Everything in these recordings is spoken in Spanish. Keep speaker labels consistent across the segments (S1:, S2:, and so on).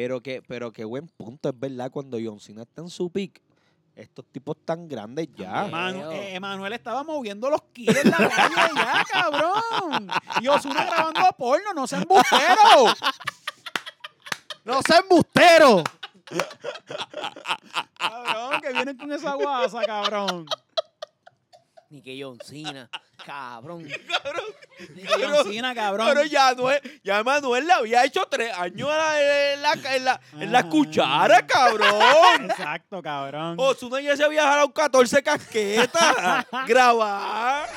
S1: Pero que, pero qué buen punto, es verdad, cuando John Cena está en su pick, estos tipos tan grandes ya.
S2: También.
S3: Manu-
S2: Creo.
S3: eh, Emanuel estaba moviendo los kilos en la calle ya, cabrón. Y Osuna grabando porno, no sean busteros.
S2: ¡No seas embustero!
S3: Cabrón, que vienen con esa guasa, cabrón.
S2: Ni que John Cena, cabrón.
S3: Ni que John Cena, cabrón.
S4: Pero ya, Noel- ya Manuel le había hecho tres años en la, en la- en la- en la
S3: Ajá.
S4: cuchara, cabrón.
S3: Exacto, cabrón.
S4: Osuna ya se había jalado 14 casquetas. Grabar.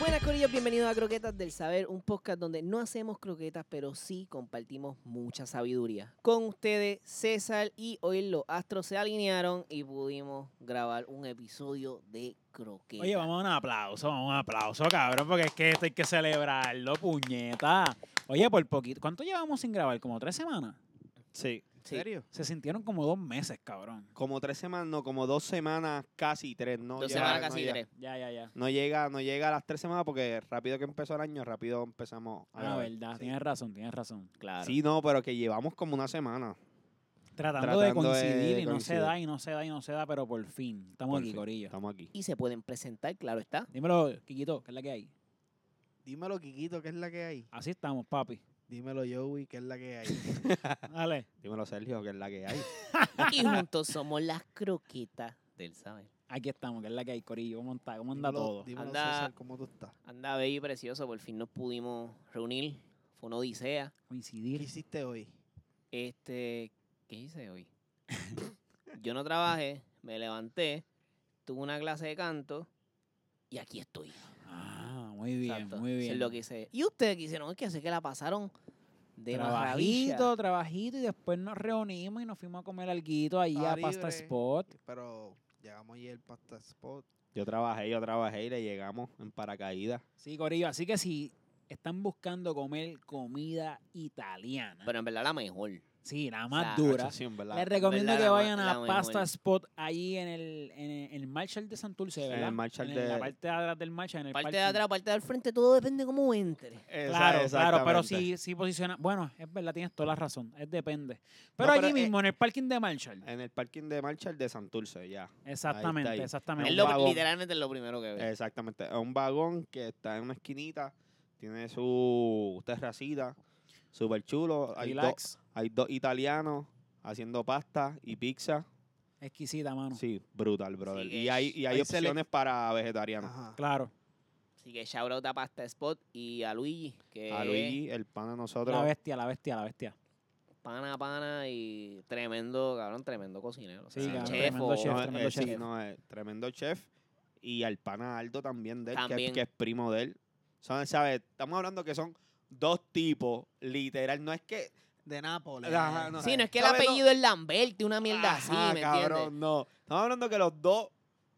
S2: Buenas, Corillos, bienvenidos a Croquetas del Saber, un podcast donde no hacemos croquetas, pero sí compartimos mucha sabiduría. Con ustedes, César y hoy los astros se alinearon y pudimos grabar un episodio de Croquetas.
S3: Oye, vamos a un aplauso, vamos a un aplauso, cabrón, porque es que esto hay que celebrarlo, puñeta. Oye, por poquito. ¿Cuánto llevamos sin grabar? ¿Como tres semanas?
S4: Sí.
S2: Sí.
S3: Se sintieron como dos meses, cabrón.
S4: Como tres semanas, no, como dos semanas, casi tres. No
S2: Dos
S4: llega,
S2: semanas
S4: no
S2: casi
S4: llega.
S2: tres.
S3: Ya, ya, ya.
S4: No llega, no llega a las tres semanas porque rápido que empezó el año, rápido empezamos a
S3: Ah,
S4: grabar.
S3: verdad,
S4: Sí.
S3: tienes razón, tienes razón. Claro.
S4: Sí, no, pero que llevamos como una semana.
S3: Tratando, de
S4: Tratando de
S3: coincidir y no
S4: coincidir.
S3: se da, y no se da, y no se da, pero por fin. Estamos
S4: Por
S3: aquí,
S4: fin,
S3: Corillo.
S4: Estamos aquí.
S2: Y se pueden presentar, claro está.
S3: Dímelo, Quiquito, ¿qué es la que hay?
S5: Dímelo, Kikito, ¿qué es la que hay?
S3: Así estamos, papi.
S5: Dímelo, Joey, ¿qué es la que hay?
S3: Dale.
S4: Dímelo, Sergio, que es la que hay.
S2: Y juntos somos las Croquetas del Saber.
S3: Aquí estamos, ¿qué es la que hay, Corillo? ¿Cómo está? ¿Cómo anda
S5: Dímelo-
S3: todo?
S5: Dímelo,
S2: Anda.
S5: César, ¿cómo tú estás?
S2: Anda, baby precioso, por fin nos pudimos reunir. Fue una odisea.
S5: ¿Qué
S3: Coincidir.
S5: hiciste hoy?
S2: Este, ¿qué hice hoy? Yo no trabajé, me levanté, tuve una clase de canto y aquí estoy.
S3: Ah, muy bien,
S2: Exacto,
S3: muy
S2: eso
S3: bien.
S2: es lo que hice. Y ustedes que hicieron, es que sé que la pasaron de maravilla.
S3: Trabajito, trabajito, y después nos reunimos y nos fuimos a comer alguito ahí a
S5: Libre.
S3: Pasta Spot.
S5: Pero llegamos ayer al Pasta Spot.
S4: Yo trabajé, yo trabajé y le llegamos en paracaídas.
S3: Sí, Corillo, así que si están buscando comer comida italiana,
S2: Pero en verdad la mejor.
S3: sí, la más
S2: Exacto.
S3: dura,
S4: Cacho, sí, en verdad.
S3: les recomiendo
S2: verdad,
S3: que
S2: la ma-
S3: vayan
S2: la
S3: a Pasta
S2: mejor.
S3: Spot ahí en el, en el, en el Marshall de Santurce,
S4: En el
S3: ¿verdad?
S4: Marshall
S3: En la
S4: de-
S3: parte de atrás del Marshall, en el
S2: Parte de
S3: parking.
S2: atrás, parte del frente, todo depende cómo entre.
S4: Esa-
S3: Claro, claro, pero
S4: exactamente.
S3: sí, sí posiciona. Bueno, es verdad, tienes toda la razón. Es depende. Pero
S4: pero,
S3: allí
S4: eh,
S3: mismo, en el parking de Marshall.
S4: En el parking de marcha, el de Santurce, ya.
S3: exactamente,
S4: ahí.
S3: exactamente.
S2: Es
S4: un
S2: lo,
S4: vagón.
S2: literalmente es lo primero que
S3: Eh.
S2: ve.
S4: Exactamente. Es un vagón que está en una esquinita, tiene su terracita, súper chulo. Hay, dos,
S3: Relax.
S4: hay dos italianos haciendo pasta y pizza.
S3: Exquisita, mano.
S4: Sí, brutal, brother.
S2: que
S4: y hay, y hay
S5: ahí se le-
S4: opciones para vegetarianos.
S5: Ajá.
S3: Claro.
S2: Así que shout out a Pasta Spot y a Luigi, que
S4: A Luigi, el pan de
S3: La
S4: nosotros.
S3: bestia, la bestia, la bestia.
S2: es pana pana y tremendo, cabrón, tremendo cocinero. O
S3: Sí,
S2: sea,
S3: cabrón,
S2: chef
S3: tremendo
S2: o-
S3: chef,
S4: No, eh,
S3: tremendo
S4: sí,
S3: chef.
S4: no, eh, tremendo chef. Y al pana Aldo también de él, que-
S2: También.
S4: Que, es primo de él. Son, ¿sabes? Estamos hablando que son dos tipos, literal. No es que.
S5: De Nápoles.
S4: Ajá, no,
S2: Sí, no es que el
S4: ¿Sabes lo-
S2: apellido es Lamberti, una mierda
S3: Ah,
S2: así,
S4: Ajá,
S2: ¿me
S4: cabrón,
S2: entiendes?
S4: no. Estamos hablando que los dos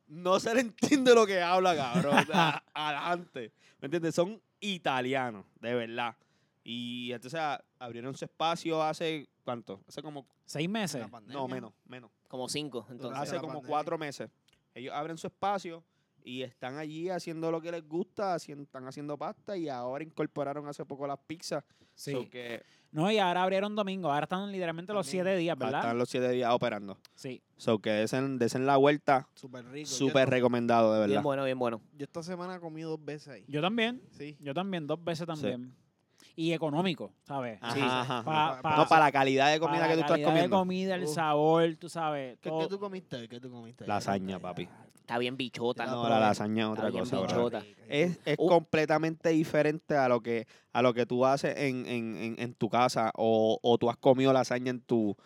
S4: no se le entiende lo que habla, cabrón. A- Adelante. ¿Me entiendes? Son italianos, de verdad. Y entonces a- abrieron su espacio hace, ¿cuánto? Hace como,
S3: Seis meses.
S5: La pandemia.
S4: no, menos, menos.
S2: Como cinco, entonces.
S4: hace
S5: la
S4: como
S5: pandemia.
S4: cuatro meses. Ellos abren su espacio y están allí haciendo lo que les gusta, hacien- están haciendo pasta y ahora incorporaron hace poco las pizzas.
S3: Sí.
S4: So que
S3: No, y ahora abrieron domingo. Ahora están literalmente los
S5: También.
S3: siete días, ¿verdad?
S4: están los siete días operando.
S3: Sí.
S4: So que desen, desen la vuelta.
S5: Súper rico. Yo
S4: Súper
S5: esta-
S4: recomendado, de verdad.
S2: Bien bueno, bien bueno.
S5: Yo esta semana comí dos veces ahí.
S3: Yo también.
S5: Sí.
S3: Yo también, dos veces también. Y económico, ¿sabes?
S4: Ajá,
S3: Sí.
S4: Ah, ajá,
S3: Pa-
S5: ajá.
S3: pa-
S4: No, para la calidad de comida
S3: para
S4: que
S3: la
S4: tú estás
S3: calidad de
S4: comiendo.
S3: comida, el
S5: Uf.
S3: sabor, tú sabes.
S5: ¿Qué,
S3: todo.
S5: qué tú comiste hoy? ¿Qué tú comiste hoy?
S4: Lasaña, papi.
S2: Está bien bichota.
S4: No, la lasaña es otra
S2: bien
S4: cosa,
S2: bichota.
S4: bro.
S2: bichota.
S4: Es, es
S2: Uh.
S4: completamente diferente a lo que a lo que tú haces en, en- en- en tu casa o, o tú has comido lasaña en tu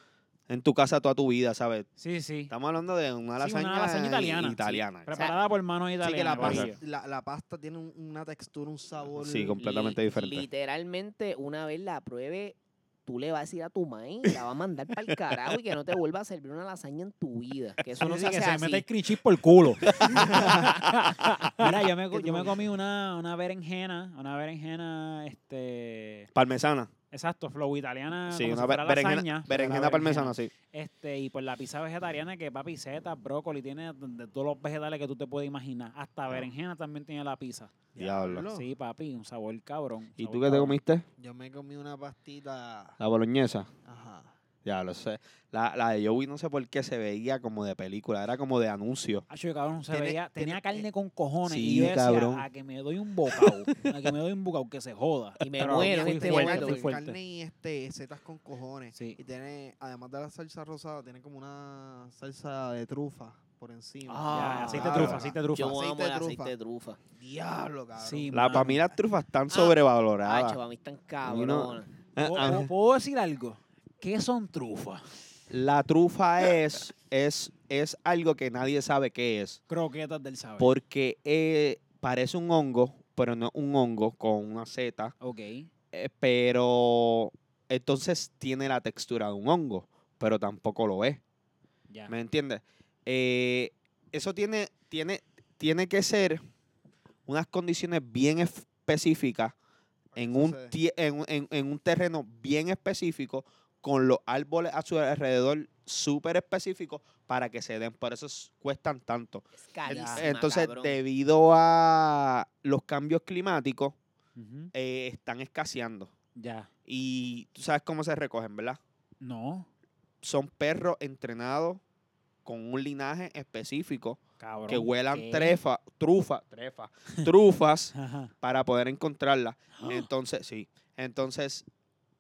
S4: en tu casa toda tu vida, ¿sabes?
S3: Sí, sí.
S4: Estamos hablando de una
S3: Sí,
S4: lasaña,
S3: una lasaña italiana. sí,
S4: italiana.
S3: preparada por manos
S5: Así que la
S3: italianas.
S5: pasta,
S3: corillo.
S5: la, la pasta tiene un- una textura, un sabor.
S4: Sí, completamente
S2: Li-
S4: diferente.
S2: Literalmente, una vez la pruebe, tú le vas a decir a tu maíz, la vas a mandar para el carajo y que no te vuelva a servir una lasaña en tu vida. Que eso
S3: Sí,
S2: no
S3: sí,
S2: se
S3: que
S2: hace
S3: se
S2: así.
S3: mete el crinchis por el culo. Mira, yo me, co-
S5: ¿Qué tú
S3: yo me
S5: comiste?
S3: comí una, una berenjena, una berenjena, este,
S4: Parmesana.
S3: Exacto, flow italiana.
S4: Sí,
S3: Ah, como
S4: una
S3: si fuera
S4: be- berenjena,
S3: lasaña, pero
S4: berenjena parmesana, sí.
S3: Este, y pues la pizza vegetariana que papi, setas, brócoli, tiene de todos los vegetales que tú te puedes imaginar. Hasta
S4: Ah.
S3: berenjena también tiene la pizza.
S4: Diablo.
S3: Sí, papi, un sabor cabrón.
S4: ¿Y
S3: sabor
S4: tú qué te
S3: cabrón.
S4: comiste?
S5: Yo me comí una pastita.
S4: La boloñesa.
S5: Ajá.
S4: Diablo, sé. La, la de Joey no sé por qué se veía como de película, era como de anuncio.
S3: Acho, cabrón, se
S5: Tiene-
S3: veía,
S5: tiene-
S3: tenía carne con cojones
S4: eh, Sí,
S3: y yo decía,
S4: cabrón.
S3: a que me doy un bocado, a que me doy un bocado, que se joda.
S2: Y me
S3: Pero
S2: muero en
S3: fui
S2: este
S3: fuerte,
S2: momento,
S3: fui
S2: güey.
S3: fuerte.
S5: Carne y este, setas con cojones.
S3: Sí.
S5: Y tiene, además de la salsa rosada, tiene como una salsa de trufa por encima.
S3: Ah,
S2: Ya,
S3: aceite
S5: de
S3: de trufa, aceite de trufa.
S2: Yo amo
S5: Aceite de
S2: el aceite
S5: trufa.
S2: de trufa.
S5: Diablo, cabrón.
S3: Sí,
S4: La, para
S3: mano.
S4: mí las trufas están
S2: Ah,
S4: sobrevaloradas.
S2: chaval, a mí están cabronas.
S4: Eh,
S3: ¿Puedo,
S4: ah,
S3: puedo- puedo decir algo? ¿Qué son trufas?
S4: La trufa es, es, es algo que nadie sabe qué es.
S3: Croquetas del saber.
S4: Porque eh, parece un hongo, pero no es un hongo con una seta.
S3: ok.
S4: eh, pero entonces tiene la textura de un hongo, pero tampoco lo es.
S3: Ya.
S4: ¿Me entiendes? Eh, eso tiene, tiene, tiene que ser unas condiciones bien específicas en un,
S5: Sucede.
S4: tie- en, un- en- en un terreno bien específico con los árboles a su alrededor súper específicos para que se den. Por eso s- cuestan tanto.
S2: Es carísima,
S4: Entonces,
S2: cabrón.
S4: debido a los cambios climáticos,
S3: Ujú.
S4: eh, están escaseando.
S3: Ya.
S4: Y tú sabes cómo se recogen, ¿verdad?
S3: No,
S4: Son perros entrenados con un linaje específico
S3: cabrón.
S4: que huelan
S3: ¿qué?
S4: trefa, trufa, trefa, trufas
S3: Ajá.
S4: para poder encontrarla. Entonces, sí. Entonces,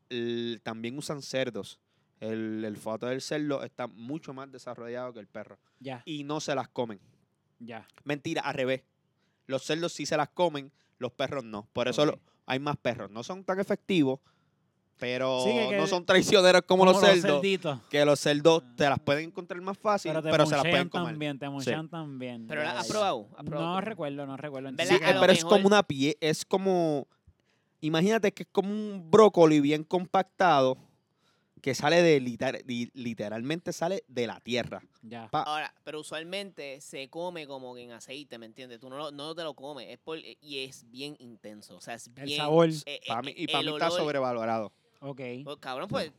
S4: el- también usan cerdos. El, el fato del cerdo está mucho más desarrollado que el perro.
S3: Ya,
S4: Y no se las comen.
S3: ya.
S4: Mentira, al revés. Los cerdos sí se las comen, los perros no. Por eso
S3: Ok.
S4: lo- hay más perros. No son tan efectivos, pero
S3: Sí, que- que-
S4: no son traicioneros como, los cerdos.
S3: cerditos.
S4: que los cerdos te las pueden encontrar más fácil,
S3: Ah. Pero
S4: pero,
S3: te
S4: se las pueden
S3: monchean
S4: comer.
S3: también, te monchean también.
S2: Pero
S3: ya,
S2: la has
S3: ya.
S2: probado. ¿Has probado?
S3: No recuerdo, no recuerdo.
S2: ¿Verdad?
S4: Sí,
S2: A
S4: eh,
S2: lo
S4: pero es como
S2: mejor-
S4: una pie, es como, imagínate que es como un brócoli bien compactado que sale de liter- li- literalmente sale de la tierra.
S3: Ya.
S4: Pa-
S2: Ahora, pero usualmente se come como que en aceite, ¿me entiendes? Tú no, lo- no te lo comes. Es por, y es bien intenso. O sea, es
S3: El
S2: bien.
S3: sabor.
S2: eh,
S4: Pa'
S2: eh,
S4: mí- y para
S2: el
S4: mí está
S2: olor-
S4: sobrevalorado.
S3: Ok.
S2: Pues, cabrón, pues,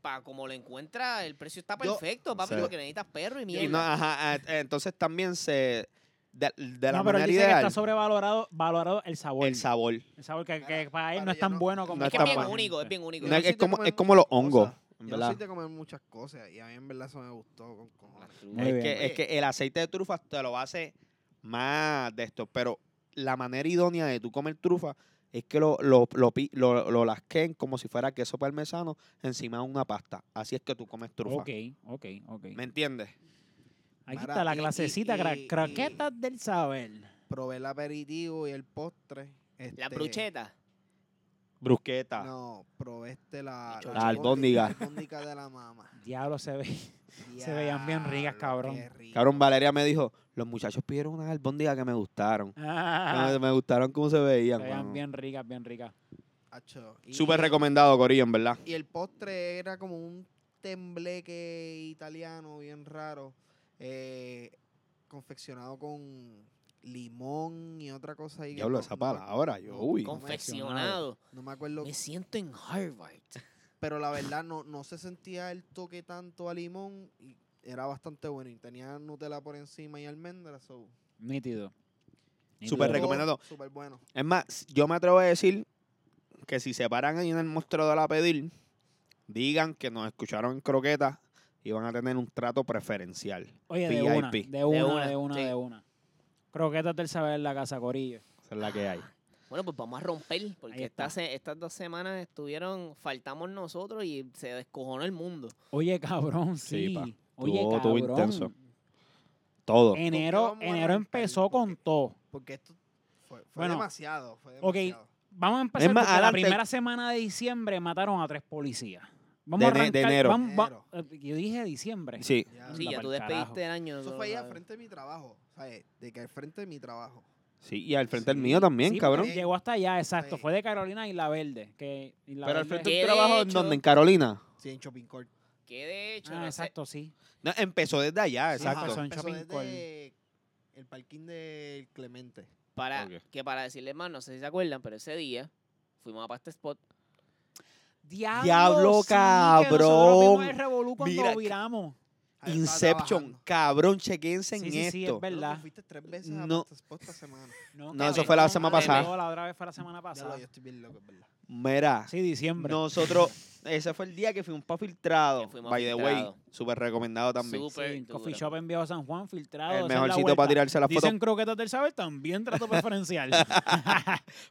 S2: para como lo encuentra, el precio está
S4: Yo-
S2: perfecto, papi,
S4: Sí.
S2: porque necesitas perro y
S4: Y no,
S2: mierda.
S4: ajá, eh, eh, entonces también se de, de la
S3: No, pero él
S4: manera
S3: dice que
S4: ideal
S3: está sobrevalorado valorado el sabor.
S4: el sabor.
S3: El sabor que, que
S5: Mira,
S3: para él
S5: para
S3: no es
S5: yo
S3: tan
S5: no-
S3: bueno como
S4: no
S2: es
S4: es
S2: que
S4: tan
S2: es bien
S4: bueno.
S2: único, es bien único.
S4: No, es,
S5: sí te
S4: como,
S5: comes
S4: es como los
S5: muchas
S4: hongos,
S5: cosas.
S4: en
S5: Yo no
S4: ¿verdad?
S5: soy de comer muchas cosas y a mí en verdad eso me gustó con cojones.
S3: Muy
S4: es,
S3: bien.
S4: que, es que el aceite de trufa te lo hace más de esto, pero la manera idónea de tú comer trufa es que lo, lo, lo, pi- lo, lo lasquen como si fuera queso parmesano encima de una pasta. Así es que tú comes trufa.
S3: Ok, ok, ok.
S4: ¿Me entiendes?
S3: Aquí
S5: Mara,
S3: está la
S5: y- y-
S3: clasecita, cra-
S5: y-
S3: croquetas del saber.
S5: Probé el aperitivo y el postre.
S2: La
S5: este,
S2: brucheta.
S4: Brusqueta.
S5: No, probé este la,
S2: La
S4: albóndiga.
S5: La albóndiga de la mamá.
S3: Diablo se ve. Se veían bien ricas,
S5: Diablo,
S3: cabrón.
S5: qué rico.
S4: Cabrón, Valeria me dijo, los muchachos pidieron unas albóndigas que me gustaron.
S3: Ah,
S4: Me, me gustaron cómo se
S3: se
S4: veían.
S3: veían
S4: mano.
S3: bien ricas, bien ricas.
S5: Acho, y-
S4: Súper recomendado, Corillo, en verdad.
S5: Y el postre era como un tembleque italiano bien raro, eh, confeccionado con limón y otra cosa. ahí que
S4: Diablo,
S5: no-
S4: esa
S5: no me-
S4: palabra, yo, uy.
S2: Confeccionado.
S5: No me acuerdo,
S2: Me siento en Harvard.
S5: pero la verdad no, no se sentía el toque tanto a limón y era bastante bueno. Y tenía Nutella por encima y almendras. so,
S3: Nítido.
S4: Súper
S3: Nítido.
S4: recomendado.
S5: Súper bueno.
S4: Es más, yo me atrevo a decir que si se paran ahí en el mostrador a pedir, digan que nos escucharon en croquetas y van a tener un trato preferencial.
S3: Oye, de
S4: VIP.
S3: una, de una,
S2: una,
S3: de una,
S2: sí.
S3: de una. Croquetas del saber en la casa, Corillo.
S4: Esa es la que hay.
S2: Bueno, pues vamos a romper,
S3: Ahí
S2: porque
S3: está.
S2: estas, se- estas dos semanas estuvieron, faltamos nosotros y se descojonó el mundo.
S3: Oye, cabrón, sí.
S4: Sí, pa.
S3: Oye,
S4: Tuvo-
S3: cabrón.
S4: tuvo intenso. Todo.
S3: Enero,
S5: ¿Por qué vamos a
S3: enero
S5: arrancar?
S3: empezó
S5: ¿Por
S3: con
S5: qué?
S3: todo.
S5: Porque esto fue, fue
S3: Bueno,
S5: demasiado. Fue
S3: ok,
S5: demasiado.
S3: Vamos a empezar
S4: más,
S3: porque la
S4: adelante.
S3: primera semana de diciembre mataron a tres policías. Vamos
S4: De
S3: a
S4: ene- de
S3: arrancar,
S4: enero.
S3: vamos- va-
S5: Enero.
S3: eh, yo dije diciembre.
S4: Sí.
S5: Ya,
S2: Sí,
S3: Anda
S2: ya
S3: Ah, pa'l
S2: tú despediste
S3: carajo.
S2: el año.
S5: Eso
S2: no
S5: fue
S2: lo
S5: allá al
S2: sabes.
S5: frente de mi trabajo. ¿sabes? De que al frente de mi trabajo.
S4: Sí, y al frente del
S3: Sí,
S4: mío también,
S3: sí,
S4: cabrón.
S3: porque Llegó hasta allá, exacto.
S5: Sí.
S3: Fue de Carolina y La Verde. Que, Isla
S4: Pero al
S3: Verde-
S4: frente
S2: Que
S4: del
S2: de
S4: trabajo, ¿en
S2: hecho-
S4: donde? ¿En Carolina?
S5: Sí, en Shopping Court.
S2: Que de hecho,
S3: Ah,
S2: no sé-
S3: exacto, sí.
S4: No, empezó desde allá,
S3: Sí,
S4: exacto.
S3: empezó en
S5: Empezó
S3: Shopping
S5: desde el parking del Clemente.
S2: para,
S4: Ok.
S2: que para decirles más, no sé si se acuerdan, pero ese día fuimos a Pasta Spot
S3: Diablo,
S4: Diablo,
S3: sí, que nosotros vimos
S4: cabrón.
S3: el revolú cuando
S1: Mira,
S3: viramos.
S5: Javier estaba
S4: Inception,
S5: trabajando.
S4: cabrón, chequense
S3: Sí,
S4: en
S3: sí,
S4: esto.
S3: sí, es
S5: Loco,
S3: verdad.
S5: Fuiste tres veces a
S4: No.
S5: Podcast esta semana.
S4: No, eso
S3: cabrón,
S4: fue la semana
S3: madre,
S4: pasada.
S3: no, La otra vez fue la semana
S5: Ya lo,
S3: pasada.
S5: yo estoy bien loco, es verdad.
S4: Mira,
S3: Sí, diciembre.
S4: nosotros,
S1: Ese fue el día que fuimos para filtrado.
S2: Que fuimos
S1: by the
S2: filtrado.
S1: way, súper recomendado también.
S2: Súper
S3: Sí,
S2: duro.
S3: Coffee Shop en Viejo San Juan, filtrado.
S4: el
S3: esa es la
S4: mejor sitio
S3: vuelta.
S4: para tirarse las fotos.
S3: Dicen croquetas del saber, también trato preferencial.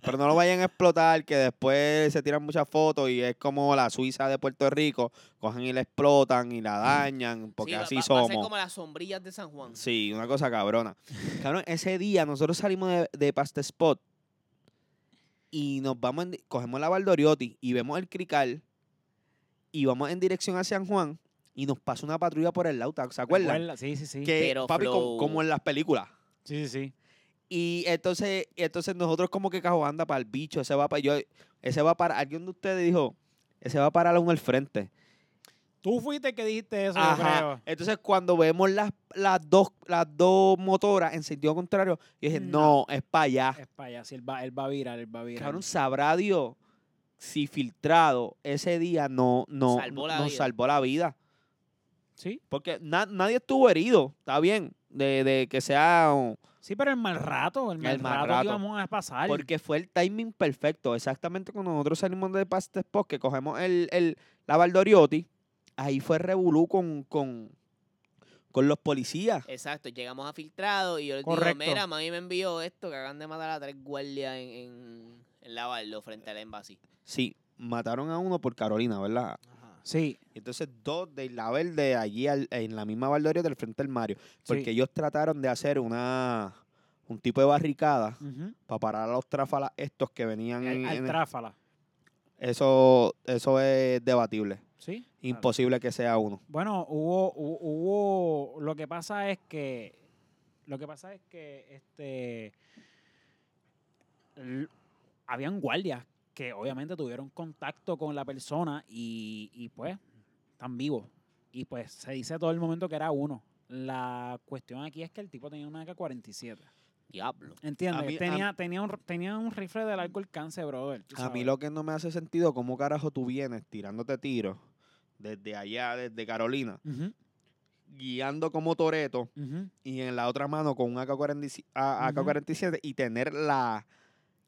S4: Pero no lo vayan a explotar, que después se tiran muchas fotos y es como la Suiza de Puerto Rico. Cogen y la explotan y la dañan, porque
S2: Sí, va-
S4: así
S2: va- Va a ser
S4: somos.
S2: como las sombrillas de San Juan.
S4: Sí, una cosa cabrona. Cabrón, ese día nosotros salimos de, de Pasta Spot y nos vamos, en di- cogemos la Valdoriotti y vemos el Crical y vamos en dirección a San Juan y nos pasa una patrulla por el lado, ¿te- ¿se acuerdan?
S3: Recuerda, Sí, sí, sí.
S4: Que,
S2: Pero
S4: papi, com-
S2: flow.
S4: como, en las películas.
S3: Sí, sí, sí.
S4: Y entonces, y entonces nosotros como que cajo anda para el bicho, ese va para, yo, ese va para, alguien de ustedes dijo, ese va para uno al frente.
S3: Tú fuiste el que dijiste eso, yo
S4: Ajá.
S3: creo.
S4: Entonces, cuando vemos las, las, dos, las dos motoras en sentido contrario, yo dije, no,
S3: No.
S4: es para allá.
S3: Es para allá, sí, él va, él va a virar, él va a virar.
S4: Cabrón, sabrá Dios si filtrado ese día no, no,
S2: Salvó la
S4: nos
S2: vida.
S4: salvó la vida.
S3: Sí,
S4: Porque na- nadie estuvo herido, está bien, de, de que sea... un-
S3: sí, pero el mal rato, el mal,
S4: mal
S3: rato,
S4: rato.
S3: que íbamos a pasar.
S4: Porque fue el timing perfecto, exactamente cuando nosotros salimos de Past Spot, que cogemos el, el, la Valdoriotti, ahí fue revolú con, con, con los policías.
S2: Exacto, llegamos a filtrado y yo les
S3: Correcto.
S2: digo, mira, mami me envió esto que acaban de matar a tres guardias en, en, en Lavaldo frente al embassy.
S4: Sí, mataron a uno por Carolina, ¿verdad?
S5: Ajá.
S3: Sí,
S4: Y Entonces, dos de la verde allí al- en la misma Valdoria del frente del Mario. Porque ellos trataron de hacer una un tipo de barricada
S3: ujú,
S4: para parar a los tráfalas estos que venían.
S3: al,
S4: en-
S3: al
S4: en-
S3: tráfala.
S4: eso, eso es debatible.
S3: Sí. claro.
S4: Imposible que sea uno.
S3: Bueno, hubo, hu- hubo, lo que pasa es que, lo que pasa es que, este, l- habían guardias que obviamente tuvieron contacto con la persona y, y, pues, están vivos. Y pues se dice todo el momento que era uno. La cuestión aquí es que el tipo tenía una AK-47.
S2: Diablo.
S3: ¿Entiendes?
S4: A mí- a
S3: tenía, tenía, un, r- tenía un rifle de largo alcance, brother. tú
S4: A mí
S3: sabes.
S4: lo que no me hace sentido, ¿cómo carajo tú vienes tirándote tiros desde allá, desde Carolina,
S3: Ujú,
S4: guiando como Toreto
S3: ujú.
S4: y en la otra mano con un AK-47 a-
S3: Ujú.
S4: AK-47 y tener la,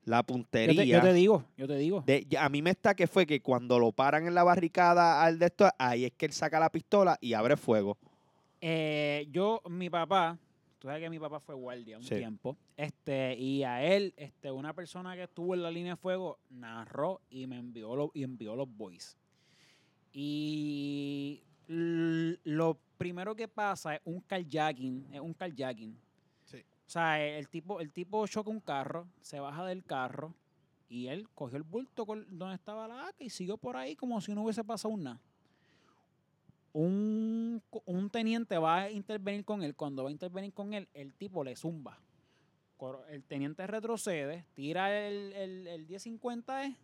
S4: la
S3: Yo,
S4: puntería?
S3: te, yo te digo, yo te digo.
S4: De- ya- a mí me está que fue que cuando lo paran en la barricada al de esto, ahí es que él saca la pistola y abre fuego.
S3: Eh, yo, mi papá, tú sabes que mi papá fue guardia un
S4: Sí.
S3: tiempo, este, y a él, este, una persona que estuvo en la línea de fuego, narró y me envió, lo- y envió los boys. Y l- lo primero que pasa es un carjacking, es un carjacking.
S5: Sí.
S3: O sea, eh, el tipo, el tipo choca un carro, se baja del carro y él cogió el bulto con- donde estaba la AK y siguió por ahí como si no hubiese pasado nada un, co- un teniente va a intervenir con él. Cuando va a intervenir con él, el tipo le zumba. Cor- El teniente retrocede, tira el, el, el 1050 es,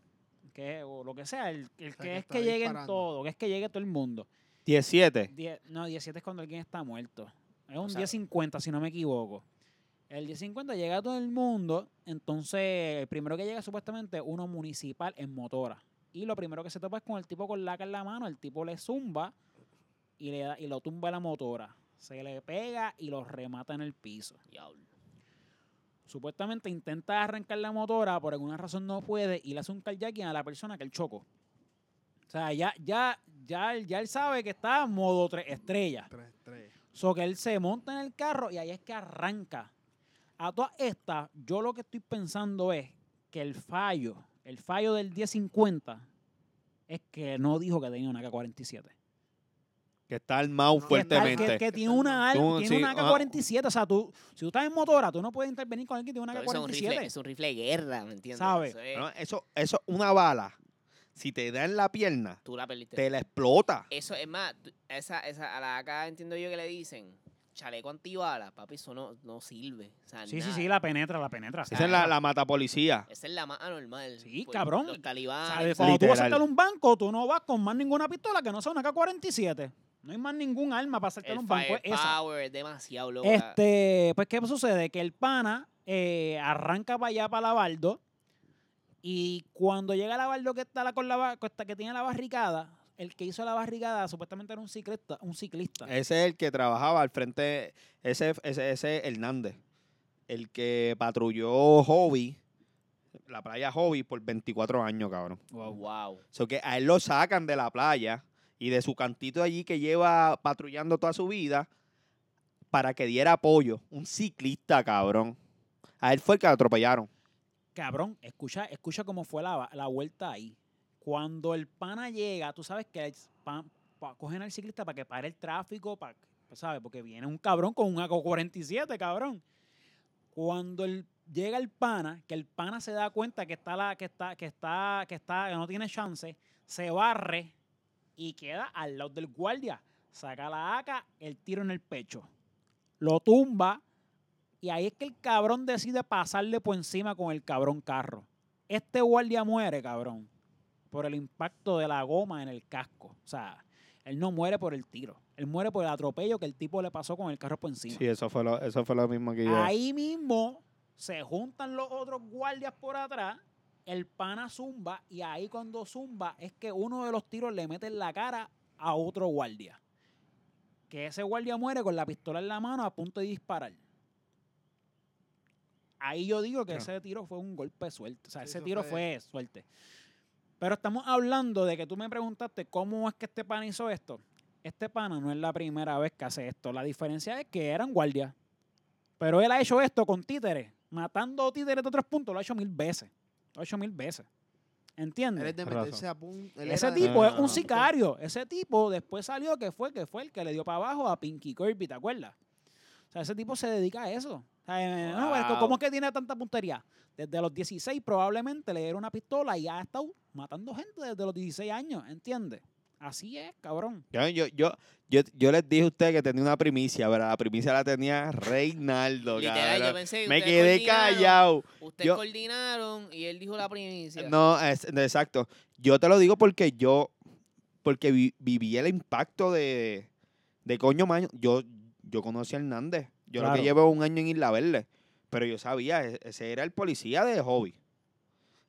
S3: que, o lo que sea, el, el que,
S5: sea, que
S3: es
S5: está
S3: que lleguen
S5: disparando.
S3: todo, que es que llegue todo el mundo.
S4: 17.
S3: Die- no, 17 es cuando alguien está muerto. Es un
S2: sea-
S3: 1050, si no me equivoco. El 1050 llega a todo el mundo, entonces el primero que llega supuestamente uno municipal en motora. Y lo primero que se topa es con el tipo con laca en la mano, el tipo le zumba y, le da, y lo tumba la motora. Se le pega y lo remata en el piso.
S2: Diablo.
S3: Supuestamente intenta arrancar la motora, por alguna razón no puede y le hace un carjacking a la persona que él chocó. O sea, ya, ya, ya, él- ya él sabe que está modo tres estrellas.
S5: Tres, tres.
S3: So que él se monta en el carro y ahí es que arranca. A todas estas, yo lo que estoy pensando es que el fallo, el fallo del 1050, es que no dijo que tenía una K47.
S4: Que está armado
S5: No,
S3: Que está-
S4: fuertemente.
S3: Que, que tiene una, al-
S4: Tú,
S3: tiene
S4: sí,
S3: una
S4: ah.
S3: K47. O sea, tú, si tú estás en motora, tú no puedes intervenir con alguien que tiene una
S2: Pero eso Es un, rifle, es
S3: K47.
S2: un rifle de guerra, ¿me entiendes?
S3: ¿Sabe?
S2: Eso es-
S4: No, Eso eso es una bala. Si te da en la pierna,
S2: tú la perdiste.
S4: te la explota.
S2: Eso es más, tú- esa, esa, a la acá entiendo yo que le dicen chaleco antibala, papi, eso no, no sirve. O sea,
S3: Sí, sí,
S2: nada.
S3: sí, la penetra, la penetra.
S4: Esa es la, la mata policía.
S2: Esa es la más anormal.
S3: Sí,
S2: Pues,
S3: cabrón.
S2: Los
S3: O
S2: talibanes.
S3: sea, de-
S2: ¿sabes?
S3: cuando tú vas a
S4: Literal.
S3: saltar un banco, tú no vas con más ninguna pistola que no sea una K47. No hay más ningún arma para saltar
S2: el
S3: un banco. es pues, esa.
S2: firepower es demasiado loco. la-
S3: Este, pues, ¿qué sucede? Que el pana eh, arranca para allá, para Lavaldo, Y cuando llega la baldo que está la- con la ba- que está- que tiene la barricada, el que hizo la barricada supuestamente era un ciclista, un ciclista.
S4: Ese es el que trabajaba al frente, ese ese, ese es Hernández, el que patrulló Hobby, la playa Hobby, por 24 años, cabrón.
S2: Wow.
S4: So que a él lo sacan de la playa y de su cantito allí que lleva patrullando toda su vida para que diera apoyo. Un ciclista, cabrón. A él fue el que lo atropellaron.
S3: Cabrón, escucha, escucha cómo fue la, la vuelta ahí. Cuando el pana llega, tú sabes que el pan- pa- cogen al ciclista para que pare el tráfico, para, ¿sabes? Porque viene un cabrón con un AK-47, cabrón. Cuando el- llega el pana, que el pana se da cuenta que está la, que está, que está, que está, que no tiene chance, se barre y queda al lado del guardia. Saca la AK, el tiro en el pecho. Lo tumba. Y ahí es que el cabrón decide pasarle por encima con el cabrón carro. Este guardia muere, cabrón, por el impacto de la goma en el casco. O sea, él no muere por el tiro. Él muere por el atropello que el tipo le pasó con el carro por encima.
S4: Sí, eso fue lo, eso fue lo mismo que yo.
S3: Ahí mismo se juntan los otros guardias por atrás, el pana zumba y ahí cuando zumba es que uno de los tiros le mete en la cara a otro guardia. Que ese guardia muere con la pistola en la mano a punto de disparar. Ahí yo digo que
S4: Claro.
S3: ese tiro fue un golpe de suerte. O sea,
S5: Sí,
S3: ese
S5: eso
S3: tiro
S5: fue-
S3: fue suerte. Pero estamos hablando de que tú me preguntaste cómo es que este pana hizo esto. Este pana no es la primera vez que hace esto. La diferencia es que eran guardias. Pero él ha hecho esto con títeres. Matando títeres de tres puntos, lo ha hecho mil veces. Lo ha hecho mil veces.
S5: Él es
S3: ¿Entiendes?
S5: de
S4: Razón.
S5: meterse a punto.
S3: Ese tipo es un sicario. Ese tipo después salió que fue, que fue el que le dio para abajo a Pinky Kirby, ¿te acuerdas? O sea, ese tipo se dedica a eso. O sea, eh, no, pero es que ¿Cómo es que tiene tanta puntería? Desde los 16 probablemente le dieron una pistola y ha estado matando gente desde los 16 años, ¿entiendes? Así es, cabrón.
S4: Yo, yo, yo, yo, yo les dije a ustedes que tenía una primicia, ¿verdad? La primicia la tenía Reinaldo,
S2: Literal, yo
S4: cabrón.
S2: pensé que
S4: Me
S2: ustedes
S4: quedé
S2: coordinaron,
S4: callado.
S2: Ustedes
S4: Yo-
S2: coordinaron y él dijo la primicia.
S4: No, es- exacto. Yo te lo digo porque yo, porque vi- viví el impacto de, de coño maño. Yo, yo conocí a Hernández. Yo lo
S3: Claro.
S4: que llevo un año en Isla Verde. Pero yo sabía, e- ese era el policía de hobby.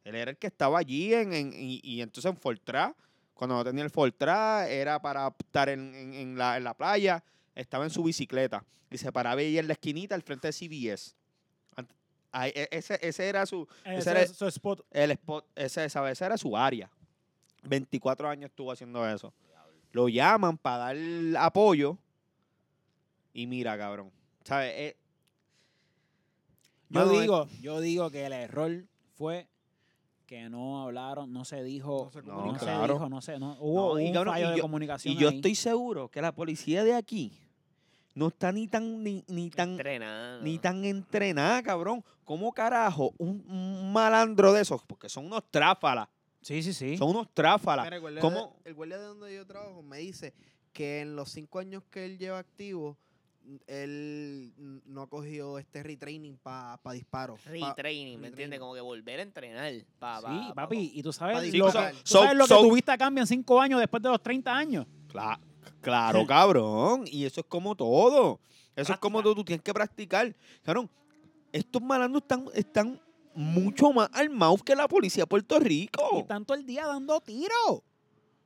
S4: Él era el que estaba allí en, en- y, y entonces en Fortrá, cuando no tenía el Fortrá, era para estar en, en- en la, en la playa, estaba en su bicicleta y se paraba ahí en la esquinita al frente de CBS. Ant- ahí, e- ese, ese era su, Ese era-
S3: es su spot.
S4: el spot, ese, esa vez era su área. 24 años estuvo haciendo eso. Lo llaman para dar apoyo. Y mira, cabrón. ¿Sabes? Eh,
S3: Yo
S4: Mano, eh,
S3: digo, yo digo que el error fue que no hablaron, no se dijo,
S5: No se
S3: no,
S5: comunicaron.
S3: se
S4: Claro.
S3: dijo, no se, no, hubo
S4: No, y
S3: un
S4: cabrón,
S3: fallo
S4: y
S3: de
S4: yo-
S3: comunicación
S4: y yo
S3: ahí.
S4: estoy seguro que la policía de aquí no está ni tan, ni, ni tan,
S2: Entrenado.
S4: ni tan entrenada, cabrón. ¿Cómo carajo un, un malandro de esos? Porque son unos tráfalas.
S3: Sí, sí, sí.
S4: Son unos tráfalas. ¿Cómo?
S5: ¿Cómo? el guardia de donde yo trabajo me dice que en los cinco años que él lleva activo, n- él n- no ha cogido este retraining para disparos. pa-
S2: Retraining, ¿me entiendes?
S5: retraining.
S2: Como que volver a entrenar. Pa,
S3: Sí,
S2: pa- pa-
S3: papi, y tú
S5: pa
S3: sabes,
S4: Sí,
S3: lo,
S4: o
S3: que,
S4: sea,
S5: disparar.
S3: tú
S4: so-
S3: sabes lo que
S4: so-
S3: tu vista cambia en 5 años después de los 30 años.
S4: Cla- claro, cabrón. Y eso es como todo. Eso es como todo. Tú tienes que practicar. Cabrón, estos malandros están, están mucho más armados que la policía de Puerto
S3: Y
S4: Rico.
S3: están todo el día dando tiro.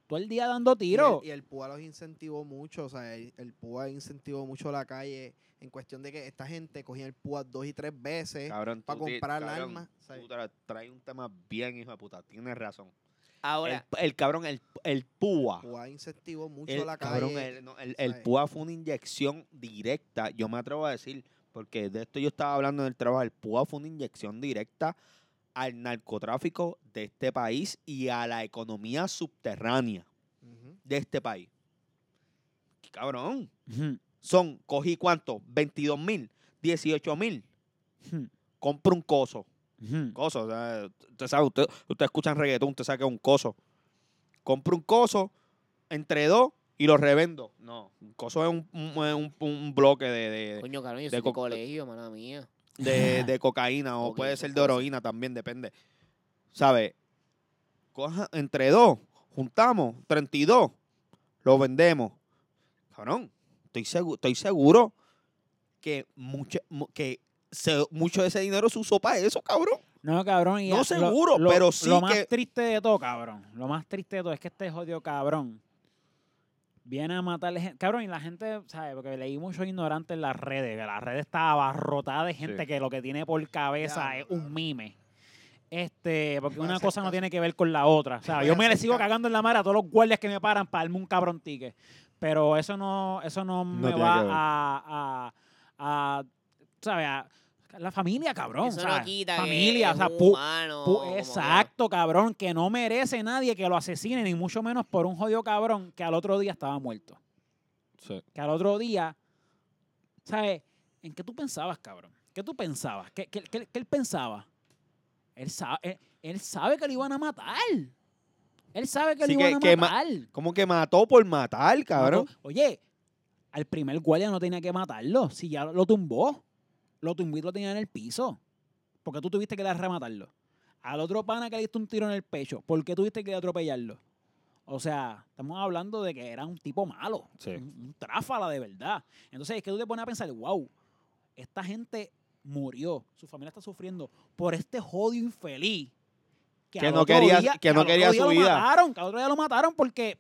S3: Todo el día dando
S5: Y el-
S3: tiro.
S5: Y el, PUA los incentivó mucho, o sea, el, el PUA incentivó mucho la calle en cuestión de que esta gente cogía el PUA dos y tres veces
S4: Cabrón,
S5: para
S4: tú ti-
S5: comprar el
S4: cabrón,
S5: arma. ¿sabes?
S4: tú tra- traes un tema bien, hijo de puta. Tienes razón. El,
S2: Ahora,
S4: el cabrón, el, el púa.
S5: PUA incentivó mucho
S4: El,
S5: la calle.
S4: cabrón, el, no, el- el
S5: ¿sabes?
S4: púa fue una inyección directa. Yo me atrevo a decir, porque de esto yo estaba hablando en el trabajo, el púa fue una inyección directa al narcotráfico de este país y a la economía subterránea
S5: Ujú.
S4: de este país. Cabrón,
S3: Ujú,
S4: son, cogí cuánto, 22 mil, 18 mil,
S3: ujú,
S4: compro un coso.
S3: ujú.
S4: Coso, o sea, usted sabe, usted, usted escucha en reggaetón, usted sabe que es un coso. Compro un coso, entre dos, y lo revendo. No, un coso es un, un- es un- un bloque de, de,
S2: coño, cabrón, yo
S4: eh, de
S2: soy de
S4: co-
S2: colegio, mala mía.
S4: de- de cocaína o
S2: Ok,
S4: puede
S2: eso
S4: ser de
S2: fue así.
S4: heroína también, depende. ¿Sabe? Coja- entre dos, juntamos 32, lo vendemos. Cabrón, estoy, seguro estoy seguro que, mucho, mu- que se- mucho de ese dinero se usó para eso, cabrón.
S3: No, cabrón. y
S1: No
S3: lo-
S1: seguro,
S3: lo-
S1: pero sí
S3: Lo más
S1: que-
S3: triste de todo, cabrón. Lo más triste de todo es que este jodido cabrón viene a matarle gente. Cabrón, y la gente, ¿sabes? Porque leí mucho ignorante en las redes. Que la red está abarrotada de gente
S1: Sí.
S3: que lo que tiene por cabeza
S5: Diablo,
S3: es un
S5: cabrón.
S3: mime. Este, porque
S5: Voy a
S3: una
S5: hacer
S3: cosa no
S5: caso.
S3: tiene que ver con la otra. O sea,
S5: Voy
S3: yo
S5: a
S3: me le
S5: hacer
S3: sigo
S5: caso.
S3: cagando en la madre a todos los guardias que me paran para darme un cabrón ticket. Pero eso no, eso no, me
S1: tiene
S3: va
S1: que ver.
S3: a, a- a- ¿sabes? A- la familia, cabrón.
S2: Eso
S3: ¿sabes?
S2: no quita que
S3: familia,
S2: es
S3: o sea,
S2: un
S3: pu-
S2: humano,
S3: pu-
S2: como que-
S3: exacto, cabrón, que no merece nadie que lo asesine, ni mucho menos por un jodido cabrón que al otro día estaba muerto.
S1: Sí.
S3: Que al otro día, ¿sabes? ¿En qué tú pensabas, cabrón? ¿Qué tú pensabas? ¿Qué, qué- qué- qué él pensaba? Él sabe, él, él sabe que lo iban a matar. Él sabe que
S1: Sí,
S3: lo
S1: que-
S3: iban
S1: que
S3: a
S1: ma-
S3: matar.
S1: Como que mató por matar, cabrón.
S3: Mató- Oye, al primer guardia no tenía que matarlo. Si ya lo tumbó. Lo tumbó y lo tenía en el piso. Porque tú tuviste que dar rematarlo. Al otro pana que le diste un tiro en el pecho. ¿Por qué tuviste que atropellarlo? O sea, estamos hablando de que era un tipo malo.
S1: Sí.
S3: Un, un tráfala de verdad. Entonces es que tú te pones a pensar, wow, esta gente murió. Su familia está sufriendo por este jodio infeliz.
S1: Que
S3: al
S1: no
S3: otro
S1: quería- que
S3: al
S1: no
S3: otro
S1: quería
S3: día
S1: su
S3: lo
S1: vida.
S3: Mataron, que al otro día lo mataron porque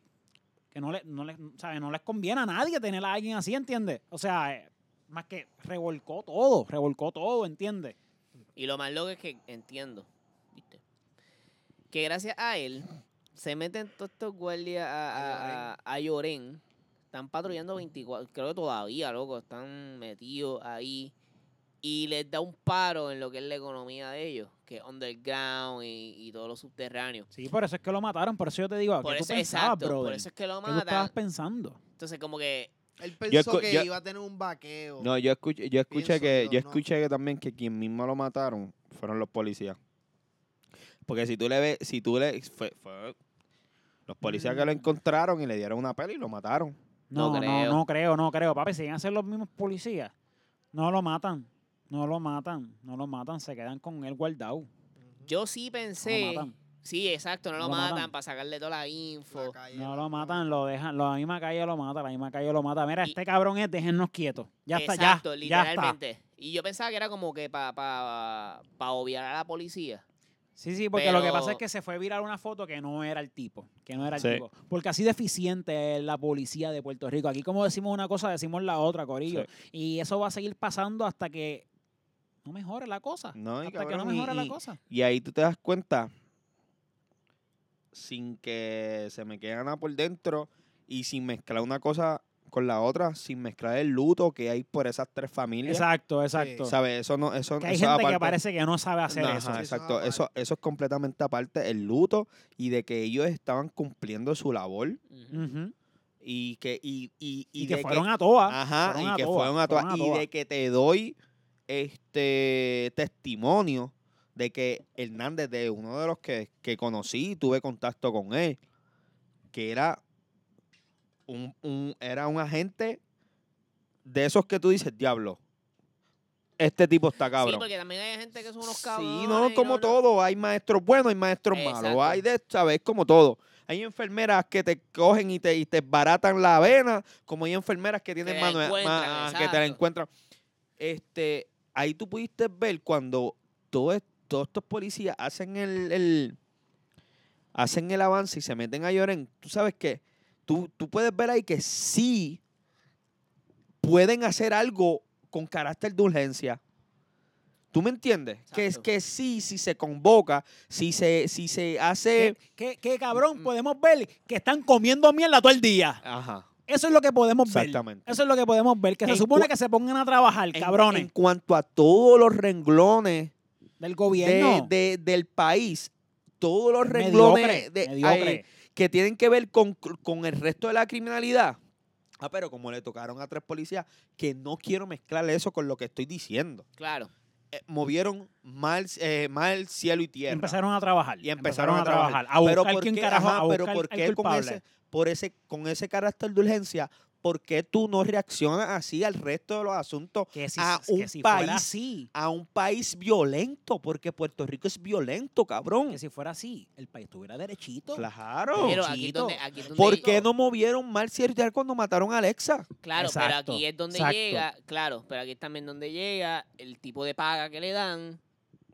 S3: que no, le, no, les, ¿sabe? no les conviene a nadie tener a alguien así, ¿entiendes? O sea, eh, más que revolcó todo, revolcó todo, ¿entiendes?
S2: Y lo más loco es que entiendo, ¿viste? Que gracias a él se meten todos estos guardias a, a, a- a Llorén. Están patrullando 24, creo que todavía, loco, están metidos ahí. Y les da un paro en lo que es la economía de ellos, que es underground y, y todo lo subterráneo.
S3: Sí, por eso es que lo mataron, por eso yo te digo,
S2: Por
S3: ¿qué
S2: eso,
S3: tú pensabas,
S2: exacto, por
S3: brother?
S2: eso es que lo
S3: ¿Qué tú estabas
S2: matan.
S3: pensando?
S2: Entonces, como que
S5: Él pensó
S1: escu-
S5: que
S1: yo-
S5: iba a tener un vaqueo.
S1: No, yo escuché, yo escuché
S5: Pienso
S1: que,
S5: yo,
S1: yo
S5: no.
S1: escuché que también que quien mismo lo mataron fueron los policías. Porque si tú le ves, si tú le fue- fue- los policías
S5: Mm.
S1: que lo encontraron y le dieron una pela y lo mataron.
S3: No,
S2: No
S3: no,
S2: creo.
S3: no creo, no creo. Papi, si siguen a ser los mismos policías, no lo matan, no lo matan, no lo matan, se quedan con él guardado.
S2: yo sí pensé.
S3: matan.
S2: sí, exacto, no,
S3: No
S2: lo
S3: lo
S2: matan,
S3: matan.
S2: para sacarle toda la
S5: La
S2: info.
S5: calle,
S3: No
S5: la-
S3: lo matan, lo dejan, la misma calle lo mata, la misma calle lo mata. Mira,
S2: Y-
S3: este cabrón es, déjennos quietos. Ya está, ya.
S2: Exacto,
S3: ya está.
S2: literalmente. Y yo pensaba que era como que para pa, pa obviar a la policía.
S3: Sí, sí, porque lo que pasa es
S2: Pero-
S3: que se fue viral una foto que no era el tipo, que no era el
S1: Sí.
S3: tipo. Porque así deficiente es la policía de Puerto Rico. Aquí como decimos una cosa, decimos la otra, Corillo. Y eso va a seguir pasando hasta que no mejore la cosa.
S1: No, y
S3: hasta que no
S1: cabrón, y-
S3: mejore la
S1: y-
S3: cosa.
S1: Y ahí tú te das cuenta, sin que se me quede nada por dentro y sin mezclar una cosa con la otra, sin mezclar el luto que hay por esas tres familias.
S3: Exacto, exacto.
S1: ¿Sabes? Eso no, eso,
S3: Que hay
S1: eso
S3: gente que
S1: aparte-
S3: parece que no sabe hacer
S1: Ajá,
S3: eso.
S5: Sí, eso es
S1: exacto. Eso,
S5: aparte.
S1: eso es completamente aparte, el luto y de que ellos estaban cumpliendo su labor
S3: Ujú.
S1: y que, y, y,
S3: Y,
S1: y
S3: que
S1: de
S3: fueron a todas.
S1: Ajá,
S3: fueron
S1: y
S3: a
S1: que
S3: todas,
S1: fueron a todas.
S3: fueron a
S1: y
S3: todas.
S1: de que te doy este testimonio de que Hernández, de uno de los que, que conocí, tuve contacto con él, que era un, un- era un agente de esos que tú dices, diablo, este tipo está
S2: Sí,
S1: cabrón.
S2: porque también hay gente que son unos cabrones.
S1: Sí, no,
S2: y
S1: como
S2: no-
S1: todo, hay maestros buenos, hay maestros malos,
S2: Exacto.
S1: hay de, sabes, como todo. Hay enfermeras que te cogen y te, y te baratan la avena, como hay enfermeras que tienen
S2: la
S1: mano eh,
S2: encuentran,
S1: ma- ah, que te la
S2: exacto.
S1: encuentran. Este, ahí tú pudiste ver cuando todo es- todos estos policías hacen el, el- hacen el avance y se meten a Lloren, tú sabes que tú, tú puedes ver ahí que sí pueden hacer algo con carácter de urgencia. ¿Tú me entiendes? Que es
S2: Exacto.
S1: que sí, si se convoca, si se, si se hace.
S3: ¿Qué, qué- qué
S1: mm,
S3: cabrón? Podemos ver que están comiendo mierda todo el día.
S1: Ajá.
S3: Eso es lo que podemos ver.
S1: Exactamente.
S3: Eso es lo que podemos ver. Que se
S1: En
S3: supone
S1: cua-
S3: que se pongan a trabajar,
S1: En-
S3: cabrones,
S1: En, cuanto a todos los renglones
S3: del
S1: de,
S3: gobierno.
S1: de- del país, todos los
S3: mediocre,
S1: renglones de-
S3: mediocre.
S1: eh, que tienen que ver con, con el resto de la criminalidad. Ah, pero como le tocaron a tres policías, que no quiero mezclar eso con lo que estoy diciendo.
S2: Claro.
S1: Eh, movieron mal, eh, mal cielo y tierra.
S3: empezaron a trabajar.
S1: y empezaron, a trabajar.
S3: A buscar
S1: ¿por
S3: quién
S1: qué?
S3: carajo,
S1: Ajá,
S3: a
S1: pero
S3: buscar
S1: ¿por
S3: al
S1: qué con
S3: culpable.
S1: ese, por ese, con ese carácter de urgencia, por qué tú no reaccionas así al resto de los asuntos
S3: que si,
S1: a
S3: que
S1: un
S3: si
S1: país-
S3: fuera así,
S1: a un país violento? Porque Puerto Rico es violento, cabrón.
S3: que si fuera así, el país estuviera derechito.
S1: Claro.
S2: Pero aquí
S3: Chito,
S2: donde, aquí donde
S1: ¿Por
S2: llega-
S1: qué no movieron mal cielo y tierra cuando mataron a Alexa?
S2: Claro, pero
S3: Exacto,
S2: aquí es donde
S3: exacto.
S2: llega, claro, pero aquí es también donde llega el tipo de paga que le dan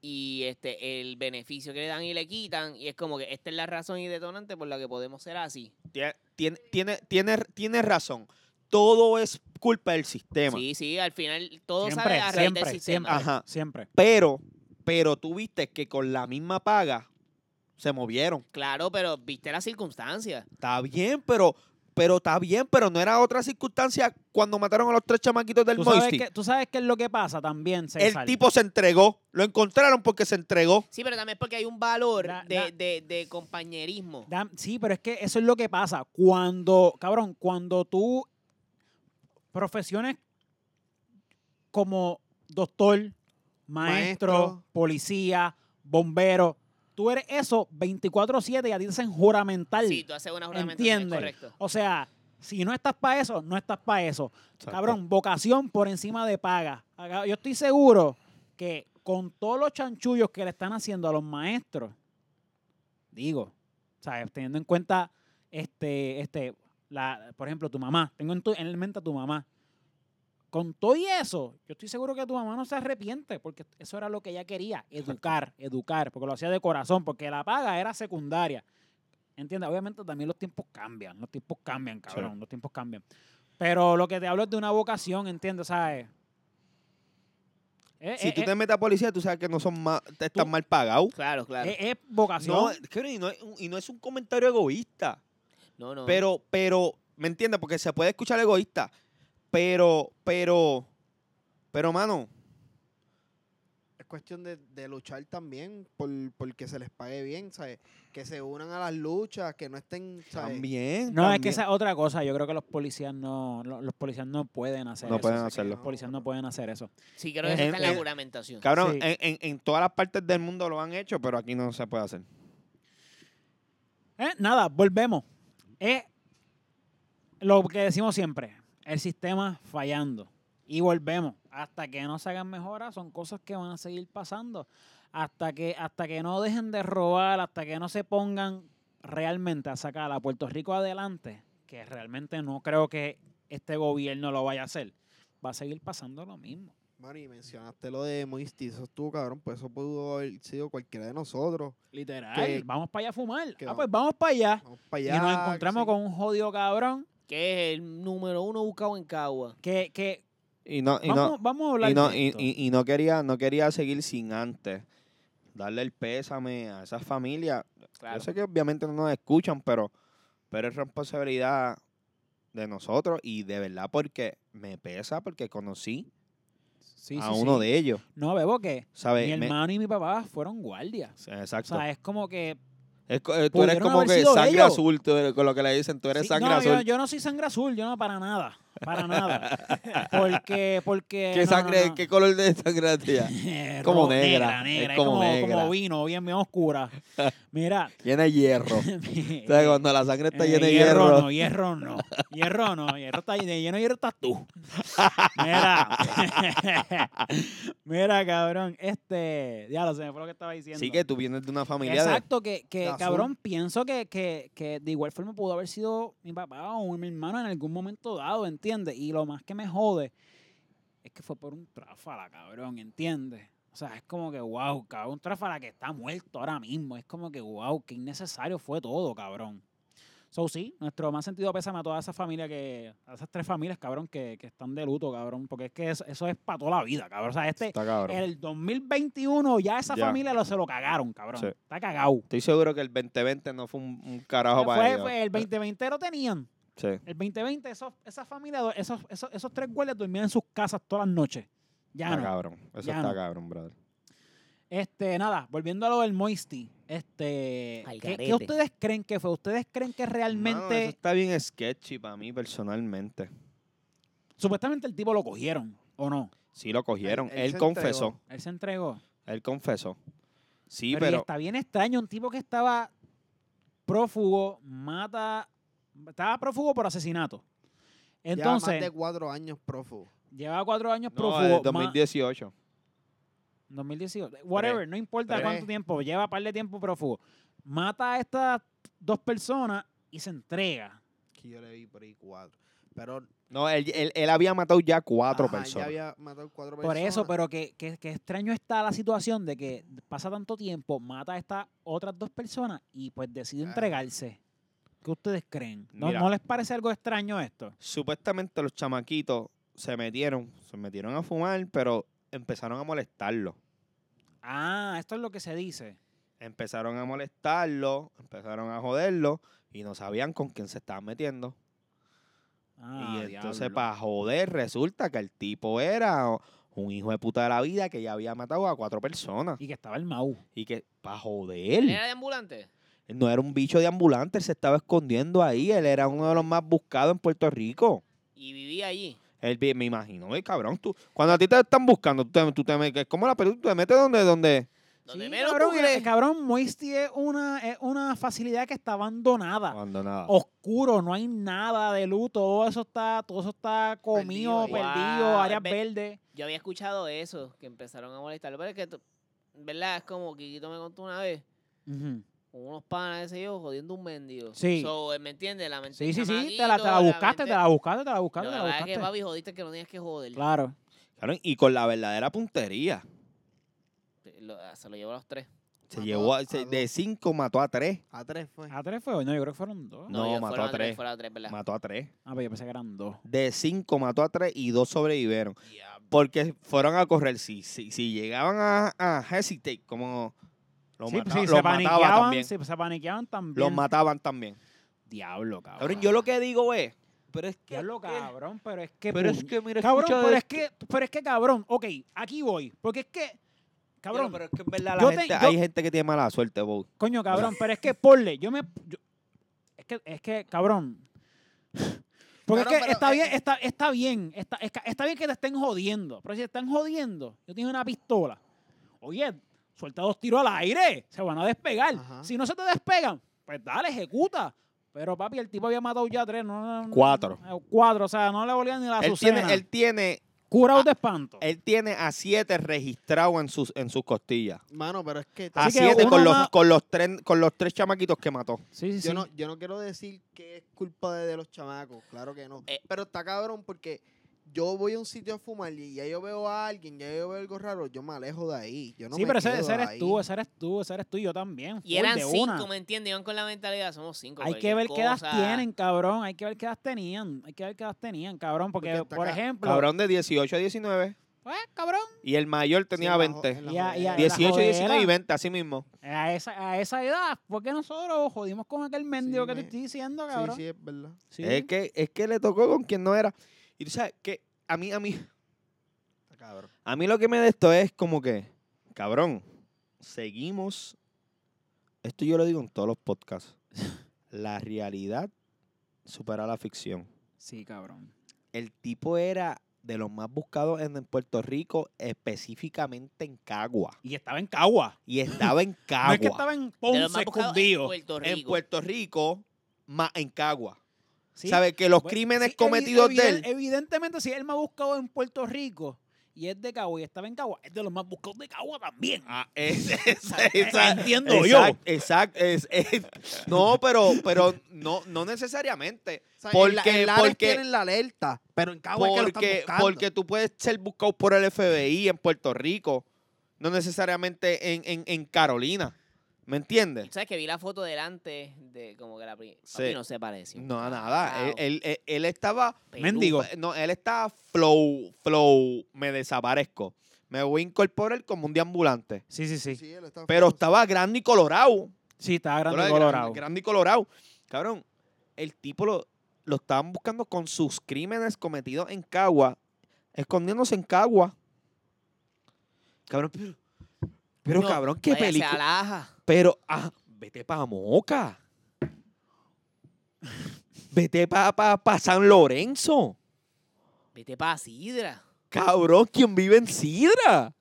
S2: y este el beneficio que le dan y le quitan y es como que esta es la razón y detonante por la que podemos ser así.
S4: Tie- Tiene, tiene, tiene, tiene razón. Todo es culpa del sistema.
S2: Sí, sí, al final todo
S3: Siempre,
S2: sale a raíz
S3: siempre,
S2: del sistema.
S3: siempre,
S4: Ajá.
S3: siempre.
S4: Pero, pero tú viste que con la misma paga se movieron.
S2: Claro, pero viste las circunstancias.
S4: Está bien, pero, pero está bien, pero no era otra circunstancia cuando mataron a los tres chamaquitos del
S3: ¿Tú sabes,
S4: Moisty.
S3: que, tú sabes qué es lo que pasa también, César.
S4: El tipo se entregó. Lo encontraron porque se entregó.
S2: Sí, pero también es porque hay un valor
S3: Da-
S2: de,
S3: da-
S2: de- de compañerismo.
S3: Da- sí, pero es que eso es lo que pasa. Cuando, cabrón, cuando tú profesiones como doctor, maestro,
S5: Maestro.
S3: policía, bombero, tú eres eso 24-7 y a ti te hacen juramental.
S2: Sí, tú haces una juramentación,
S3: ¿Entiendes?
S2: correcto.
S3: O sea, si no estás para eso, no estás para eso. Cabrón, vocación por encima de paga. Acá- Yo estoy seguro que con todos los chanchullos que le están haciendo a los maestros, digo, ¿sabes? Teniendo en cuenta, este, este, la, por ejemplo, tu mamá. Tengo en, tu- en mente a tu mamá. Con todo y eso, yo estoy seguro que tu mamá no se arrepiente, porque eso era lo que ella quería, educar, educar, porque lo hacía de corazón, porque la paga era secundaria. ¿Entiendes? Obviamente también los tiempos cambian, los tiempos cambian, cabrón, los tiempos cambian. Pero lo que te hablo es de una vocación, ¿entiendes? eh, ¿Sabes? Es,
S4: Si
S3: es-
S4: tú te
S3: es-
S4: metes a policía, tú sabes que no son ma- te están
S3: eh, Tú-
S4: mal pagados.
S2: Claro, claro.
S3: es- eh, es vocación.
S4: No, cabrón, y, no, es un- y no es un comentario egoísta.
S3: Ah.
S2: No, no.
S4: Pero, pero, ¿me entiendes? Porque se puede escuchar egoísta. Pero, pero, pero, mano,
S5: Es cuestión de, de luchar también por, por que se les pague bien, ¿sabes? Que se unan a las luchas, que no estén, ¿sabes?
S4: también.
S3: No, es que
S4: también.
S3: esa es otra cosa. Yo creo que los policías no, lo- los policías no pueden hacer
S4: No
S3: eso.
S4: pueden
S5: sé que
S4: hacerlo.
S3: Los policías no pueden hacer eso.
S2: sí creo que eso
S4: en-
S2: está en la
S4: en-
S2: juramentación.
S4: Cabrón,
S3: Sí.
S4: en, en- en todas las partes del mundo lo han hecho, pero aquí no se puede hacer.
S3: Eh, nada, volvemos. Es lo que decimos siempre, el sistema fallando. Y volvemos. Hasta que no se hagan mejoras, son cosas que van a seguir pasando. Hasta que, hasta que no dejen de robar, hasta que no se pongan realmente a sacar a Puerto Rico adelante, que realmente no creo que este gobierno lo vaya a hacer, va a seguir pasando lo mismo.
S5: Mano, y mencionaste lo de Moisty, eso estuvo cabrón, pues eso pudo haber sido cualquiera de nosotros.
S3: Literal.
S5: Que-
S3: vamos para allá a fumar.
S5: que
S3: Ah,
S5: vamos-
S3: pues vamos para allá.
S5: Vamos para
S3: Y
S5: allá.
S3: nos encontramos
S5: sí.
S3: con un jodido cabrón
S2: Que es el número uno buscado en Cagua.
S3: que, que
S4: Y no, y no,
S3: vamos, vamos a hablar
S4: y no,
S3: de
S4: y-
S3: esto.
S4: y- y no quería, no quería seguir sin antes darle el pésame a esas familias.
S2: Claro.
S4: Yo sé que obviamente no nos escuchan, pero, pero es responsabilidad de nosotros y de verdad porque me pesa porque conocí
S3: Sí,
S4: a
S3: sí, sí.
S4: uno de ellos.
S3: No, bebo que
S4: ¿Sabes?
S3: mi
S4: Me-
S3: hermano y mi papá fueron guardias.
S4: Exacto.
S3: O sea, es como que...
S4: Es co- eh, tú eres
S3: pudieron
S4: como
S3: haber
S4: que
S3: sido
S4: sangre
S3: ellos.
S4: azul, tú eres- con lo que le dicen, tú eres
S3: Sí,
S4: sangre
S3: no,
S4: azul.
S3: Yo, yo no soy sangre azul, yo no, para nada. Para nada. Porque... porque
S4: ¿Qué,
S3: no, no,
S4: sangre,
S3: no.
S4: ¿Qué color de sangre tía?
S3: Eh,
S4: como
S3: ro-
S4: negra, es
S3: negra, Es
S4: como
S3: como, como
S4: negra.
S3: vino, bien, bien oscura. Mira...
S4: Llena de hierro. O sea, cuando la sangre está
S3: Eh,
S4: llena de hierro.
S3: no, hierro no. Hierro no, hierro está lleno, lleno de hierro estás tú. Mira. Mira, cabrón, este, ya lo se me fue lo que estaba diciendo.
S4: Sí, que tú vienes de una familia de.
S3: Eh, Exacto, que, que,
S5: de azul.
S3: cabrón, pienso que, que, que de igual forma pudo haber sido mi papá o mi hermano en algún momento dado, ¿entiendes? Y lo más que me jode es que fue por un tráfala, cabrón, ¿entiendes? O sea, es como que, wow, cabrón, un tráfala que está muerto ahora mismo. Es como que, wow, qué innecesario fue todo, cabrón. So, sí, nuestro más sentido pésame a toda esa familia que, a esas tres familias, cabrón, que, que están de luto, cabrón, porque es que eso, eso es para toda la vida, cabrón. O sea, este,
S4: Está cabrón.
S3: el 2021 ya esa
S4: Ya.
S3: familia lo, se lo cagaron, cabrón.
S4: Sí.
S3: Está cagado.
S4: Estoy seguro que el 2020 no fue un, un carajo para
S3: Fue,
S4: ellos. Eh,
S3: fue el 2020 lo tenían.
S4: Sí.
S3: El 2020, esos, esa familia, do- esos, esos, esos tres guardias dormían en sus casas todas las noches. Ya
S4: Está
S3: no.
S4: cabrón. Eso
S3: Ya
S4: está
S3: no.
S4: cabrón, brother.
S3: Este, nada, volviendo a lo del Moisty. Este,
S2: Al
S3: ¿qué, qué
S2: garete.
S3: ustedes creen que fue? ¿Ustedes creen que realmente,
S4: Mano, eso está bien sketchy para mí personalmente.
S3: supuestamente el tipo lo cogieron o no?
S4: Sí lo cogieron.
S5: él
S4: Él,
S5: se
S4: confesó.
S5: entregó.
S3: Él se entregó.
S4: Él confesó. Sí,
S3: pero, y
S4: pero,
S3: está bien extraño, un tipo que estaba prófugo, mata, estaba prófugo por asesinato.
S5: Lleva más
S3: Entonces,
S5: de cuatro años prófugo.
S3: llevaba cuatro años
S4: no, eh,
S3: prófugo.
S4: el
S3: ma-
S4: 2018.
S3: 2018, whatever, no importa
S5: Tres.
S3: cuánto tiempo, lleva par de tiempo prófugo. Mata a estas dos personas y se entrega.
S5: Que yo le vi por ahí cuatro. Pero
S1: No, él, él- él había matado ya cuatro
S5: ajá,
S1: personas.
S5: Ya había matado cuatro
S3: Por
S5: personas.
S3: eso, pero que, que- que extraño está la situación de que pasa tanto tiempo, mata a estas otras dos personas y pues decide
S5: Ah.
S3: entregarse. ¿Qué ustedes creen? ¿No,
S1: Mira.
S3: ¿no les parece algo extraño esto?
S1: Supuestamente los chamaquitos se metieron, se metieron a fumar, pero empezaron a molestarlo.
S3: Ah, esto es lo que se dice.
S1: Empezaron a molestarlo, empezaron a joderlo y no sabían con quién se estaban metiendo.
S3: Ah,
S1: y entonces,
S3: diablo.
S1: para joder, resulta que el tipo era un hijo de puta de la vida que ya había matado a cuatro personas.
S3: Y que estaba el Mau.
S1: Y que, para joder,
S2: ¿Era de ambulante?
S1: no era un bicho de ambulante, él se estaba escondiendo ahí. Él era uno de los más buscados en Puerto Rico.
S2: Y vivía allí.
S1: Él, vi- me imagino, eh, cabrón, tú, cuando a ti te están buscando, tú te, tú te metes, como la película, tú te metes donde, donde,
S2: Donde
S3: Sí,
S2: menos
S3: cabrón,
S2: tú
S3: y-
S2: crees.
S3: cabrón, Moisty es una, es una facilidad que está abandonada.
S1: cuando nada.
S3: Oscuro, no hay nada de luz, todo eso está, todo eso está comido,
S5: Perdido ahí.
S3: perdido,
S2: Wow,
S3: áreas
S2: ve-
S3: verdes.
S2: Yo había escuchado eso, que empezaron a molestarlo. Pero es que, tú- ¿verdad? Es como Kikito me contó una vez,
S3: Ujú.
S2: con unos panas, ese yo, jodiendo un mendigo.
S3: Sí.
S2: So, eh, ¿me entiendes? La mente
S3: Sí, sí, sí, te
S2: chamaquito,
S3: la, te la buscaste,
S2: mente-
S3: te la buscaste, te la buscaste,
S2: Pero la
S3: te la
S2: verdad es que,
S3: buscaste.
S2: papi, jodiste que no tenías que joder.
S3: Claro.
S1: Cabrón, y con la verdadera puntería.
S2: Lo- se lo llevó a los tres.
S1: Se
S5: Mató
S1: llevó, a-
S5: a
S1: se-
S5: dos.
S1: de cinco mató a tres,
S5: A tres fue.
S3: ¿A Ah, tres fue? No, yo creo que fueron dos.
S1: No,
S2: ellos
S1: mató
S2: fueron
S1: a tres.
S2: Fueron a tres, ¿verdad?
S1: mató a tres.
S3: Ah, pero yo pensé que eran dos.
S1: De cinco mató a tres y dos sobrevivieron. Porque fueron a correr. Si, si, si llegaban a, a hesitate, como lo,
S3: sí,
S1: mata-
S3: sí,
S1: lo
S3: se
S1: mataba
S3: paniqueaban,
S1: también.
S3: sí, se paniqueaban también.
S1: Los mataban también.
S3: Diablo, cabrón.
S1: Cabrón, yo lo que digo es. Ah, Pero es que.
S3: Diablo, cabrón, pero es que...
S1: Pero
S3: puñ-
S1: es que, mira,
S3: Cabrón,
S1: escucha
S3: pero es
S1: esto.
S3: que, pero es que, cabrón, ok, aquí voy, porque es que, cabrón,
S1: Pero es que en verdad la
S3: Yo te-
S1: gente,
S3: yo-
S1: hay gente que tiene mala suerte, Bob.
S3: coño, cabrón, pero es que, ponle, yo me, yo- es que, es que, cabrón, porque es
S5: Cabrón,
S3: que
S5: pero,
S3: está
S5: eh,
S3: bien,
S5: eh.
S3: está, está bien, está, es que- está bien que te estén jodiendo, pero si te están jodiendo, yo tengo una pistola, oye, suelta dos tiros al aire, se van a despegar,
S5: Ajá.
S3: si no se te despegan, pues dale, ejecuta. Pero papi, el tipo había matado ya tres, no, no, no-
S1: Cuatro.
S3: eh, cuatro, o sea, no le volvían ni la
S1: Él tiene,
S3: azucena.
S1: él, ah, eh, tiene,
S3: Curado de espanto.
S1: él tiene a siete registrados en sus, en sus costillas.
S5: Mano, pero es que...
S1: A
S3: Así que
S1: siete
S3: uno
S1: con los,
S3: más-
S1: con, los tres, con los tres chamaquitos que mató.
S3: Sí, sí,
S5: yo,
S3: sí.
S5: no, yo no quiero decir que es culpa de, de los chamacos, claro que no.
S2: Eh.
S5: Pero está cabrón porque yo voy a un sitio a fumar y ya yo veo a alguien, ya yo veo algo raro, yo me alejo de ahí. Yo no
S3: sí,
S5: me
S3: pero ese,
S5: quedo
S3: ese eres
S5: ahí.
S3: tú, ese eres tú, ese eres tú y yo también.
S2: Y
S3: full
S2: eran
S3: de
S2: cinco,
S3: una.
S2: ¿me entiendes? Iban con la mentalidad, somos cinco.
S3: Hay que
S2: cualquier
S3: ver qué edad
S2: cosa.
S3: tienen, cabrón. Hay que ver qué edad tenían. Hay que ver qué edad tenían, cabrón. Porque,
S5: Porque está
S3: por
S5: ca-
S3: ejemplo.
S1: Cabrón de 18 a 19.
S3: Pues, cabrón.
S1: Y el mayor tenía
S5: Sí, en la jo-
S1: 20.
S5: en la
S3: Y a- y a-
S5: jodera.
S3: Diez-
S1: 18, 19 y
S3: jodera.
S1: 20, así mismo.
S3: A esa, a esa edad, ¿por qué nosotros jodimos con aquel mendigo que te
S5: me-
S3: estoy diciendo,
S5: Sí,
S3: cabrón?
S5: sí, es verdad.
S3: Sí.
S1: Es, que, es que le tocó con quien no era. Y tú sabes que a mí, a mí,
S5: Está cabrón.
S1: a mí lo que me de esto es como que, cabrón, seguimos. Esto yo lo digo en todos los podcasts. La realidad supera la ficción.
S3: Sí, cabrón.
S1: El tipo era de los más buscados en en Puerto Rico, específicamente en Cagua.
S3: Y estaba en Cagua.
S1: Y estaba en Cagua.
S3: No es que estaba en
S2: De los
S3: Ponce
S2: más buscados En
S3: escondido.
S2: Puerto Rico.
S1: en Puerto Rico, más en Cagua.
S3: Sí.
S1: ¿Sabe? Que los
S3: Bueno,
S1: crímenes
S3: sí, evi-
S1: cometidos de
S3: eviden-
S1: él.
S3: Evidentemente, si él me ha buscado en Puerto Rico y es de Cagua y estaba en Cagua, es de los más buscados de Cagua también.
S1: Ah, es- es-
S3: Esa-
S1: esa-
S3: entiendo yo.
S1: exact- exact- es- es- no, pero, pero no, no necesariamente.
S5: O sea,
S1: Porque-
S5: en la- en Lares
S1: porque-
S5: tienen la alerta, pero en
S3: Ah,
S5: Cagua es Ah, que lo están
S1: Porque,
S5: buscando.
S1: porque tú puedes ser buscado por el FBI en Puerto Rico, no necesariamente en, en- en Carolina. ¿Me entiendes?
S2: ¿Sabes que vi la foto delante de como que la pri-
S1: Sí.
S2: papi, no se parece. un
S1: No, nada. eh, Él,
S2: carajo.
S1: él- él- él estaba.
S2: Pelú-
S3: Mendigo.
S1: No, él estaba flow, flow, me desaparezco. Me voy a incorporar como un deambulante.
S3: Sí, sí, sí.
S5: Sí, él está
S1: Pero
S5: famoso.
S1: estaba grande y colorado.
S3: Sí, estaba grande
S1: Grande,
S3: Colorado.
S1: Grande y colorado. Cabrón, el tipo lo, lo estaban buscando con sus crímenes cometidos en Cagua, escondiéndose en Cagua. Cabrón, pero, pero
S2: Coño,
S1: cabrón, qué
S2: vaya, se
S1: película.
S2: alaja.
S1: Pero, ah, vete pa' Moca. Vete pa, pa, pa San Lorenzo.
S2: Vete para Sidra.
S1: Cabrón, quien vive en Sidra.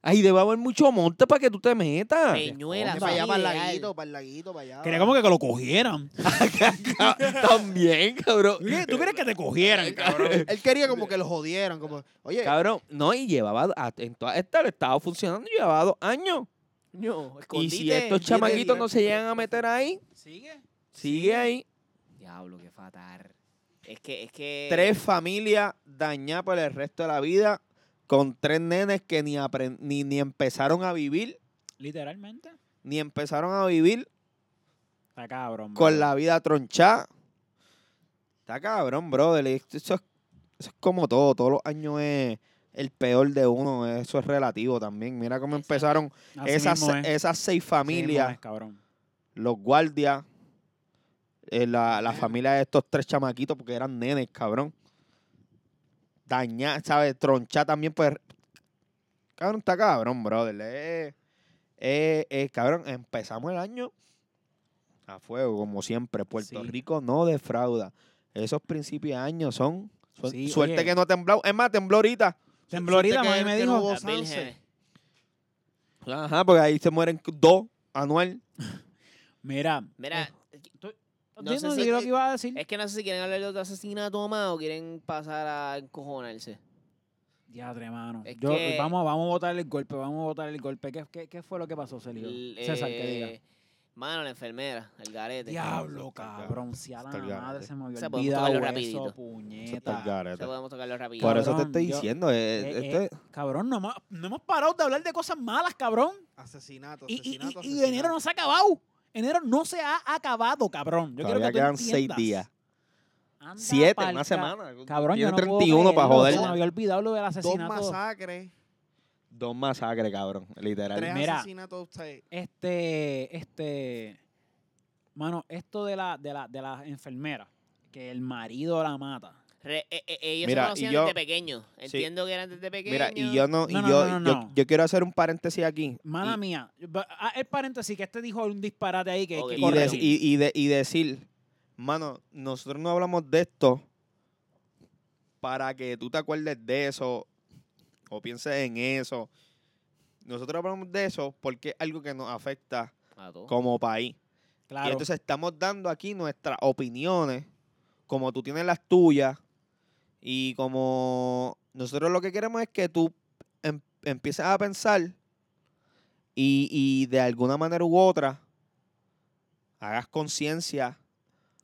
S1: Ahí debe haber mucho monte para que tú te metas.
S2: Peñuela.
S5: Vete para allá, para el
S2: ideal.
S5: laguito, para el laguito, para allá.
S3: Quería como que, que lo cogieran.
S1: También, cabrón.
S3: ¿Tú crees tú crees que te cogieran, cabrón?
S5: Él quería como que lo jodieran, como, oye,
S1: Cabrón, no, y llevaba, a- en todas estas le estaba funcionando, llevaba dos años.
S2: No,
S1: Y si
S2: escondite.
S1: estos chamaquitos no se llegan a meter ahí,
S3: ¿Sigue?
S1: sigue ahí.
S2: Diablo, qué fatal. Es que, es que.
S4: Tres familias dañadas por el resto de la vida con tres nenes que ni, apren- ni, ni empezaron a vivir,
S3: Literalmente.
S4: ni empezaron a vivir
S3: Está cabrón.
S4: con
S3: bro.
S4: la vida tronchada. Está cabrón, brother. y esto- Eso es, eso es como todo. Todos los años es el peor de uno. Eso es relativo también. Mira cómo
S2: Exacto.
S4: empezaron
S3: Así
S4: esas,
S3: mismo es, así mismo
S4: esas seis familias.
S3: es, cabrón.
S4: los guardias, eh, la, la familia de estos tres chamaquitos, porque eran nenes, cabrón. Dañar, ¿sabes? Tronchar también, pues. Cabrón, está cabrón, brother. Eh, eh, eh, cabrón, empezamos el año a fuego, como siempre. Puerto
S3: Sí.
S4: Rico no defrauda. Esos principios de año son. su-
S3: Sí,
S4: suerte
S3: oye.
S4: que no ha temblado. Es más, tembló ahorita.
S3: Temblorita,
S5: que-
S3: mami me
S5: que no
S3: dijo.
S5: hubo
S2: Las
S5: Sunset.
S2: vírgenes.
S4: Ajá, porque ahí se mueren dos anual.
S3: Mira,
S2: Mira, no
S3: Eh, no
S2: sé si-
S3: lo que iba a decir.
S2: es que no sé si quieren hablar de otro asesinato más o quieren pasar a encojonarse.
S3: Diadre, mano.
S2: Es
S3: Yo-
S2: que-
S3: Vamos, vamos a botar el golpe, vamos a botar el golpe. ¿Qué, qué, qué fue lo que pasó, Celio?
S2: El,
S3: César,
S2: eh,
S3: que diga.
S2: Mano, la enfermera, el garete.
S3: Diablo,
S4: está el
S3: cabrón. Si a la
S4: Está el
S3: madre
S4: garete.
S3: se me había
S2: sea, podemos tocarlo
S3: olvidado
S2: rapidito.
S3: eso, puñeta.
S2: Eso podemos tocarlo rápido.
S4: Por eso te
S3: Cabrón,
S4: estoy
S3: yo-
S4: diciendo. eh,
S3: Eh,
S4: esto
S3: eh, cabrón, no hemos, no hemos parado de hablar de cosas malas, cabrón.
S5: Asesinato,
S3: Y, y- y-
S5: asesinato,
S3: y enero no se ha acabado. Enero no se ha acabado, cabrón. Yo quiero
S4: Todavía
S3: que tú
S4: quedan seis
S3: entiendas.
S4: días.
S3: Anda
S4: Siete,
S3: pa'l
S4: una
S3: ca-
S4: semana.
S3: Cabrón,
S4: Tiene
S3: yo no
S4: 31 para joder.
S3: Se me había olvidado lo del
S5: Dos
S3: asesinato.
S5: masacres,
S4: Dos masacres, cabrón. Literal.
S5: tres
S3: Mira.
S5: asesinatos. o sea,
S3: Este, este, mano, esto de la, de la, de la enfermera, que el marido la mata.
S2: Re- eh, eh, ellos
S4: Mira, y
S2: se conocían
S4: yo-
S2: desde pequeños. Entiendo que eran desde pequeños.
S4: Mira, y yo no, y
S3: No, no,
S4: yo,
S3: no, no,
S4: yo,
S3: no.
S4: yo quiero hacer un paréntesis aquí.
S3: Mala
S4: y,
S3: mía. Ba- ah, El paréntesis que este dijo un disparate ahí que,
S2: Ok,
S3: que
S4: y,
S2: corre.
S4: de- y- y de- y decir, mano, nosotros no hablamos de esto para que tú te acuerdes de eso o pienses en eso. Nosotros hablamos de eso porque es algo que nos afecta
S2: A todos.
S4: como país.
S3: Claro.
S4: Y entonces estamos dando aquí nuestras opiniones, como tú tienes las tuyas, y como nosotros lo que queremos es que tú em- empieces a pensar y, y de alguna manera u otra hagas conciencia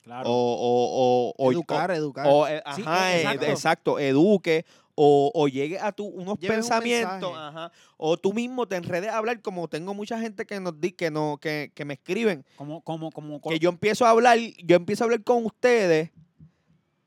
S3: claro.
S4: oh. o, o, o, o-
S5: educar, educar.
S4: o, eh,
S3: Sí,
S4: ajá, eh,
S3: exacto.
S4: exacto. eduque o, o llegue a tu, unos
S5: Lleve un
S4: pensamientos,
S5: mensaje.
S4: ajá, o tú mismo te enredes a hablar, como tengo mucha gente que nos di, que no, que, que me escriben
S3: como, como, como,
S4: que yo empiezo a hablar, yo empiezo a hablar con ustedes,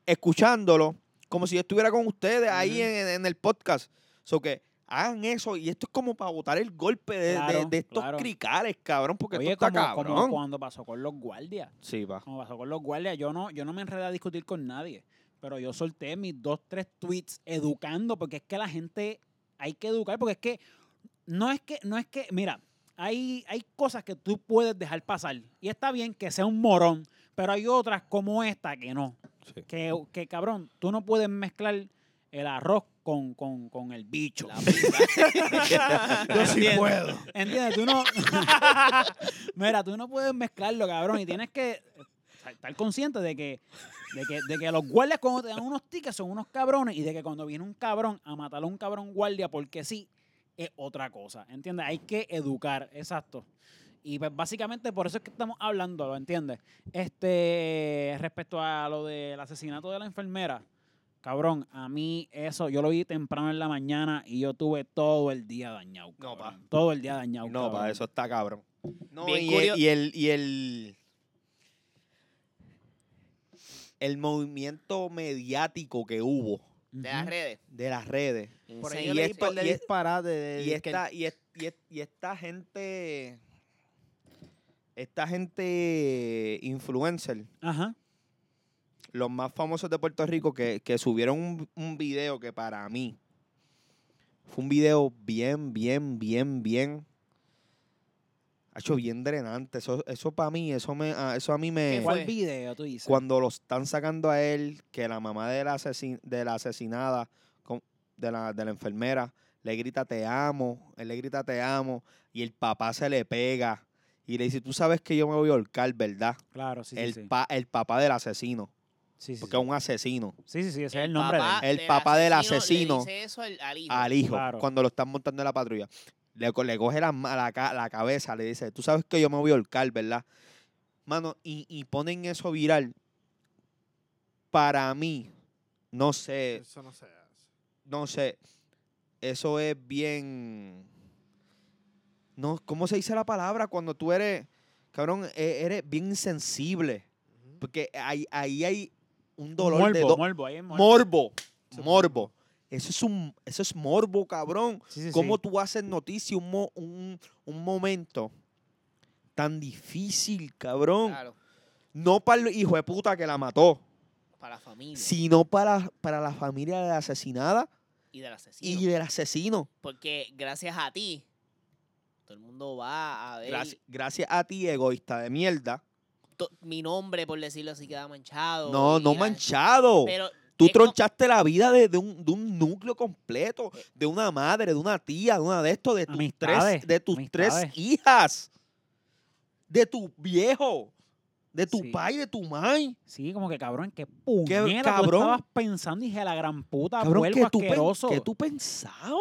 S4: escuchándolo, como si yo estuviera con ustedes ahí
S3: Ujú.
S4: en, en el podcast. So que hagan eso, y esto es como para botar el golpe de, de-
S3: Claro,
S4: de estos
S3: claro.
S4: cricales, cabrón, porque
S3: Oye,
S4: esto
S3: como,
S4: está
S3: como
S4: cabrón.
S3: cuando pasó con los guardias.
S4: Sí, va.
S3: Como pasó con los guardias, yo no, yo no me enredé a discutir con nadie. Pero yo solté mis dos, tres tweets educando, porque es que la gente hay que educar, porque es que no es que, no es que, mira, hay, hay cosas que tú puedes dejar pasar. Y está bien que sea un morón, pero hay otras como esta que no.
S4: Sí.
S3: Que, que, cabrón, tú no puedes mezclar el arroz con, con, con el bicho.
S2: La puta.
S3: Yo sí puedo. ¿Entiendes? Tú no. Mira, tú no puedes mezclarlo, cabrón. Y tienes que estar consciente de que, de que, de que los guardias, cuando te dan unos tickets, son unos cabrones. Y de que cuando viene un cabrón a matar a un cabrón guardia porque sí, es otra cosa. ¿Entiendes? Hay que educar, exacto. Y pues básicamente por eso es que estamos hablando, ¿lo entiendes? Este, respecto a lo del asesinato de la enfermera, cabrón, a mí eso, yo lo vi temprano en la mañana y yo tuve todo el día dañado.
S4: No, pa.
S3: cabrón. Todo el día dañado.
S4: No,
S3: cabrón.
S4: para eso está cabrón. No,
S2: Bien
S4: y, el,
S2: curio-
S4: y el y el el movimiento mediático que hubo
S3: Ujú.
S2: De las redes.
S4: de las redes
S5: por ahí
S2: Enseña-
S5: yo leí
S4: esto-
S5: par de
S4: y es-
S5: disparate de-
S4: y
S5: que el
S4: esta, y, es- y es- y esta gente. Esta gente influencer,
S3: Ajá.
S4: los más famosos de Puerto Rico, que, que subieron un, un video que para mí fue un video bien, bien, bien, bien. Ha hecho bien drenante. Eso, eso para mí, eso, me, a- eso a mí me.
S2: ¿Qué fue?
S3: ¿Cuál video tú dices?
S4: Cuando lo están sacando a él, que la mamá de la, asesin- de la asesinada, con- de la, de la enfermera, le grita te amo, él le grita te amo, y el papá se le pega y le dice, tú sabes que yo me voy a ahorcar, ¿verdad?
S3: Claro, sí, sí,
S4: el,
S3: sí.
S4: pa- el papá del asesino,
S3: sí, sí,
S4: porque es un asesino,
S3: sí, sí, sí, ese es el nombre de él.
S4: El papá del asesino.
S2: Le dice eso al, al hijo.
S4: al hijo,
S3: Claro.
S4: cuando lo están montando en la patrulla. Le, co- le coge la, ma- la, ca- la cabeza, le dice, tú sabes que yo me voy a ahorcar, ¿verdad? Mano, y, y ponen eso viral para mí, no sé,
S5: Eso no se hace.
S4: no sé, eso es bien. No, ¿cómo se dice la palabra cuando tú eres, cabrón, e- eres bien insensible?
S5: Ujú.
S4: Porque ahí, ahí hay un dolor de
S3: morbo,
S4: do-
S3: morbo, ahí es morbo.
S4: morbo,
S5: Eso es
S4: morbo. Eso es un, eso es morbo, cabrón.
S5: Sí, sí,
S4: ¿Cómo
S5: sí.
S4: tú haces noticia un, mo- un, un momento tan difícil, cabrón?
S2: Claro,
S4: No para el hijo de puta que la mató,
S2: para la familia
S4: sino para, para la familia de la asesinada
S2: y del
S4: y
S2: asesino.
S4: del asesino.
S2: Porque gracias a ti, todo el mundo va a ver.
S4: Graci- gracias a ti, egoísta de mierda.
S2: to- mi nombre, por decirlo así, queda manchado.
S4: No,
S2: y
S4: no
S2: la-
S4: manchado.
S2: Pero
S4: Tú
S2: es como-
S4: tronchaste la vida de, de un, de un núcleo completo, de una madre, de una tía, de una de estos, de tus, tres,
S3: Amistades,
S4: de tus tres
S3: amistades.
S4: hijas, de tu viejo, de tu
S3: Sí.
S4: pai, de tu mãe.
S3: Sí, como que cabrón, que puñeta tú
S4: cabrón?
S3: estabas pensando, dije, la gran puta,
S4: Cabrón,
S3: vuelvo
S4: ¿qué tú, pen-
S3: asqueroso.
S4: qué tú pensabas?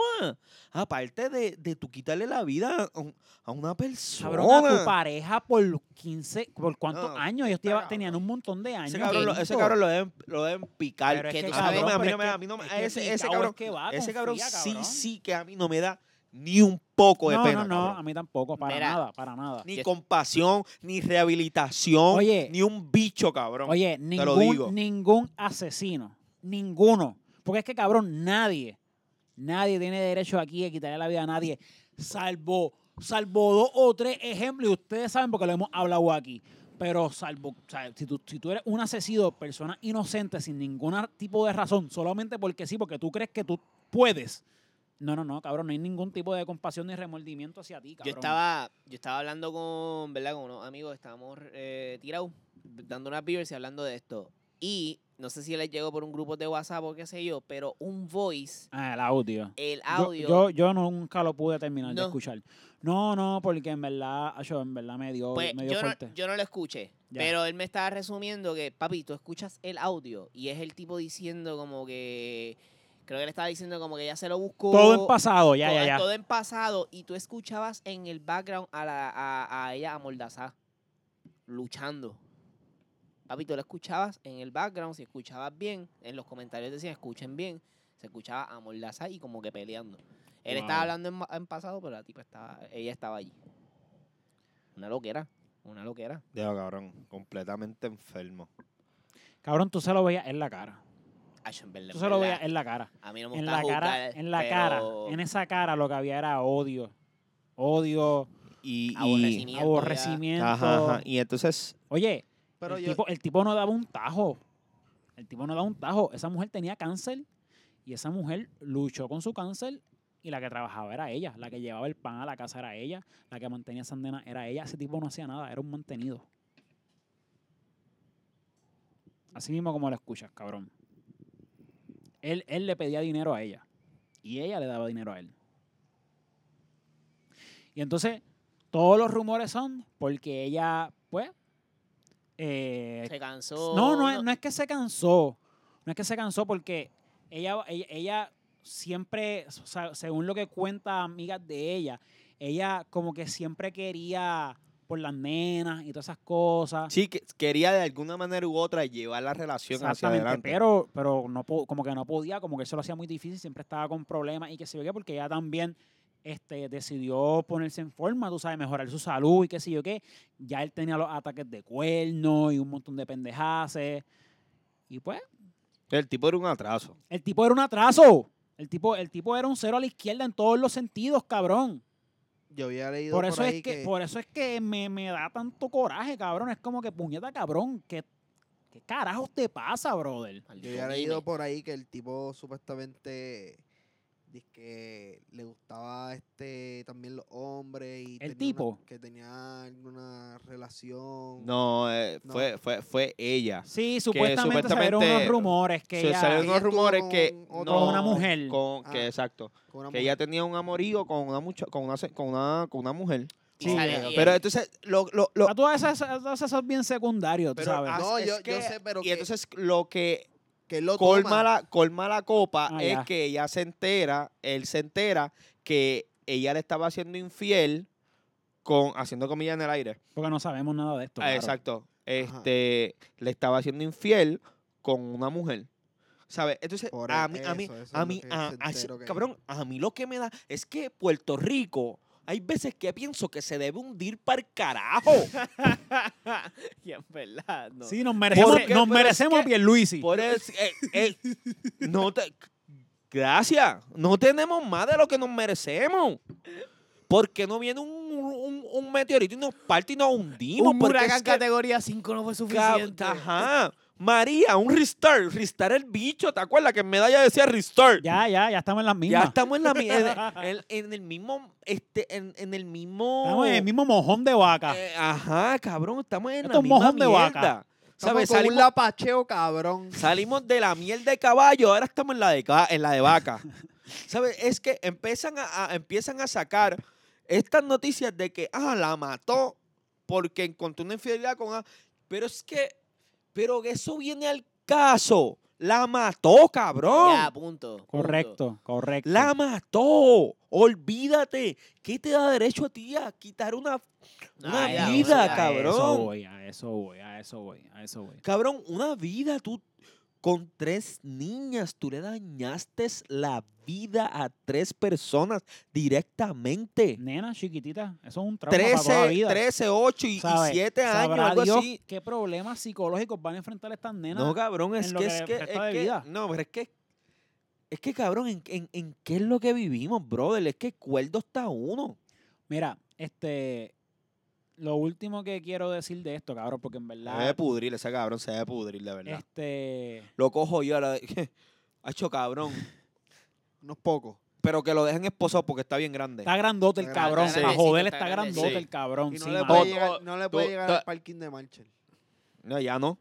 S4: Aparte de, de tú quitarle la vida a, un- a una persona.
S3: Cabrón, a tu pareja por 15, por cuántos
S4: No,
S3: años, ellos
S4: está
S3: lleva-
S4: cabrón.
S3: tenían un montón de años.
S4: ese cabrón, lo, ese
S3: juntos.
S4: cabrón lo deben, lo deben picar.
S3: Pero es
S2: que
S3: que,
S2: tú
S4: a mí
S3: cabrón,
S4: no me- a mí
S3: pero
S4: no me-
S3: es que-
S4: a mí no me-
S3: es que
S4: ese-
S3: picao
S4: ese
S3: es
S4: cabrón-
S3: que va,
S4: Ese cabrón
S3: confía,
S4: sí,
S3: cabrón.
S4: sí que a mí no me da ni un poco de
S3: no,
S4: pena.
S3: No, no,
S4: cabrón.
S3: a mí tampoco, para
S2: Mira.
S3: nada, para nada.
S4: Ni
S2: Yo-
S4: compasión, ni rehabilitación,
S3: Ah, Oye.
S4: ni un bicho, cabrón.
S3: Oye,
S4: lo digo.
S3: ningún, ningún asesino, ninguno. Porque es que, cabrón, nadie, nadie tiene derecho aquí a quitarle la vida a nadie, salvo, salvo dos o tres ejemplos, y ustedes saben porque lo hemos hablado aquí. Pero salvo, o sea, si, tú, si tú eres un asesino, persona inocente, sin ningún tipo de razón, solamente porque sí, porque tú crees que tú puedes. No, no, no, cabrón, no hay ningún tipo de compasión ni remordimiento hacia ti,
S2: Yo
S3: cabrón.
S2: estaba, yo estaba hablando con, ¿verdad? Con unos amigos, estábamos eh, tirados, dando unas beers y hablando de esto. Y no sé si les llegó por un grupo de WhatsApp o qué sé yo, pero un voice,
S3: Ah, el audio.
S2: el
S3: Yo-
S2: audio.
S3: Yo, yo, nunca lo pude terminar
S2: No.
S3: de escuchar. No, no, porque en verdad, acho, en verdad me dio,
S2: pues
S3: me dio
S2: yo no,
S3: fuerte.
S2: yo no lo escuché,
S3: Ya.
S2: pero él me estaba resumiendo que, papi, tú escuchas el audio y es el tipo diciendo como que, creo que le estaba diciendo como que ya se lo buscó.
S3: todo en pasado, ya,
S2: todo,
S3: ya, ya.
S2: todo en pasado y tú escuchabas en el background a, la, a, a ella amordazada, luchando. Papi, tú la escuchabas en el background, si escuchabas bien, en los comentarios decían escuchen bien, se escuchaba amordazada y como que peleando. Él estaba
S3: Wow.
S2: hablando en, ma- en pasado, pero la tipa estaba, ella estaba allí. Una loquera, una loquera.
S4: Digo, cabrón, completamente enfermo.
S3: Cabrón, tú se lo veías en la cara.
S2: Ay, en verdad,
S3: Tú
S2: en
S3: se lo
S2: verdad,
S3: veías en la cara.
S2: A mí no me
S3: En
S2: gusta
S3: la cara,
S2: juzgar,
S3: en la
S2: pero
S3: cara. En esa cara lo que había era odio. Odio,
S4: Y, y,
S2: aborrecimiento ya.
S3: aborrecimiento.
S4: ajá, ajá. y entonces,
S3: Oye,
S5: Pero
S3: el,
S5: yo,
S3: tipo, el tipo no daba un tajo. El tipo no daba un tajo. Esa mujer tenía cáncer y esa mujer luchó con su cáncer y la que trabajaba era ella. La que llevaba el pan a la casa era ella. La que mantenía a Sandena era ella. Ese tipo no hacía nada, era un mantenido. Así mismo como lo escuchas, cabrón. Él, él le pedía dinero a ella y ella le daba dinero a él. Y entonces todos los rumores son porque ella, pues, eh,
S2: Se cansó.
S3: no, no, es- no es que se cansó. No es que se cansó porque ella, ella, ella siempre, o sea, según lo que cuenta amigas de ella, ella como que siempre quería por las nenas y todas esas cosas.
S4: sí, que, quería de alguna manera u otra llevar la relación hacia
S3: Exactamente,
S4: adelante.
S3: pero, pero no po- como que no podía, como que eso lo hacía muy difícil, siempre estaba con problemas y que se veía porque ella también este, decidió ponerse en forma, tú sabes, mejorar su salud y qué sé yo qué. Ya él tenía los ataques de cuerno y un montón de pendejaces. Y pues,
S4: El tipo era un atraso.
S3: El tipo era un atraso. El tipo, el tipo era un cero a la izquierda en todos los sentidos, cabrón.
S5: yo había leído
S3: Por
S5: por,
S3: eso,
S5: ahí
S3: es que, por eso es que me, me da tanto coraje, cabrón. Es como que puñeta, cabrón. ¿Qué, qué carajos te pasa, brother?
S5: Yo había leído por ahí que el tipo supuestamente que le gustaba este también los hombres y
S3: ¿El
S5: tenía una-
S3: tipo?
S5: que tenía alguna relación.
S4: No, eh,
S5: No.
S4: Fue, fue, fue ella.
S3: Sí, supuestamente, salieron
S4: supuestamente-
S3: unos rumores que
S4: Se
S3: ella-
S4: salieron
S5: ella
S4: unos
S5: estuvo
S4: rumores
S5: con
S4: que
S5: otro
S4: no,
S3: con una mujer.
S4: con-
S5: Ah.
S4: que exacto,
S5: con una
S4: que
S5: mujer.
S4: ella tenía un amorío con una mucha- con una se- con una con una mujer.
S2: Y sale- y
S4: Pero este
S2: él-
S4: entonces lo, lo- lo-
S5: Ah,
S3: A todas esas, a todas esas bien secundarios, tú
S4: pero,
S3: sabes.
S4: ah,
S5: No,
S4: es
S5: yo- yo
S4: que-
S5: sé, pero
S4: y
S5: que-
S4: entonces lo que
S5: que él lo
S4: colma
S5: toma.
S4: la colma la copa
S3: Ah,
S4: es
S3: ya.
S4: que ella se entera, él se entera que ella le estaba haciendo infiel con haciendo comillas en el aire.
S3: Porque no sabemos nada de esto.
S4: Ah,
S3: claro.
S4: Exacto. Este le estaba haciendo infiel con una mujer. ¿Sabes? Entonces,
S5: Por
S4: a
S5: el-
S4: mí, a mí,
S5: eso, eso es
S4: a
S5: lo
S4: mí,
S5: que
S4: a-
S5: se
S4: a- se-
S5: entero que-
S4: cabrón, a mí lo que me da es que Puerto Rico, hay veces que pienso que se debe hundir para el carajo.
S2: Y en verdad, no.
S3: Sí, nos merecemos,
S4: Porque-
S3: nos
S4: pero es
S3: merecemos
S4: que-
S3: bien, Luisi.
S4: Por eso, eh, eh, no te- gracias. No tenemos más de lo que nos merecemos. Porque no viene un, un- un meteorito y nos parte y nos hundimos.
S2: Un
S4: Porque
S2: huracán
S4: es que-
S2: categoría 5 no fue
S4: Cab-
S2: suficiente.
S4: Ajá. María, un restart. Restart el bicho, ¿te acuerdas? Que en medalla decía restart.
S3: Ya,
S4: Ya,
S3: ya, ya estamos en las mismas.
S4: estamos en, la, mi- en, en- en el mismo. Este, en, en el mismo.
S3: Estamos en el mismo mojón de vaca.
S4: eh, ajá, cabrón. Estamos en
S3: Esto
S4: la
S3: es
S4: misma
S3: mojón Ah. de
S4: mierda.
S3: vaca.
S5: ¿Sabes?
S4: ¿Sabes?
S5: Con un
S4: Salimos,
S5: lapacheo cabrón.
S4: salimos de la miel de caballo, ahora estamos en la de, ca- en la de vaca. ¿Sabes? Es que empiezan a, a- empiezan a sacar estas noticias de que, ah, la mató porque encontró una infidelidad con... A. Pero es que, pero eso viene al caso. La mató, cabrón.
S2: Ya, punto. punto.
S3: correcto, correcto.
S4: La mató. Olvídate. ¿Qué te da derecho a ti a quitar una, una
S2: Ah, ya,
S4: vida,
S2: ya,
S4: cabrón?
S3: A eso voy, a eso voy, a eso voy, a eso voy.
S4: Cabrón, una vida, tú con tres niñas, tú le dañaste la vida a tres personas directamente.
S3: Nena chiquitita, eso es un trauma para toda la
S4: 13,
S3: vida.
S4: 13, 8 y,
S3: ¿Sabes?
S4: 7 años,
S3: Sabrá
S4: algo
S3: Dios
S4: así.
S3: qué problemas psicológicos van a enfrentar estas nenas.
S4: No, cabrón, es
S3: en lo
S4: que,
S3: que
S4: es que, es
S3: resta de
S4: que-
S3: vida.
S4: no, pero es que, es que, cabrón, ¿en, en, en qué es lo que vivimos, brother? Es que cuerdo está uno.
S3: Mira, este, lo último que quiero decir de esto, cabrón, porque en
S4: Se debe
S3: verdad,
S4: pudrir, ese cabrón se debe pudrir, de verdad.
S3: este,
S4: Lo cojo yo a la... Hacho, cabrón,
S5: Unos pocos.
S4: pero que lo dejen esposado porque está bien grande.
S3: está grandote el
S5: Está grande,
S3: cabrón,
S2: está
S3: para
S2: grandecito,
S3: joder
S2: está
S3: está grandote
S4: grandecito.
S3: el cabrón.
S5: Y no
S3: sí,
S5: le
S3: mano.
S5: puede
S4: Todo-
S5: llegar, no le
S4: todo-
S5: puede llegar
S4: todo-
S5: al parking de Marshall.
S4: No, ya no.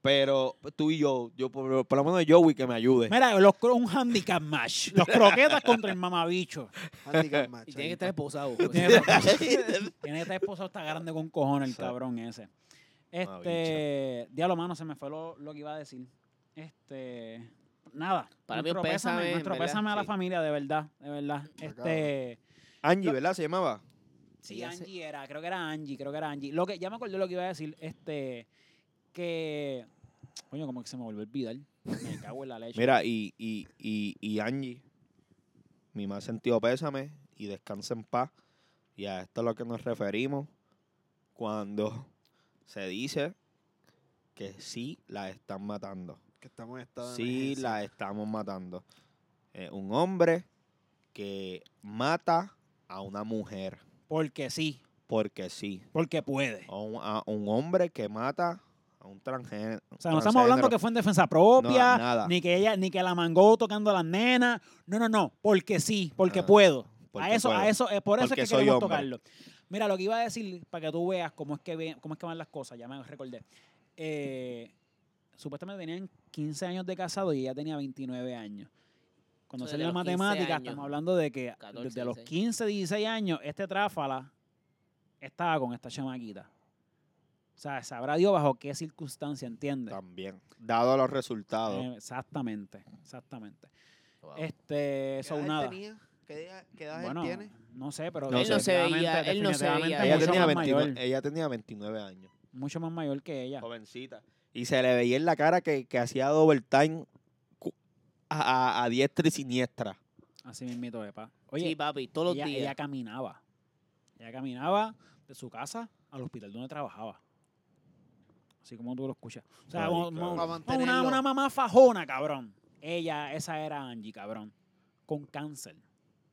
S4: Pero tú y yo, yo por, por lo menos Joey que me ayude.
S3: Mira, los, cro- un handicap match. Los croquetas contra el mamabicho.
S5: Handicap
S2: Y
S5: Marshall.
S2: tiene que estar esposado. pues.
S3: Tiene que Tiene esta esposa está grande con cojones el
S4: Sí.
S3: cabrón
S2: Ah,
S3: ese. Este, diablo mano, se me fue lo, lo que iba a decir. Este, nada.
S2: Para mí
S3: nuestro
S2: un pésame, en
S3: nuestro
S2: verdad,
S3: pésame a la
S2: sí.
S3: familia, de verdad, de verdad. Este,
S4: Angie, ¿verdad? Se llamaba.
S3: sí,
S2: Ella se-
S3: Angie era, creo que era Angie, creo que era Angie. Lo que ya me acordé lo que iba a decir, este, que, coño, como que se me volvió a olvidar. Me cago en la leche.
S4: Mira, y, y, y, y Angie, mi más sentido pésame y descansa en paz. Y a esto es lo que nos referimos cuando se dice que sí la están matando.
S5: Que estamos en estado de
S4: Sí
S5: emergencia.
S4: la estamos matando. Eh, un hombre que mata a una mujer
S3: Porque sí,
S4: porque sí.
S3: porque puede.
S4: a un, a un hombre que mata a un transgénero.
S3: O sea, no estamos hablando que fue en defensa propia,
S4: nada.
S3: ni que ella, ni que la mangó tocando a las nenas. No, no, no. Porque sí, porque
S4: Ah,
S3: puedo.
S4: porque
S3: a eso,
S4: puedo.
S3: a eso, eh, por eso
S4: Porque
S3: es que
S4: soy
S3: queremos
S4: hombre.
S3: tocarlo. Mira, lo que iba a decir, para que tú veas cómo es que ve- cómo es que van las cosas, ya me recordé. Eh, supuestamente tenían 15 años de casado y ella tenía 29 años. Cuando
S2: Eso
S3: salió
S2: desde
S3: la
S2: los 15
S3: matemática,
S2: años.
S3: estamos hablando de que
S2: 14,
S3: desde los
S2: 16.
S3: 15, 16 años, este tráfala estaba con esta chamaquita. O sea, sabrá Dios bajo qué circunstancia, ¿entiendes?
S4: También. Dado los resultados.
S3: Eh, Exactamente, exactamente.
S2: Wow.
S3: Este,
S5: ¿Qué
S3: so,
S5: edad él
S3: nada.
S5: tenía? ¿Qué edad, qué edad él
S3: Bueno,
S5: tiene?
S3: no sé, pero
S4: No Él no
S2: se veía,
S3: definitivamente-
S2: él no se
S3: definitivamente
S2: veía.
S4: Ella
S3: mucho
S4: tenía,
S3: más
S4: 29,
S3: mayor,
S4: ella tenía 29 años.
S3: mucho más mayor que ella.
S4: Jovencita. Y se le veía en la cara que, que hacía double time cu- a, a- a diestra y siniestra.
S3: Así mismito, epa. Oye,
S2: Sí, papi, todos los
S3: ella, ella
S2: días.
S3: caminaba. Ella caminaba de su casa al hospital donde trabajaba. Así como tú lo escuchas. O sea,
S4: Ay,
S3: como-
S4: cabrón.
S3: como-
S5: Para
S3: No,
S5: mantenerlo.
S3: una, una mamá fajona, cabrón. Ella, esa era Angie, cabrón. Con cáncer.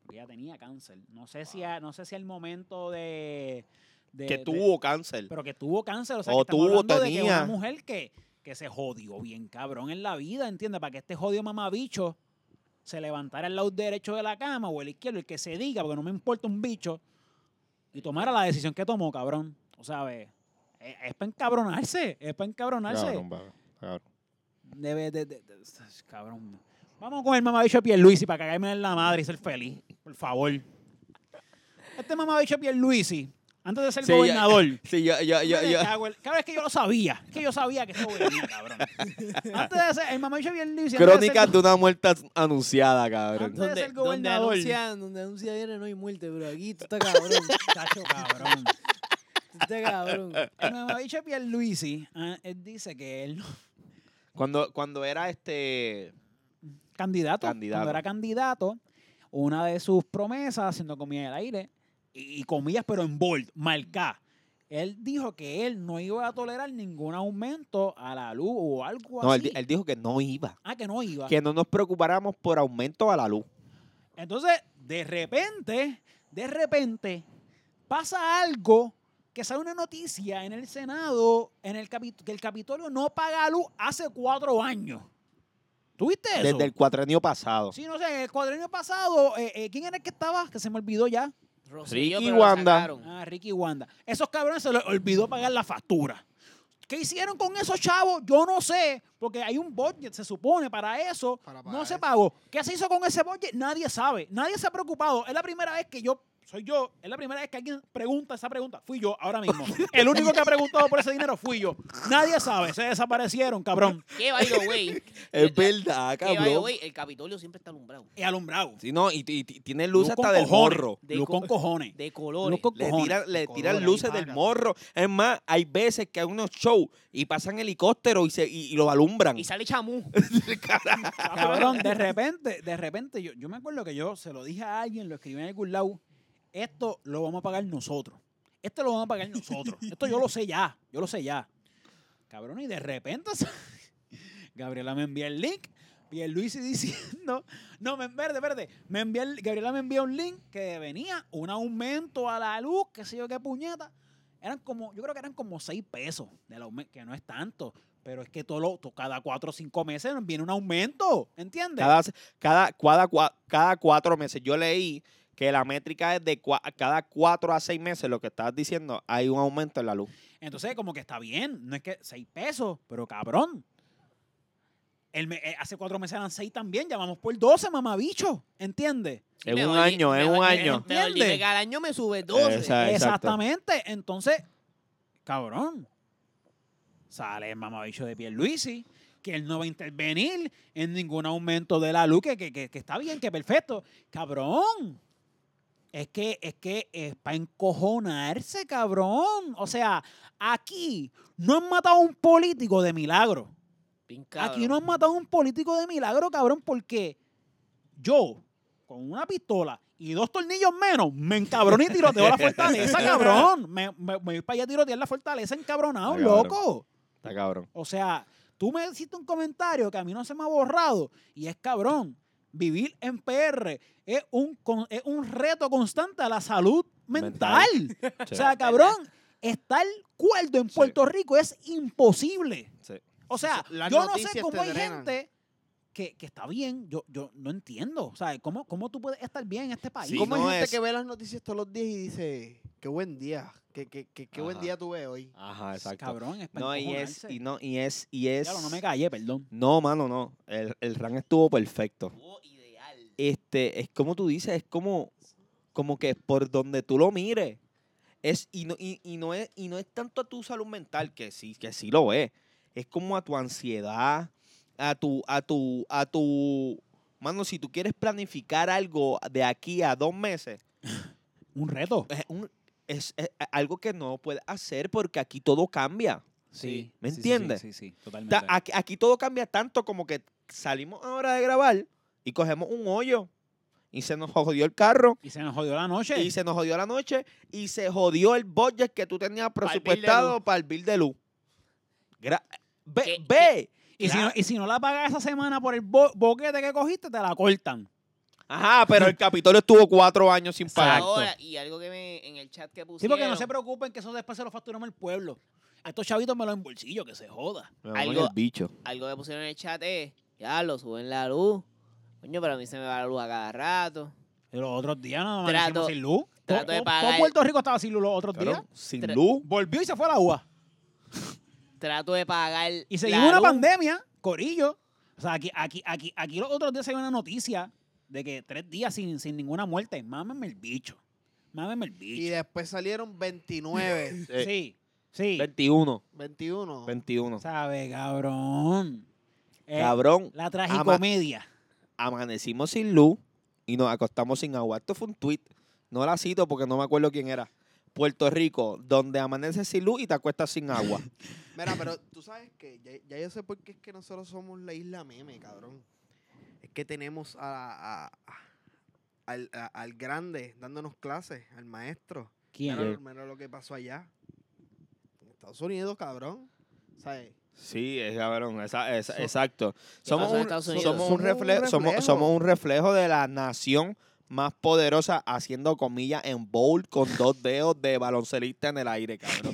S3: Porque ella tenía cáncer. No sé si a- no sé si al momento de. de-
S4: que
S3: de-
S4: tuvo cáncer.
S3: pero que tuvo cáncer. O sea,
S4: O
S3: que estamos
S4: tuvo,
S3: hablando de que una
S4: tenía.
S3: mujer que, que se jodió bien, cabrón, en la vida, ¿entiendes? Para que este jodido mamabicho se levantara el lado derecho de la cama o el izquierdo, el que se diga, porque no me importa un bicho, y tomara la decisión que tomó, cabrón. O sea, ve, es, para encabronarse, es para encabronarse.
S4: Cabrón, cabrón, cabrón.
S3: Debe de, de- de- cabrón. Vamos con el mamabicho de Pierluisi para cagarme en la madre y ser feliz, por favor. Este mamabicho de Pierluisi, antes de ser
S4: Sí, ya-
S3: gobernador,
S4: Sí, yo, yo, yo,
S3: yo,
S4: yo-
S3: Claro, es que yo lo sabía. Es que yo sabía que esto venía, cabrón. Antes de ser, el mamabicho bien liso.
S4: Crónicas de una muerte as- anunciada,
S3: Antes
S4: cabrón.
S3: de
S2: Donde,
S3: ser
S2: donde
S3: gobernador.
S2: anuncian, donde anuncian viene no hay muerte, pero aquí tú estás cabrón.
S3: Cacho, cabrón.
S2: tú estás cabrón.
S3: El mamabicho Pierluisi ah, él dice que él no-
S1: Cuando, cuando era este.
S3: Candidato.
S1: Candidato.
S3: Cuando era candidato, una de sus promesas, haciendo comillas al aire, y, y comillas pero en bold, marcá. Él dijo que él no iba a tolerar ningún aumento a la luz o algo
S4: No, él,
S3: así.
S4: di- él dijo que no iba.
S3: ah, que no iba.
S4: Que no nos preocupáramos por aumento a la luz.
S3: Entonces, de repente, de repente, pasa algo que sale una noticia en el Senado, en el capit- que el Capitolio no paga luz hace cuatro años. ¿Tuviste eso?
S4: Desde el cuatrenio pasado.
S3: Sí, no sé, el cuadrenio pasado, eh, eh, ¿quién era el que estaba? Que se me olvidó ya.
S2: Rosselló,
S4: Ricky
S2: pero lo
S4: Wanda.
S2: sacaron.
S3: Ah, Ricky Wanda. Esos cabrones se les olvidó pagar la factura. ¿Qué hicieron con esos chavos? Yo no sé, porque hay un budget, se supone, para eso.
S5: Para pagar
S3: no se
S5: eso.
S3: pagó. ¿Qué se hizo con ese budget? Nadie sabe. Nadie se ha preocupado. Es la primera vez que yo, soy yo, es la primera vez que alguien pregunta esa pregunta. Fui yo ahora mismo. El único que ha preguntado por ese dinero fui yo. Nadie sabe. Se desaparecieron, cabrón.
S2: Que by the way,
S4: Es verdad,
S2: que by the
S4: cabrón.
S2: way, el Capitolio siempre está alumbrado.
S3: Y alumbrado.
S4: Sí, no, y, y- y tiene luz
S3: con
S4: hasta del
S3: cojones.
S4: morro.
S2: De
S3: Luz con
S2: co-
S3: cojones.
S2: De colores.
S3: Luz con
S4: Le
S3: cojones.
S4: tiran, le
S5: Con
S4: tiran
S5: colores,
S4: luces
S5: ahí,
S4: del
S5: págate.
S4: morro. Es más, hay veces que hay unos shows y pasan helicópteros y, se, y, y los alumbran.
S2: Y sale chamú.
S3: Cabrón, de repente, de repente, yo, yo me acuerdo que yo se lo dije a alguien, lo escribí en algún lado, esto lo vamos a pagar nosotros. Esto lo vamos a pagar nosotros. Esto yo lo sé ya, yo lo sé ya. Cabrón, y de repente, Gabriela me envía el link, y el Luis diciendo, no, me, verde, verde, me envía el- Gabriela me envía un link que venía un aumento a la luz, qué sé yo qué puñeta. Eran como, yo creo que eran como 6 pesos del aumento, que no es tanto. Pero es que todo lo- to- cada cuatro o cinco meses viene un aumento, ¿entiendes?
S4: Cada, cada, cada, cua- cada cuatro meses. Yo leí que la métrica es de cua- cada cuatro a seis meses, lo que estás diciendo, hay un aumento en la luz.
S3: Entonces, como que está bien, no es que seis pesos, pero cabrón. El me- eh, hace cuatro meses eran seis también, ya vamos por 12, mamabicho, ¿entiendes?
S4: En
S2: Me
S4: un
S2: dolí-
S4: año,
S2: me
S4: en un
S2: dolí-
S4: año.
S2: Me dolí que
S3: ¿Entiendes?
S2: cada año me sube 12.
S4: Esa- Ah, exacto.
S3: Exactamente, entonces, cabrón, sale el mamabicho de Pierluisi, que él no va a intervenir en ningún aumento de la luz, que, que- que- que está bien, que perfecto. Cabrón, es que es que es para encojonarse, cabrón. O sea, aquí no han matado a un político de milagro.
S2: Bien cabrón.
S3: Aquí no han matado a un político de milagro, cabrón, porque yo, con una pistola y dos tornillos menos, me encabroné y tiroteo la fortaleza, cabrón. Me, me- me voy para allá a tirotear la fortaleza encabronado,
S4: Está cabrón.
S3: loco.
S4: Está cabrón.
S3: O sea, tú me hiciste un comentario que a mí no se me ha borrado y es cabrón. Vivir en PR es un, con- es un reto constante a la salud mental. O sea, cabrón, estar cuerdo en
S4: Sí.
S3: Puerto Rico es imposible.
S4: Sí.
S3: O sea,
S5: Las
S3: yo no sé
S5: noticias
S3: cómo
S5: te
S3: hay
S5: drenan.
S3: gente que, que está bien. Yo, yo no entiendo. O sea, ¿cómo, ¿cómo tú puedes estar bien en este país?
S4: Sí,
S5: ¿Cómo hay
S4: no
S5: gente
S4: es-
S5: que ve las noticias todos los días y dice, qué buen día, qué, qué, qué, qué buen
S4: Ajá.
S5: día tuve hoy?
S4: Ajá, exacto.
S3: Cabrón, es para
S4: No, y es,
S3: encojonarse.
S4: y no, y es, y es.
S3: Claro, no me callé, perdón.
S4: No, mano, no. El, el ran estuvo perfecto.
S2: Estuvo ideal.
S4: Este, es como tú dices, es como, como que por donde tú lo mires. Es, y, no, y, y no es, y no es tanto a tu salud mental, que sí, que sí lo es. Es como a tu ansiedad, a tu, a tu, a tu. Mano, si tú quieres planificar algo de aquí a dos meses,
S3: Un reto.
S4: es, un- es- es algo que no puedes hacer porque aquí todo cambia.
S3: Sí.
S4: ¿Me
S3: sí, sí,
S4: entiendes?
S3: Sí, sí, sí,
S4: Ta-
S3: totalmente.
S4: aquí, aquí todo cambia tanto como que salimos ahora de grabar y cogemos un hoyo y se nos jodió el carro
S3: Y se nos jodió la noche.
S4: y se nos jodió la noche y se jodió el budget que tú tenías
S2: bill de
S4: presupuestado para el bill de luz. Gra- ve,
S2: ¿Qué-
S4: ve.
S3: Y si, no, y si no la pagas esa semana por el bo- boquete que cogiste, te la cortan.
S4: Ajá, pero el Capitolio estuvo cuatro años sin pagar.
S2: Ahora, y algo que me en el chat que
S3: Sí,
S2: pusieron.
S3: porque no se preocupen que eso después se lo facturamos el pueblo. A estos chavitos me lo en bolsillo, que se joda.
S4: Me maman
S2: Algo-
S4: el bicho.
S2: algo que pusieron en el chat es, ya lo suben la luz. Coño, pero a mí se me va la luz a cada rato.
S3: Y los otros días no
S2: Trato-
S3: amanecimos sin luz.
S2: trato
S3: Todo-
S2: de
S3: todo-
S2: pagar-
S3: Todo Puerto Rico estaba sin luz los otros días.
S4: Cabrón, sin
S2: Tra-
S4: luz.
S3: Volvió y se fue a la UA.
S2: Trato de pagar.
S3: Y
S2: la
S3: seguimos una
S2: luz.
S3: pandemia, Corillo. O sea, aquí, aquí, aquí, aquí los otros días se ve una noticia de que tres días sin, sin ninguna muerte. Mámeme el bicho. Mámeme el
S5: Y
S3: bicho.
S5: después salieron 29,
S4: de-
S3: Sí, sí.
S4: 21.
S5: 21.
S4: 21.
S3: ¿Sabe, cabrón? Eh,
S4: Cabrón,
S3: La tragicomedia.
S4: amanecimos sin luz y nos acostamos sin agua. Esto fue un tweet. No la cito porque no me acuerdo quién era. Puerto Rico, donde amaneces sin luz y te acuestas sin agua.
S5: Mira, pero tú sabes que ya, ya yo sé por qué es que nosotros somos la isla meme, cabrón. Es que tenemos a, a- a- al, a- al grande dándonos clases, al maestro.
S3: ¿Quién?
S5: Mira, mira lo que pasó allá. En Estados Unidos, cabrón. ¿Sabes?
S4: Sí, es cabrón, esa- esa-
S5: So-
S4: exacto.
S2: pasó
S4: Somos
S2: en
S4: un,
S2: Estados
S4: somos,
S2: Unidos?
S4: un
S5: Somos un
S4: refle- somos,
S5: reflejo.
S4: somos un reflejo de la nación más poderosa haciendo comillas en bowl con dos dedos de baloncelista en el aire, cabrón.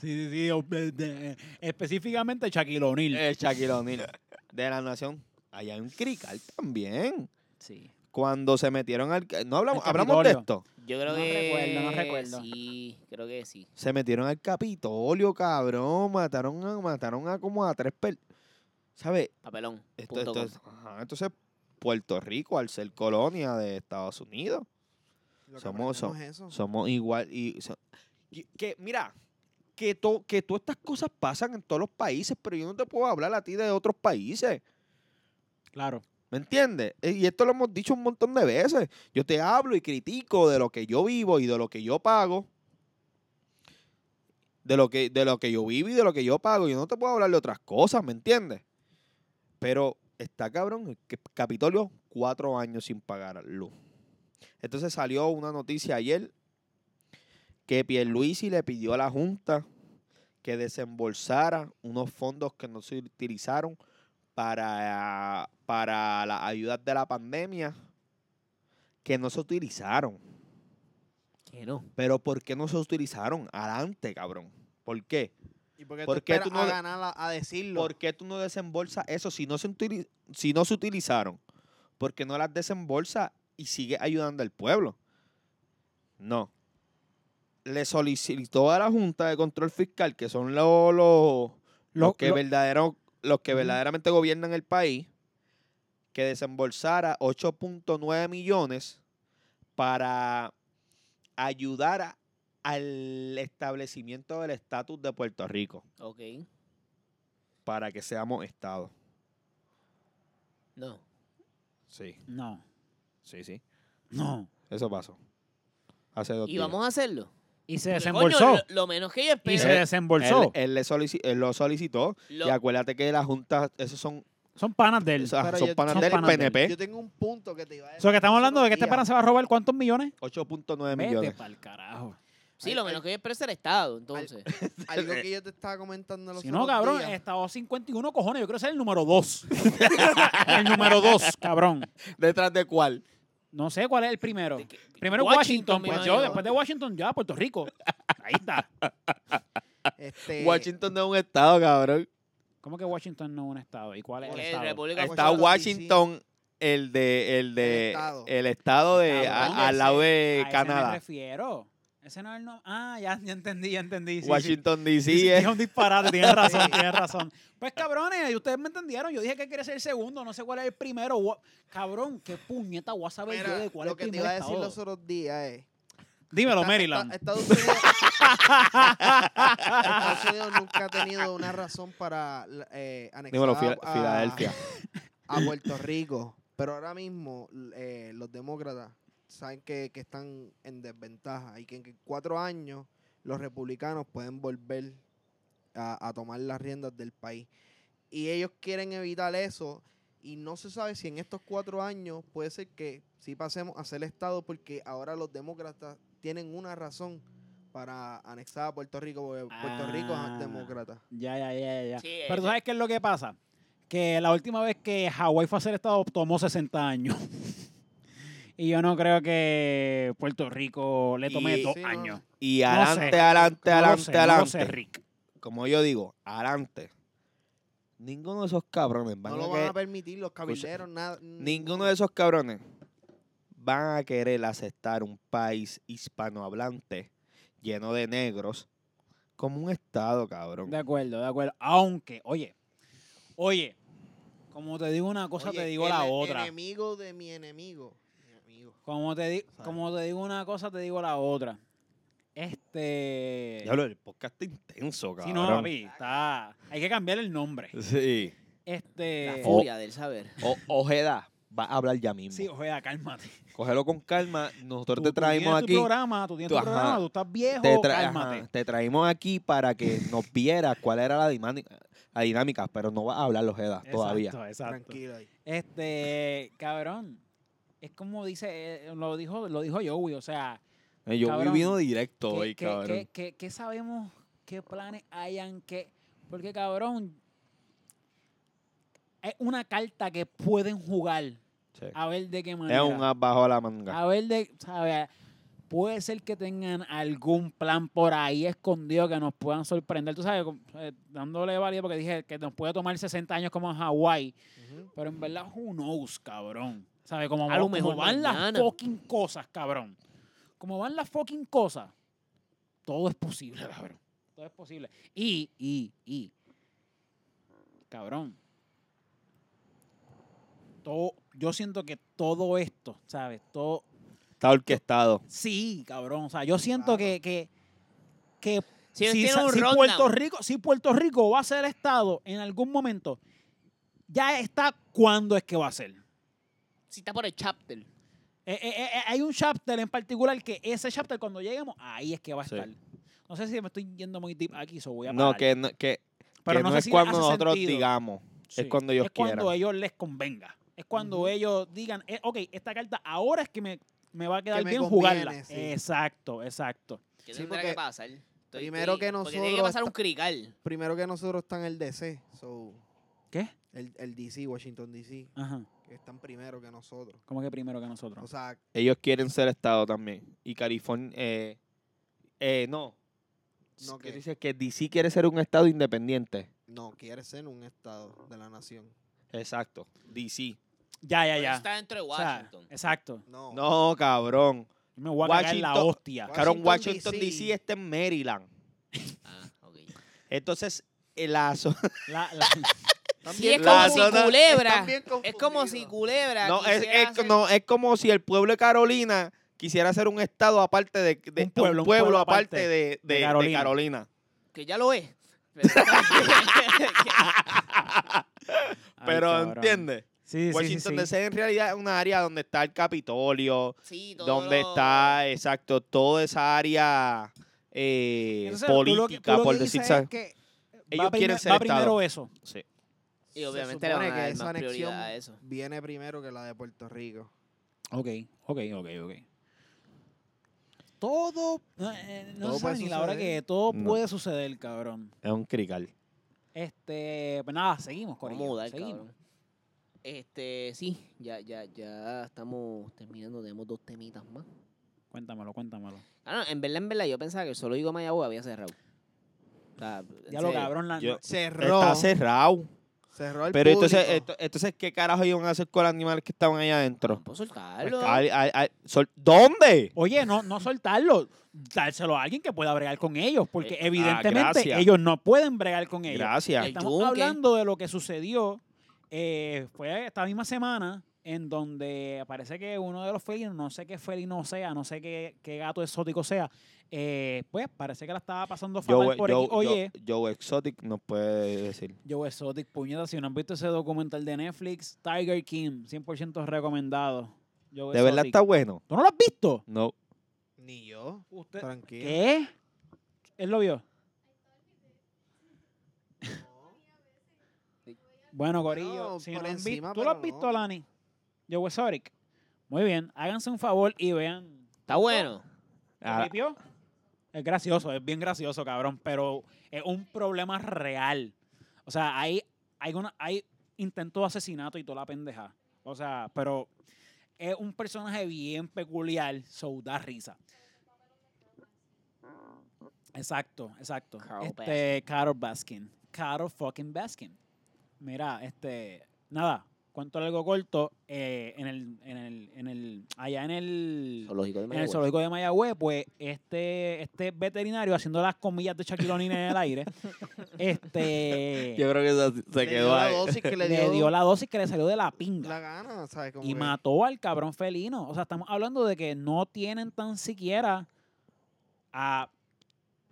S3: Sí, sí, sí. o- de- de- Específicamente Shaquille O'Neal.
S4: Eh, Shaquille O'Neal. De la nación. Allá hay un crical también.
S3: Sí.
S4: Cuando se metieron al... No hablamos,
S3: Al
S4: hablamos de
S3: Capitolio.
S4: esto.
S2: Yo creo
S3: No
S2: que.
S3: recuerdo, no recuerdo.
S2: Sí, creo que sí.
S4: Se metieron al Capitolio, cabrón. Mataron a, mataron a como a tres per... ¿Sabes?
S2: Papelón.
S4: Esto,
S2: punto
S4: esto
S2: com.
S4: es- ajá, entonces, Puerto Rico, al ser colonia de Estados Unidos,
S5: Lo que
S4: Somos-
S5: aprendemos es eso.
S4: somos igual y... so- y- que, mira, que, to- que todas estas cosas pasan en todos los países, pero yo no te puedo hablar a ti de otros países.
S3: Claro.
S4: ¿Me entiendes? Eh, Y esto lo hemos dicho un montón de veces. Yo te hablo y critico de lo que yo vivo y de lo que yo pago. De lo que, de lo que yo vivo y de lo que yo pago. Yo no te puedo hablar de otras cosas, ¿me entiendes? Pero está cabrón, que Capitolio, cuatro años sin pagar luz. Entonces salió una noticia ayer que Pierluisi le pidió a la Junta que desembolsara unos fondos que no se utilizaron para, para las ayudas de la pandemia que no se utilizaron.
S2: Que no.
S4: Pero ¿por qué no se utilizaron? Adelante, cabrón. ¿Por qué?
S5: ¿Y por qué,
S4: ¿Por
S5: tú,
S4: qué
S5: esperas
S4: tú no
S5: a
S4: le-
S5: ganar a, a decirlo?
S4: ¿Por qué tú no desembolsas eso si no se, utili- si no se utilizaron? ¿Por qué no las desembolsas y sigue ayudando al pueblo? No. Le solicitó a la Junta de Control Fiscal, que son los, los,
S3: Lo-
S4: los que,
S3: lo-
S4: verdadero- los que
S3: Ujú.
S4: verdaderamente gobiernan el país, que desembolsara 8.9 millones para ayudar a- al establecimiento del estatus de Puerto Rico,
S2: Ok.
S4: para que seamos Estado.
S2: No.
S4: Sí,
S3: No.
S4: sí, sí.
S3: No.
S4: Eso pasó. Hace dos
S2: Y
S4: días.
S2: vamos a hacerlo.
S3: Y se
S2: Porque,
S3: desembolsó.
S2: coño, lo, lo menos que yo
S3: Y
S2: espero.
S3: se
S4: Él-
S3: desembolsó.
S4: Él, él le solici- él lo solicitó.
S2: lo-
S4: Y acuérdate que la Junta, esos son,
S3: Son panas de él.
S4: esos- ajá,
S5: pero
S4: son
S5: yo-
S4: panas
S3: son
S4: del
S3: panas de él.
S4: PNP.
S5: Yo tengo un punto que te iba a decir.
S3: O sea, que estamos hablando de que este
S5: para
S3: pana se va a robar cuántos millones.
S4: 8.9
S3: Vete
S4: millones.
S3: pa'l carajo.
S2: sí, lo menos que yo espero es el Estado, entonces.
S5: Algo que yo te estaba comentando los
S3: Si no,
S5: otros
S3: cabrón,
S5: días.
S3: estado 51 cojones. Yo quiero ser el número 2. el número 2, cabrón.
S4: ¿Detrás de cuál?
S3: No sé cuál es el primero.
S2: De que-
S3: Primero Washington,
S2: me
S3: pues
S2: imagino.
S3: yo, después de Washington, ya Puerto Rico. Ahí está.
S5: Este,
S4: Washington no es un estado, cabrón.
S3: ¿Cómo que Washington no es un estado? ¿Y cuál es el
S2: Eh,
S3: estado?
S2: República
S4: Está
S5: Washington,
S4: Washington, el de, el de,
S5: El estado.
S4: el estado de,
S3: Estado,
S4: Eh, a-
S3: ¿no?
S4: al lado
S3: A
S4: de
S3: ese me
S4: Canada.
S3: refiero. Ese no es el nombre. Ah, ya, ya entendí, ya entendí. Sí, sí.
S4: Washington
S3: Sí,
S4: eh.
S3: eh. sí,
S4: D.C.
S3: es
S4: es
S3: un disparate, tienes razón,
S5: Sí.
S3: tienes razón. Pues cabrones, y ustedes me entendieron. Yo dije que quería ser el segundo, no sé cuál es el primero. Gua- Cabrón, qué puñeta voy a saber yo
S5: Mira,
S3: de cuál es
S5: lo
S3: el
S5: que te
S3: primer
S5: iba a decir
S3: estado.
S5: los otros días es.
S3: Dímelo,
S5: Esta-
S3: Maryland.
S5: esta- Estados Unidos. Estados Unidos nunca ha tenido una razón para la- eh, anexar
S4: Dímelo,
S5: a-
S4: Fila-
S5: a,
S4: Filadelfia.
S5: a Puerto Rico. Pero ahora mismo l- eh, los demócratas saben que, que están en desventaja y que en cuatro años los republicanos pueden volver a, a tomar las riendas del país. Y ellos quieren evitar eso y no se sabe si en estos cuatro años puede ser que sí pasemos a ser Estado porque ahora los demócratas tienen una razón para anexar a Puerto Rico porque Puerto Rico
S3: Ah.
S5: es demócrata.
S3: Ya, ya, ya, ya. ya.
S2: Sí,
S3: Pero tú
S2: eh,
S3: sabes qué es lo que pasa. Que la última vez que Hawái fue a ser estado tomó 60 años. y yo no creo que Puerto Rico le tome
S4: Y-
S3: dos
S5: Sí, no,
S3: años.
S4: Y
S3: No sé.
S4: adelante,
S3: No
S4: adelante,
S3: lo
S4: adelante,
S3: sé, no lo
S4: adelante.
S3: sé, Rick.
S4: Como yo digo, adelante. Ninguno de esos cabrones van
S5: No lo
S4: a
S5: van
S4: querer,
S5: a permitir los cabilderos, nada.
S4: ninguno de esos cabrones van a querer aceptar un país hispanohablante lleno de negros como un estado, cabrón.
S3: De acuerdo, de acuerdo. Aunque, oye, oye, como te digo una cosa, te
S5: Oye,
S3: digo la
S5: el
S3: otra.
S5: enemigo de mi enemigo. Mi amigo.
S3: Como te, di-
S5: ¿Sabes?
S3: como te digo una cosa, te digo la otra. Este.
S4: Diablo, el podcast está intenso,
S3: sí,
S4: cabrón.
S3: no, papi, está. Hay que cambiar el nombre.
S4: Sí.
S3: Este.
S2: La furia del saber.
S4: O, Ojeda, va a hablar ya mismo.
S3: Sí, ojeda, cálmate.
S4: Cógelo con calma. Nosotros te
S3: Tú- Tú
S4: traemos
S3: tienes tu
S4: aquí.
S3: programa, tú tienes tu
S4: Tú, ajá.
S3: programa, tú estás viejo,
S4: Te, tra-
S3: cálmate.
S4: ajá, te traímos aquí para que nos vieras cuál era la dinámica, la dinámica, pero no vas a hablar los Ojeda todavía.
S3: Exacto, exacto.
S5: Tranquilo ahí.
S3: Este, cabrón, es como dice, eh, lo dijo, lo dijo Joey, o sea,
S4: Eh, Yo
S3: Cabrón.
S4: voy vino directo
S3: ¿Qué-
S4: hoy,
S3: qué-
S4: cabrón.
S3: qué- qué- qué sabemos? ¿Qué planes hayan? que Porque, cabrón, es una carta que pueden jugar.
S4: Sí.
S3: A ver de qué
S4: Es
S3: manera. Ah.
S4: un as bajo la manga.
S3: a ver de, ¿sabes? Puede ser que tengan algún plan por ahí escondido que nos puedan sorprender. Tú sabes, com- eh, dándole valía porque dije que nos puede tomar 60 años como en Hawái.
S5: Ujú.
S3: Pero en verdad, who knows, cabrón. ¿Sabes? Como,
S2: A lo
S3: como
S2: mejor
S3: van
S2: mañana.
S3: las fucking cosas, cabrón. Como van las fucking cosas, todo es posible, cabrón. Todo es posible. Y, y, y. Cabrón. Todo, yo siento que todo esto, ¿sabes? Todo.
S4: Está orquestado.
S3: Sí, cabrón. O sea, yo siento
S5: Claro.
S3: que, que, que
S2: Si,
S3: si,
S2: tiene
S3: sa-
S2: un
S3: si
S2: rundown.
S3: Puerto Rico, si Puerto Rico va a ser Estado en algún momento, ya está cuándo es que va a ser.
S2: si está por el chapter.
S3: Eh, eh, eh, hay un chapter en particular que ese chapter, cuando lleguemos, ahí es que va a
S4: Sí.
S3: estar. No sé si me estoy yendo muy deep aquí, so voy a
S4: No,
S3: parar.
S4: que no, que,
S3: Pero
S4: que no
S3: sé
S4: es
S3: si
S4: cuando
S3: hace
S4: nosotros
S3: sentido.
S4: digamos.
S3: Sí.
S4: cuando ellos
S3: Es cuando
S4: quieran.
S3: ellos les convenga. Es cuando
S5: Ujú.
S3: ellos digan, eh, ok, esta carta ahora es que me, me va a quedar
S5: me
S3: bien
S5: conviene,
S3: jugarla.
S5: sí.
S3: Exacto, exacto.
S2: ¿Qué
S5: Sí,
S2: tendrá
S5: porque
S2: que pasar? Estoy-
S5: primero
S2: estoy-
S5: que
S2: porque Tiene que
S5: nosotros
S2: pasar un crical.
S5: Primero que nosotros están el DC, so,
S3: ¿Qué?
S5: el, el DC, Washington DC,
S3: Ajá.
S5: que están primero que nosotros.
S3: Como que primero que
S5: O
S3: nosotros.
S5: sea,
S4: Ellos quieren ser Estado también. Y California. Eh, eh, no.
S5: No,
S4: que
S5: ¿qué?
S4: dice que DC quiere ser un Estado independiente.
S5: no quiere ser un estado de la nación.
S4: Exacto. DC.
S3: Ya, ya,
S2: Pero
S3: ya.
S2: Está dentro de
S3: O sea,
S2: Washington.
S3: exacto.
S5: No.
S4: No, cabrón.
S3: Yo me voy a cagar en la
S4: Washington-
S3: hostia.
S5: Washington
S4: Cabrón, Washington
S5: DC.
S4: DC está en Maryland.
S2: Ah, ok.
S4: Entonces, el aso.
S3: La- la-
S5: Están
S2: Sí,
S5: bien
S2: es como
S4: La
S2: si
S5: confundidos.
S4: zona-
S2: culebra.
S5: Están bien
S2: Es como si
S5: confundidos.
S2: culebra.
S4: No es,
S2: quisiera
S4: es-
S2: hacer-
S4: no, es como si el pueblo de Carolina quisiera ser un Estado aparte de. de-
S3: Un pueblo, un pueblo
S4: aparte
S3: aparte
S4: de, de-
S3: de
S4: de
S3: Carolina.
S4: Carolina.
S2: Que ya lo es.
S3: Ay,
S4: Pero,
S3: cabrón.
S4: ¿entiendes?
S3: Sí, sí, sí,
S4: Washington
S3: sí.
S4: DC en realidad es una área donde está el Capitolio,
S2: sí, todo
S4: donde
S2: lo-
S4: está, exacto, toda esa área eh,
S3: Entonces, tú lo que- tú
S4: política,
S3: lo que
S4: por
S3: dices
S4: decir.
S3: es que
S4: Ellos
S3: va prime-
S4: quieren ser
S3: va
S4: Estado.
S3: primero eso.
S4: Sí.
S2: Y
S5: Se
S2: obviamente le van a
S5: supone que
S2: dar
S5: esa
S2: más prioridad
S5: anexión
S2: a eso.
S5: Viene primero que la de Puerto Rico.
S3: Ok, ok, ok, ok. Todo, no, eh, no
S5: Todo
S3: se sabe
S5: puede
S3: ni la hora
S5: suceder.
S3: que todo
S4: No.
S3: puede suceder, cabrón.
S4: Es un crical.
S3: Este, pues nada, seguimos,
S2: Vamos a
S3: Corillo.
S2: mudar,
S3: seguimos.
S2: cabrón. Este, sí, ya, ya, ya estamos terminando. Tenemos dos temitas más.
S3: Cuéntamelo, cuéntamelo.
S2: Ah, no, en verdad, en verdad, yo pensaba que el solo digo Mayagüez había cerrado. O sea, en
S3: Ya lo
S2: serio.
S3: cabrón. La,
S4: Yo-
S5: Cerró.
S4: Está cerrado.
S5: cerró el
S4: Pero entonces,
S5: público.
S4: esto- entonces, ¿qué carajo iban a hacer con los animales que estaban ahí adentro?
S2: Puedo soltarlo.
S3: Pues,
S4: Al- al- al- sol- ¿Dónde?
S3: Oye, no, no soltarlo, dárselo a alguien que pueda bregar con ellos, porque
S4: Eh, ah,
S3: evidentemente
S4: gracias.
S3: ellos no pueden bregar con ellos.
S4: Gracias.
S2: El
S3: Estamos
S2: yunque.
S3: hablando de lo que sucedió. eh, fue esta misma semana en donde parece que uno de los felinos, no sé qué felino sea, no sé qué, qué gato exótico sea, eh, pues parece que la estaba pasando fatal
S4: Joe,
S3: por
S4: Joe-
S3: aquí. Oye,
S4: Joe- Joe Exotic nos puede decir.
S3: Joe Exotic, puñeta, si no han visto ese documental de Netflix, Tiger King, 100% recomendado. Joe
S4: ¿De verdad
S3: Exotic.
S4: está bueno?
S3: ¿Tú no lo has visto?
S4: No.
S5: Ni yo.
S3: Usted,
S5: Tranquilo.
S3: ¿Qué? Él lo vio. Bueno, Corillo,
S5: Bueno,
S3: si
S5: por
S3: no han
S5: encima,
S3: visto- ¿tú lo has
S5: pero
S3: visto,
S5: no.
S3: Lani? Yo, Soric. Muy bien, háganse un favor y vean.
S2: Está bueno.
S3: ¿Lo ripió? Es gracioso, es bien gracioso, cabrón, pero es un problema real. O sea, hay, hay, una, hay intento de asesinato y toda la pendeja. O sea, pero es un personaje bien peculiar, so da risa. Exacto, exacto.
S2: Carol
S3: este, Carol Baskin. Carol fucking Baskin. Mira, este, nada, cuento algo corto. eh, en el, en el, en el, allá en el...
S2: Zoológico de
S3: En el
S2: Mayagüez.
S3: zoológico de Mayagüez, pues este, este veterinario haciendo las comillas de Shaquille O'Neal en el aire, este,
S4: Yo creo que esa se
S5: Le dio
S4: quedó
S5: la
S4: ahí.
S5: dosis que
S3: le,
S5: le dio,
S3: dio la dosis que le salió de la pinga
S5: la gana, ¿sabes? Como
S3: y
S5: que-
S3: mató al cabrón felino. O sea, estamos hablando de que no tienen tan siquiera a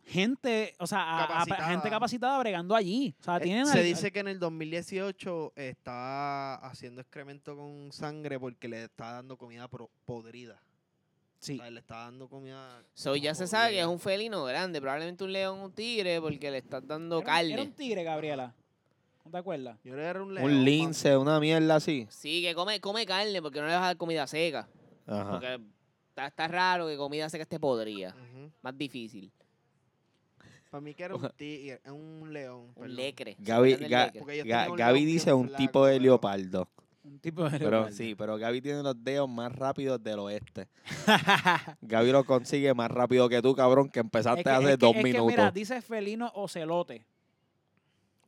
S3: gente, o sea, a- a-
S5: Capacitada.
S3: gente capacitada bregando allí. O sea,
S5: Eh,
S3: tienen
S5: se
S3: al-
S5: dice que en el 2018 estaba haciendo excremento con sangre porque le está dando comida pro- podrida.
S3: Sí.
S5: O sea, le está dando comida.
S2: So, ya se sabe que es un felino grande, probablemente un león, un tigre, porque le estás dando
S3: Era un-
S2: carne.
S3: Era un tigre, Gabriela. ¿No te acuerdas?
S5: Yo era un león.
S4: Un
S5: mano.
S4: lince, una mierda así.
S2: Sí, que come, come carne porque no le vas a dar comida seca.
S4: Ajá.
S2: Porque está, está raro que comida seca esté podrida.
S5: Ujú.
S2: Más difícil.
S5: Para mí que era un tigre, eh, un león.
S2: Un
S5: perdón.
S2: lecre. ¿Se
S4: Gaby,
S2: acuerdan del
S4: Ga-
S2: lecre?
S5: Porque ellos
S4: Ga-
S5: tenían un
S4: Gaby
S5: león bien
S4: dice un
S5: flaco,
S4: tipo de
S5: pero-
S4: leopardo.
S3: Un tipo de
S4: Pero
S3: leopardo.
S4: sí, pero Gaby tiene los dedos más rápidos del oeste. Gaby lo consigue más rápido que tú, cabrón, que
S3: Es
S4: empezaste
S3: que-
S4: hace
S3: es que-
S4: dos
S3: es que,
S4: minutos.
S3: mira, dice felino ocelote.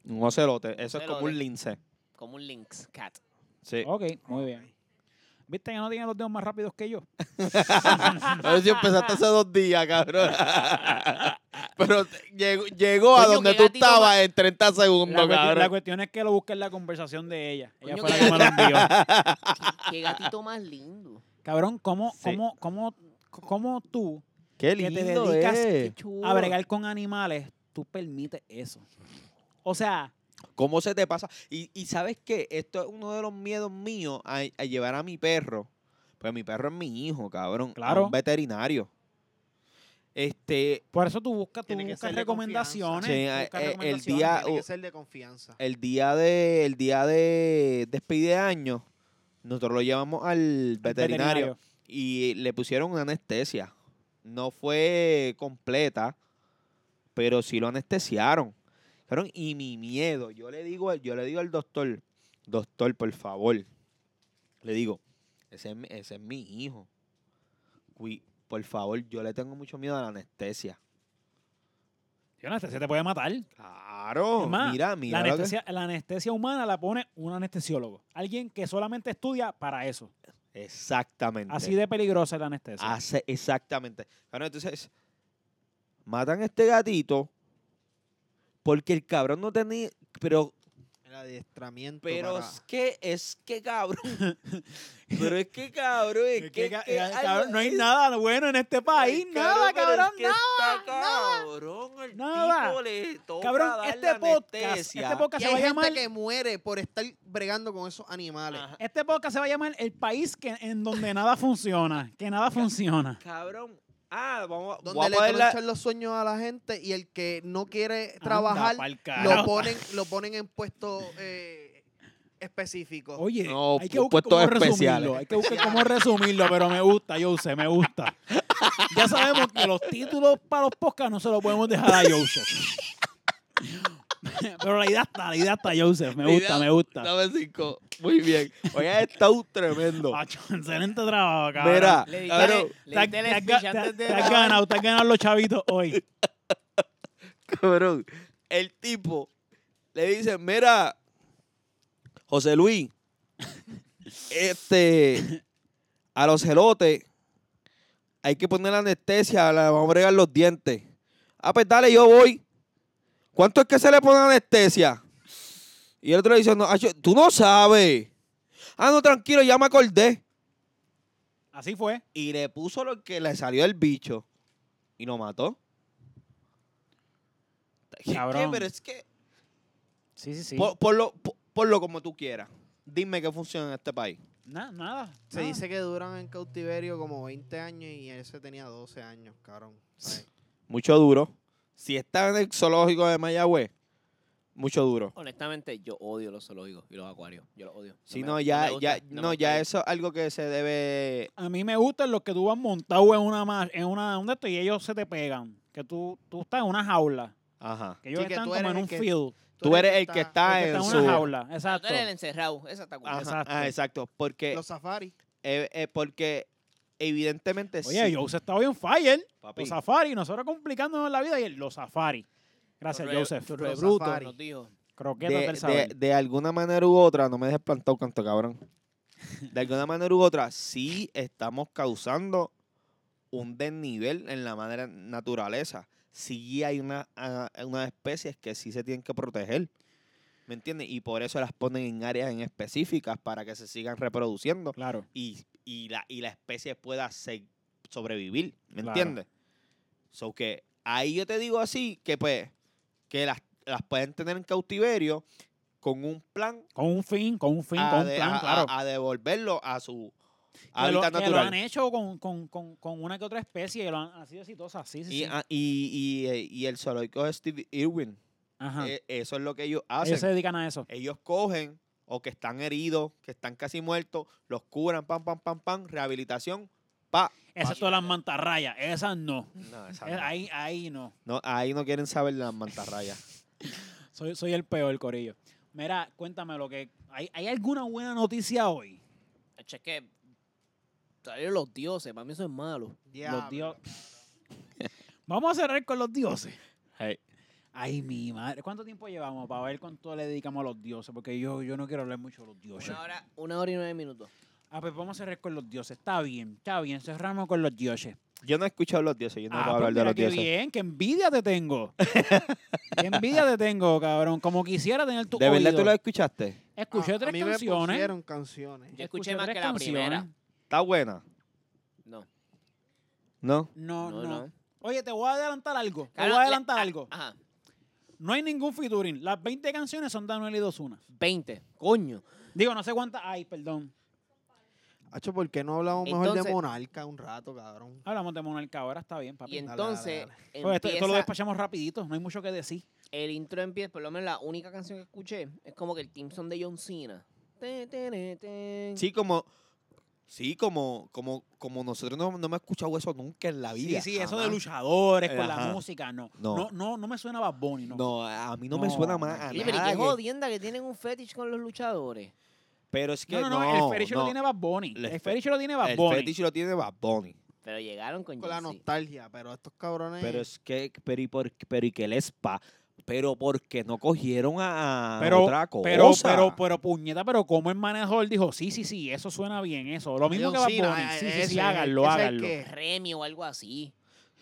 S4: Un ocelote, eso es como
S2: Ocelote.
S4: un lince.
S2: Como un lynx cat.
S4: Sí.
S3: Ok, muy bien. ¿Viste que no tiene los dedos más rápidos que yo?
S4: A ver si empezaste hace dos días, cabrón. Pero te- llegó, llegó a
S2: Coño,
S4: donde
S2: qué
S4: tú
S2: gatito
S4: estabas en 30
S3: La,
S4: segundos,
S3: cuestión- la
S4: cabrón.
S3: cuestión es que lo busqué en la conversación de ella. Ella
S2: Coño,
S3: fue la
S2: qué
S3: que me lo envió.
S2: Qué gatito más lindo.
S3: Cabrón, ¿cómo,
S4: Sí.
S3: cómo, cómo, cómo tú,
S4: Qué
S3: que te
S4: lindo
S3: dedicas-
S4: es.
S2: Qué chulo.
S3: a bregar con animales, tú permites eso? O sea,
S4: ¿Cómo se te pasa? Y, y sabes que esto es uno de los miedos míos a, a llevar a mi perro. Pues mi perro es mi hijo, cabrón. A
S3: Claro.
S4: un veterinario. Este,
S3: por eso tú buscas, tú
S5: Tiene que
S3: buscas
S5: ser de
S3: recomendaciones.
S4: Sí,
S3: buscas
S4: eh, eh, el
S3: recomendaciones.
S4: día-
S5: Tiene
S4: Uh.
S5: que ser de confianza.
S4: el día de, el día de despide de año, nosotros lo llevamos al veterinario. y le pusieron una anestesia. No fue completa, pero sí lo anestesiaron. Cabrón, Y mi miedo, yo le digo, al- yo le digo al doctor, doctor, por favor, le digo, ese es, mi- ese es mi hijo. Cui- por favor, yo le tengo mucho miedo a la anestesia.
S3: Yo no sé, se te puede matar.
S4: Claro,
S3: Es más,
S4: mira, mira.
S3: la,
S4: lo que-
S3: anestesia, la anestesia humana la pone un anestesiólogo. Alguien que solamente estudia para eso.
S4: Exactamente.
S3: Así de peligrosa es la anestesia.
S4: Hace- exactamente. Cabrón, entonces, matan a este gatito porque el cabrón no tenía. Pero,
S5: El adiestramiento.
S4: pero
S5: para-
S4: es que, es que cabrón. pero es que cabrón, es,
S3: Es
S4: que,
S3: que,
S4: eh,
S3: ca-
S4: que
S3: ca-
S4: algo
S3: cabrón, no hay
S4: es-
S3: nada bueno en este país.
S4: Ay,
S3: nada,
S4: pero es
S3: cabrón,
S4: que
S3: nada.
S4: está cabrón, el
S3: nada.
S4: tipo le toca
S3: Cabrón,
S4: dar
S3: este
S4: la
S3: podcast,
S4: anestesia.
S3: este podcast
S5: Y
S3: se va a
S5: hay gente
S3: llamar.
S5: que muere por estar bregando con esos animales.
S4: Ajá.
S3: Este podcast se va a llamar El país que, en donde nada funciona. Que nada funciona.
S4: Cabrón. Ah, vamos,
S5: Donde
S4: voy a
S5: le
S4: poner la-
S5: tronchan los sueños a la gente y el que no quiere trabajar
S3: Anda pa'l
S5: lo
S3: carajo.
S5: ponen, lo ponen en puestos eh, específicos.
S3: Oye,
S4: No,
S3: hay que
S4: pu-
S3: buscar
S4: puestos
S3: cómo
S4: especiales.
S3: resumirlo. Hay que buscar cómo resumirlo, pero me gusta, Joseph, me gusta. Ya sabemos que los títulos para los podcasts no se los podemos dejar a Joseph. Pero la idea está, la idea está, Joseph. Me
S4: La
S3: gusta,
S4: idea-
S3: me gusta.
S4: Dame cinco. Muy bien. Oye, ha estado tremendo.
S3: Pacho, excelente trabajo, Ah, cabrón.
S4: Mira,
S2: Le diste-
S4: cabrón.
S2: le diste el speech antes de
S3: te has
S2: grabar.
S3: ganado, te has ganado los chavitos hoy.
S4: cabrón, el tipo le dice, mira, José Luis, este, a los celotes hay que poner anestesia, le vamos a bregar los dientes. Ah, pues dale, yo voy. ¿Cuánto es que se le pone anestesia? Y el otro le dice, no, acho, tú no sabes. Ah, no, tranquilo, ya me acordé.
S3: Así fue.
S4: Y le puso lo que le salió el bicho. Y lo mató. Es que-
S3: Cabrón.
S4: Pero es que...
S3: Sí, sí, sí.
S4: Por, por lo, por, por lo como tú quieras. Dime qué funciona en este país.
S3: Na- nada.
S5: Se
S3: nada.
S5: dice que duran en cautiverio como 20 años y ese tenía 12 años, cabrón. ¿sabes?
S4: Mucho duro. Si está en el zoológico de Mayagüez, mucho duro.
S2: Honestamente, yo odio los zoológicos y los acuarios. Yo los odio.
S4: Si
S2: me-
S4: no, ya,
S2: me gusta,
S4: ya,
S2: me
S4: no,
S2: gusta
S4: ya
S2: ir.
S4: eso es algo que se debe.
S3: A mí me gustan los que tú vas montado en una ma- en una un de estos y ellos se te pegan. Que tú, tú estás en una jaula.
S4: Ajá.
S3: Que ellos
S5: Sí, que
S3: están
S5: tú
S3: como
S5: eres
S3: en
S5: el
S3: un
S5: que-
S3: field.
S4: Tú eres el que está
S3: que
S4: en
S3: está en
S4: su.
S3: una jaula.
S2: Ah,
S3: Exacto.
S2: tú eres el encerrado. Esa está cool.
S4: Ajá,
S3: Exacto.
S4: ah, exacto. Porque,
S5: Los safaris.
S4: eh, eh, porque evidentemente
S3: Oye,
S4: sí,
S3: yo Joseph está hoy en fire.
S4: papi.
S3: Los safari. Nosotros complicándonos la vida y el- los safari. Gracias,
S2: Torre-
S3: Joseph.
S2: Torre
S5: Los
S2: Bruto
S5: safari.
S2: nos dijo.
S3: Croquetas del
S4: de,
S3: saber.
S4: de, de alguna manera u otra, no me dejes plantado canto, cabrón. De alguna manera u otra, sí estamos causando un desnivel en la madre naturaleza. Sí hay una, a- unas especies que sí se tienen que proteger. ¿Me entiendes? Y por eso las ponen en áreas en específicas para que se sigan reproduciendo
S3: Claro.
S4: y, y la, y la especie pueda se- sobrevivir. ¿Me
S3: Claro.
S4: entiendes? So que Ahí yo te digo así que pues que las, las pueden tener en cautiverio con un plan
S3: Con un fin, con un fin,
S4: a,
S3: con un
S4: Ah, de-
S3: plan,
S4: a- a-
S3: claro.
S4: a devolverlo a su
S3: Que lo,
S4: hábitat
S3: que lo
S4: natural.
S3: han hecho con, con, con, con una que otra especie y lo han, han sido exitosas. Sí, sí,
S4: Y,
S3: sí.
S4: a- y, y, eh, y el zoológico de Steve Irwin.
S3: Ajá.
S4: Eh, eso es lo que ellos hacen.
S3: Ellos se dedican a eso.
S4: Ellos cogen o que están heridos, que están casi muertos, los curan, pam, pam, pam, pam, rehabilitación, pa.
S3: Excepto las mantarrayas. Esas no.
S4: No, esa
S3: Eh,
S4: no.
S3: Ahí, ahí no.
S4: No, ahí no quieren saber las mantarrayas.
S3: Soy, soy el peor, Corillo. Mira, cuéntame lo que. ¿Hay, hay alguna buena noticia hoy?
S2: Es que salieron los dioses, para mí eso es malo.
S3: Los dios. Vamos a cerrar con los dioses. Ay, mi madre. ¿Cuánto tiempo llevamos para ver cuánto le dedicamos a los dioses? Porque yo, yo no quiero hablar mucho de los dioses.
S2: Una hora, una hora y nueve minutos.
S3: Ah, pues vamos a cerrar con los dioses. Está bien, está bien. Cerramos con los dioses.
S4: Yo no he escuchado los dioses, yo no
S3: ah,
S4: puedo
S3: pues
S4: hablar de
S3: mira
S4: los
S3: qué
S4: dioses.
S3: bien. Qué envidia te tengo. qué envidia te tengo, cabrón. Como quisiera tener tu
S4: ¿De verdad
S3: oído.
S4: tú los escuchaste?
S3: Escuché
S5: Ah,
S3: tres
S5: a mí Me
S3: canciones.
S5: pusieron canciones.
S2: Yo escuché
S3: Escuché
S2: más
S3: tres
S2: que la primera.
S3: canciones.
S4: ¿Está buena?
S2: No,
S4: ¿No?
S3: No,
S2: no,
S3: no,
S2: no.
S3: Oye, te voy a adelantar algo. Te
S2: Claro,
S3: voy a
S2: le-
S3: adelantar
S2: ah,
S3: algo.
S2: Ajá,
S3: No hay ningún featuring. Las 20 canciones son Daniel y Dozuna.
S2: 20, coño.
S3: Digo, no sé cuántas. Ay, perdón.
S5: Hacho, ¿por qué no hablamos mejor
S2: Entonces-
S5: de Monarca un rato, cabrón?
S3: Hablamos de Monarca ahora, está bien, papi.
S2: Y
S5: Dale, dale,
S2: entonces,
S5: dale.
S3: Pues esto, esto lo
S2: empieza-
S3: despachamos rapidito, no hay mucho que decir.
S2: el intro empieza, por lo menos la única canción que escuché, es como que el team son de John Cena. Te, te, re, te.
S4: Sí, como... Sí, como, como, como nosotros no, no hemos escuchado eso nunca en la vida.
S3: Sí, sí, eso de
S4: jamás.
S3: luchadores con la
S4: Ajá.
S3: música, no. No,
S4: No.
S3: no, no, me suena Bad Bunny, no.
S4: No, a mí no, me suena
S3: No,
S4: más a
S2: Oye, pero ¿y
S4: nada
S2: qué
S4: que-
S2: jodienda que tienen un fetish con los luchadores.
S4: Pero es que
S3: No,
S4: no,
S3: no, no, el fetish lo
S4: no.
S3: tiene Bad Bunny.
S4: El
S3: El
S4: fe-
S3: fetish lo tiene Bad
S4: El
S3: Bunny.
S4: fetish lo tiene Bad Bunny.
S2: Pero llegaron con,
S5: Con la
S2: John Cena.
S5: nostalgia, pero estos cabrones...
S4: Pero es que, pero y, por, pero y que les pa, pero porque no cogieron a, a
S3: Pero,
S4: otra cosa.
S3: pero, pero, pero, puñeta, pero como el manejador dijo, sí, sí, sí, eso suena bien, eso. Lo mismo
S5: John
S3: que Bad
S5: Cena,
S3: Bunny.
S5: eh,
S3: Sí, sí,
S5: ese,
S3: sí, háganlo,
S5: ese es el
S3: háganlo.
S5: que-
S2: Remy o algo así.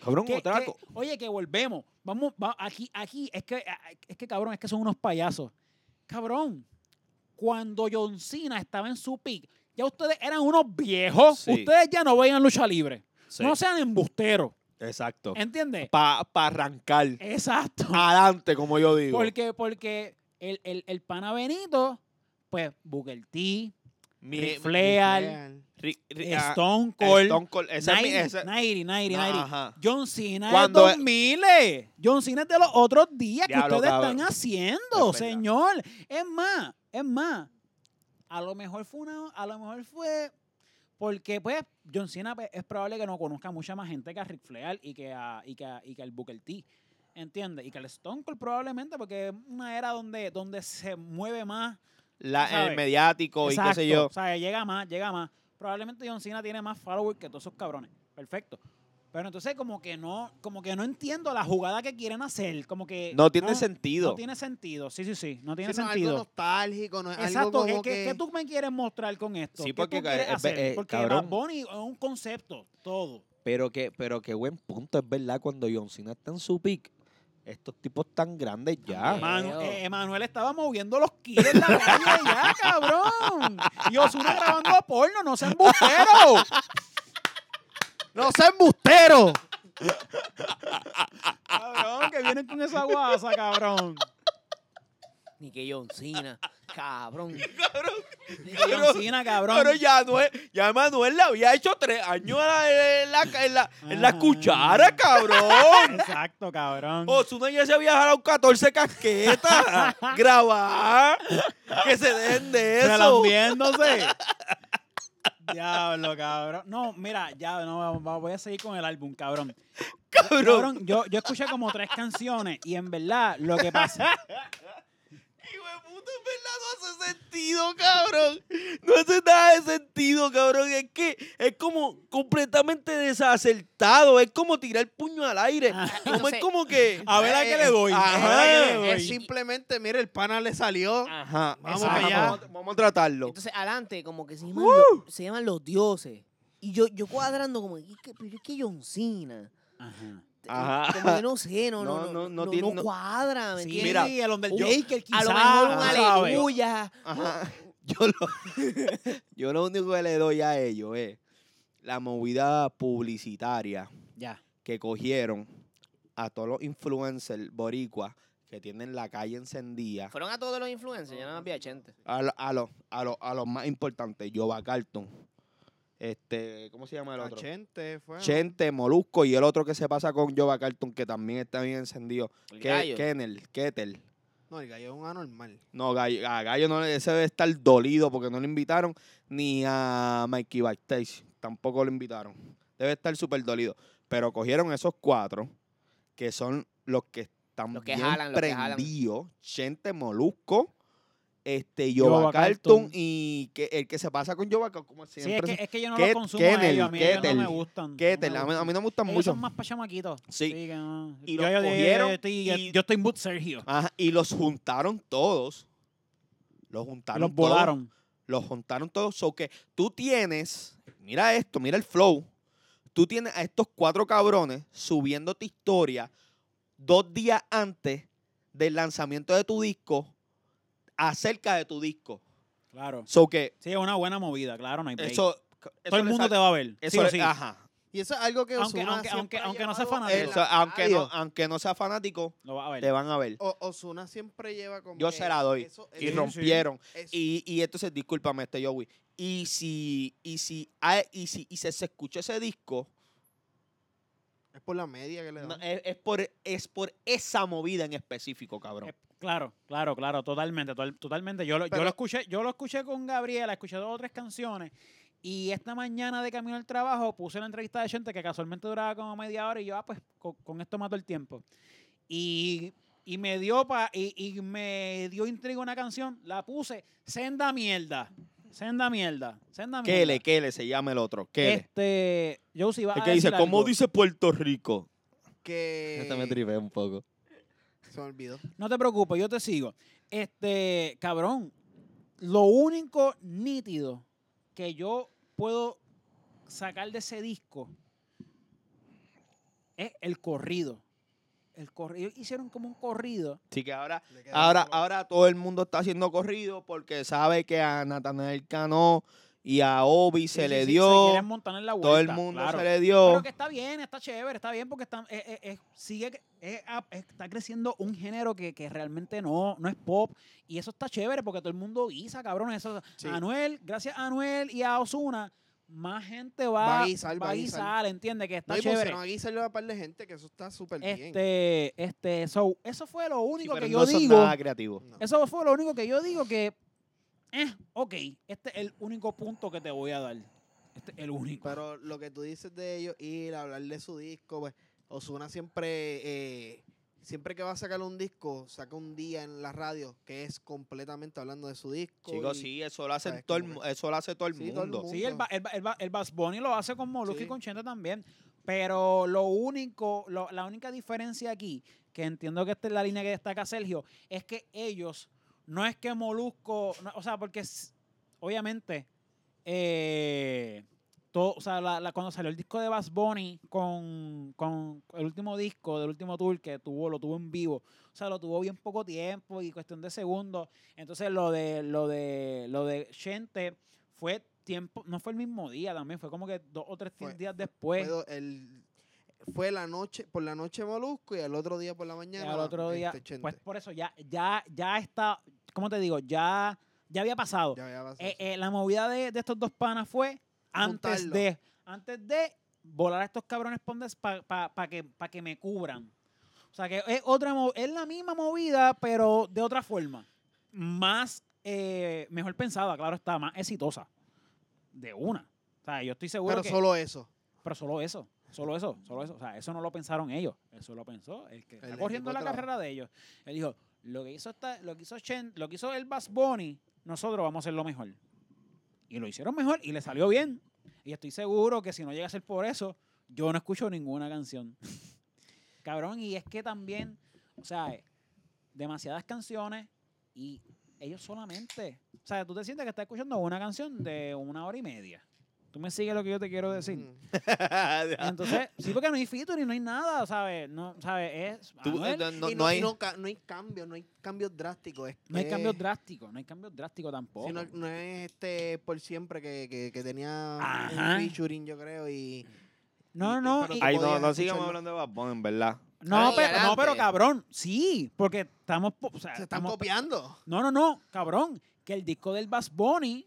S4: Cabrón,
S3: Que-
S4: otra
S3: que-
S4: co-
S3: oye, que volvemos. Vamos, va- aquí, aquí, es que, a- es que cabrón, es que son unos payasos. Cabrón, cuando John Cena estaba en su pick, ya ustedes eran unos viejos.
S4: Sí.
S3: Ustedes ya no veían lucha libre.
S4: Sí,
S3: No Eh, sean embusteros.
S4: Exacto.
S3: ¿Entiendes?
S4: Para arrancar.
S3: Exacto.
S4: Adelante, como yo Ah, digo.
S3: Porque, porque el, el, el pana Benito, pues, Booker T,
S4: Mi-
S3: Ric
S4: mi-
S3: Flair,
S4: Ri- ri- ah,
S3: Stone Cold,
S4: Stone Cold, esa es mi-
S3: 90,
S4: esa-
S3: 90, 90, 90.
S4: Ajá.
S3: John Cena
S4: Cuando-
S3: es 2000. John Cena es de los otros días que
S4: Diablo,
S3: ustedes
S4: cabrón.
S3: están haciendo,
S4: verdad.
S3: señor. Es más, es más. A lo mejor fue una, a lo mejor fue porque pues John Cena pues, es probable que no conozca mucha más gente que a Ric Flair y que a y que, a- y que al Booker T. ¿Entiendes? Y que al Stone Cold probablemente porque es una era donde donde se mueve más
S4: La-
S3: ¿sabes?
S4: el mediático y qué sé yo.
S3: O sea, llega más, llega más. Probablemente John Cena tiene más followers que todos esos cabrones. Perfecto. Pero entonces como que no, como que no entiendo la jugada que quieren hacer. Como que
S4: No tiene sentido.
S3: No tiene sentido. Sí, sí, sí. No tiene
S5: Sí, no,
S3: sentido.
S5: algo nostálgico, no es algo
S3: Exacto. ¿Qué,
S5: como
S3: qué-
S5: que...
S3: qué tú me quieres mostrar con esto?
S4: Sí,
S3: ¿Qué
S4: porque,
S3: tú quieres
S4: eh, eh,
S3: hacer?
S4: eh,
S3: porque Bad
S4: cabrón.
S3: Bunny es un concepto, todo.
S4: Pero que, pero qué buen punto, es verdad, cuando John Cena está en su pick, estos tipos tan grandes ya.
S2: También.
S3: Manu-
S2: Creo.
S3: eh, Emanuel estaba moviendo los kilos en la calle ya, cabrón. Y Osuna grabando porno, no sean busteros.
S5: ¡No seas embustero!
S3: Cabrón, que vienen con esa guasa, cabrón.
S2: Ni que John Cena. Cabrón.
S3: John Cena, cabrón.
S4: Pero ya, no es- ya Manuel le había hecho tres años en la, en la- en la- en la
S3: Ajá.
S4: cuchara, cabrón.
S3: Exacto, cabrón.
S4: Osuna ya se había jalado 14 casquetas. Grabar. Que se dejen de eso.
S3: Relambiéndose. Diablo, cabrón. No, mira, ya no va- va- voy a seguir con el álbum, cabrón.
S4: Cabrón.
S3: Cabrón, yo, yo escuché como tres canciones y en verdad lo que pasa.
S4: Hijo de puta, en verdad no hace sentido, cabrón. No hace nada de sentido, cabrón. Es que es como completamente desacertado. Es como tirar el puño al aire. Como
S2: entonces-
S4: es como que.
S3: Ah, A ver a qué le doy.
S4: Ajá.
S3: A ver a qué le doy.
S5: Es simplemente, mira, el pana le salió.
S4: Ajá.
S5: Vamos
S4: exacto.
S5: para allá.
S4: Vamos, vamos a tratarlo.
S2: Entonces, adelante, como que se llaman, lo- se llaman los dioses. Y yo, yo cuadrando como, "¿Y qué- pero es que John Cena. Eh,
S3: Ajá.
S4: Ajá.
S2: Como que no sé, no, no,
S4: No,
S2: no,
S4: no,
S2: no,
S4: no tiene-
S2: no
S4: no-
S2: cuadra, ¿me
S3: Sí,
S2: entiendes?
S4: mira,
S3: el Undertaker
S2: Un-
S3: quizás.
S2: a lo mejor un
S3: ¿sabes?
S2: aleluya.
S4: Ajá. Yo lo, yo lo único que le doy a ellos es la movida publicitaria
S3: Ya.
S4: que cogieron a todos los influencers boricuas que tienen la calle encendida,
S2: Fueron a todos los influencers, ya no había gente.
S4: a, lo- a los a los- a los más importantes, Jova Carton, este, ¿cómo se
S2: Ah,
S4: llama el otro?
S5: Chente fue.
S4: Chente, Molusco y el otro que se pasa con Jova Carton, que también está bien encendido.
S2: El
S4: Ke-
S2: gallo.
S4: Kenel, Ketel.
S5: No, el gallo es un anormal.
S4: No, Gallo, a Gallo no, le- ese debe estar dolido porque no lo invitaron ni a Mikey Backstage. Tampoco lo invitaron. Debe estar súper dolido. Pero cogieron esos cuatro, que son los que están
S2: Los que
S4: bien
S2: jalan, los que jalan.
S4: prendidos. Chente Molusco, este,
S3: Jova
S4: Jova
S3: Carlton.
S4: Carlton y que, el que se pasa con Jova Carlton, como
S3: Sí, es
S4: siempre.
S3: que, es que yo no
S4: Ket-
S3: los consumo a
S4: Kennel,
S3: ellos, a mí ellos
S4: Ketel,
S3: no me gustan. no
S4: Ketel,
S3: me
S4: a, mí, a mí no me gustan
S3: Ellos
S4: mucho.
S3: son más pachamaquitos.
S4: Sí.
S3: que no.
S4: Y
S3: yo,
S4: los
S3: yo- yo- yo-
S4: cogieron
S3: yo estoy, yo-
S4: y-
S3: yo estoy en boot Sergio.
S4: Ajá, y los juntaron todos. Los juntaron
S3: Los
S4: todos.
S3: volaron.
S4: los juntaron todos. So que tú tienes, mira esto, mira el flow. Tú tienes a estos cuatro cabrones subiéndote historia dos días antes del lanzamiento de tu disco acerca de tu disco.
S3: Claro.
S4: So que
S3: Sí, es una buena movida, claro, no hay break.
S4: eso, eso
S3: Todo el
S4: le
S3: mundo
S4: sal-
S3: te va a ver.
S4: eso
S3: sí o
S4: le- Ah,
S3: sí.
S4: Ajá.
S5: Y eso es algo que
S3: Aunque-
S5: Osuna
S3: aunque- aunque- aunque no sea fanático.
S4: Eso, aunque, no, aunque no sea fanático,
S3: Lo vas a ver.
S4: te van a ver.
S5: Osuna siempre lleva como
S4: Yo
S5: que
S4: se la doy.
S5: eso-
S4: Y
S5: eso-
S4: rompieron.
S5: eso-
S4: Y, y entonces, discúlpame, este Joey. Y si, y si, ah, y si, y si se escuchó ese disco,
S5: es por la media que le dan.
S4: No, eh, es, es por, es por esa movida en específico, cabrón.
S3: Eh, Claro, claro, claro, totalmente, total- totalmente. Yo lo, yo
S5: Pero-
S3: lo escuché, yo lo escuché con Gabriela, escuché dos o tres canciones y esta mañana de camino al trabajo puse la entrevista de gente que casualmente duraba como media hora y yo, ah, pues co- con, esto mato el tiempo. Y, y me dio pa, y, y me dio intriga una canción, la puse, senda mierda, senda mierda,
S5: Ah,
S3: senda mierda.
S4: Kele, Kele se llama el otro. Kele.
S3: Este, yo sí va
S4: el que dice, ¿cómo
S3: algo.
S4: dice Puerto Rico?
S5: que
S4: Este me tripé un poco.
S5: se me olvidó.
S3: No te preocupes, yo te sigo. Este, cabrón, lo único nítido que yo puedo sacar de ese disco es el corrido. El corrido. Hicieron como un corrido.
S4: Así que ahora,
S5: Le queda
S4: ahora,
S5: poco.
S4: ahora todo el mundo está haciendo corrido porque sabe que a Natanael Cano y a Obi se
S3: Sí, sí,
S4: le
S3: sí, se
S4: dio.
S3: quieren montar en la
S4: todo el
S3: vuelta,
S4: mundo
S3: claro.
S4: se le
S3: Pero
S4: dio.
S3: que está bien, está chévere, está bien porque está, eh, eh, eh, sigue, cre- eh, ah, está creciendo un género que, que realmente no, no es pop. Y eso está chévere porque todo el mundo guisa, cabrón. Eso,
S5: Sí.
S3: Anuel, gracias a Anuel y a Osuna, más gente va,
S5: Va a guisar, va a
S3: entiende que está
S5: No, y
S3: chévere.
S5: pusieron a guisarlo a un par de gente, que eso está súper bien.
S3: Este, este, so, eso fue lo
S4: Sí,
S3: único
S4: pero
S3: que
S4: no
S3: yo
S4: son
S3: digo.
S4: nada creativos.
S5: No.
S3: Eso fue lo único que yo digo que, eh, ok, este es el único punto que te voy a dar. Este es el único.
S5: Pero lo que tú dices de ellos, ir a hablar de su disco, pues Osuna siempre, eh, siempre que va a sacar un disco, saca un día en la radio que es completamente hablando de su disco.
S4: Chicos,
S5: y-
S4: sí, eso lo, hace
S5: ¿Sabes
S4: todo el,
S5: cómo
S4: mu- eso lo hace todo el
S5: Ah, Sí, todo el
S4: mundo.
S5: mundo.
S3: Sí, el, ba- el, ba- el, ba- el Bugs Bunny lo hace con Molusco y
S5: Sí.
S3: con Chente también. Pero lo único, lo- la única diferencia aquí, que entiendo que esta es la línea que destaca Sergio, es que ellos, no es que Molusco, no- o sea, porque s- obviamente, eh, todo, o sea, la- la- cuando salió el disco de Bass Bunny con, con el último disco del último tour que tuvo, lo tuvo en vivo, o sea, lo tuvo bien poco tiempo y cuestión de segundos. Entonces lo de, lo de, lo de Chente fue tiempo, no fue el mismo día también, fue como que dos o tres
S5: Fue-
S3: días
S5: Fue,
S3: después.
S5: do- el- fue la noche, por la noche Molusco y al otro día por la
S3: y
S5: mañana.
S3: al otro día,
S5: este, Chente.
S3: pues por eso ya, ya, ya está, ¿cómo te digo? Ya, ya había pasado.
S5: Ya había pasado
S3: Eh,
S5: eso.
S3: eh, la movida de, de estos dos panas fue antes
S5: Juntarlo.
S3: de antes de volar a estos cabrones para que, pa que me cubran. O sea que es otra mo- es la misma movida, pero de otra forma. Más eh, mejor pensada, claro está, más exitosa. De una. O sea, yo estoy seguro
S5: Pero
S3: que.
S5: solo eso.
S3: Pero solo eso, solo eso, solo eso. O sea, eso no lo pensaron ellos. Eso lo pensó el que está
S5: equipo
S3: corriendo
S5: de
S3: la
S5: trabajo.
S3: carrera de ellos. Él dijo, lo que hizo esta, lo que hizo Chen, lo que hizo el Bass Bunny, nosotros vamos a hacerlo mejor. Y lo hicieron mejor y le salió bien. Y estoy seguro que si no llega a ser por eso, yo no escucho ninguna canción. Cabrón, y es que también, o sea, eh, demasiadas canciones y ellos solamente, o sea, tú te sientes que estás escuchando una canción de una hora y media. ¿Tú me sigues lo que yo te quiero decir?
S5: Mm.
S3: Entonces, sí, porque no hay featuring, no hay nada, ¿sabes? No, ¿sabes? Es
S4: Tú- eh,
S3: Anuel,
S4: no, no-
S5: Y
S4: no
S5: y
S4: hay,
S5: ca- no hay cambios, no hay cambios drásticos. es
S3: no hay
S5: que-
S3: cambios drásticos, no hay cambios drásticos tampoco.
S5: eh, Sí, no, no es este por siempre que, que- que tenía
S3: Ajá.
S5: un featuring, yo creo, y,
S3: No, no,
S5: pero
S3: y-
S5: tú
S4: Ay, no,
S5: podías
S4: no sigamos
S5: escucharlo.
S4: hablando de Bad Bunny, en verdad.
S3: No,
S2: Ay,
S3: pero, no,
S2: adelante.
S3: pero cabrón, sí, porque estamos, po- o
S4: Ah,
S3: sea,
S5: Se están
S3: estamos-
S5: copiando.
S3: No, no, no, cabrón, que el disco del Bass Bunny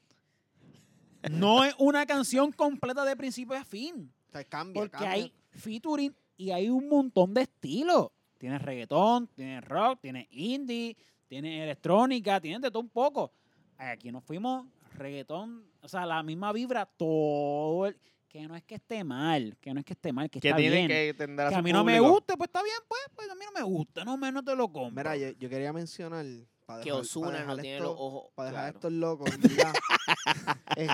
S3: no es una canción completa de principio a fin,
S5: O sea, cambia,
S3: porque
S5: cambia.
S3: hay featuring y hay un montón de estilos. Tienes reggaetón, tienes rock, tienes indie, tienes electrónica, tienes de todo un poco. Aquí nos fuimos reggaetón, o sea, la misma vibra todo el- que no es que esté mal, que no es que esté mal, que,
S4: Que
S3: está
S4: tiene
S3: bien.
S4: que tener
S3: Que a mí no me guste, pues está bien, pues, pues a mí no me gusta, no menos te lo compro.
S5: Mira, yo, yo quería mencionar. Para
S2: Que Osuna no tiene los ojos.
S5: Para dejar
S2: claros.
S5: estos locos. mira,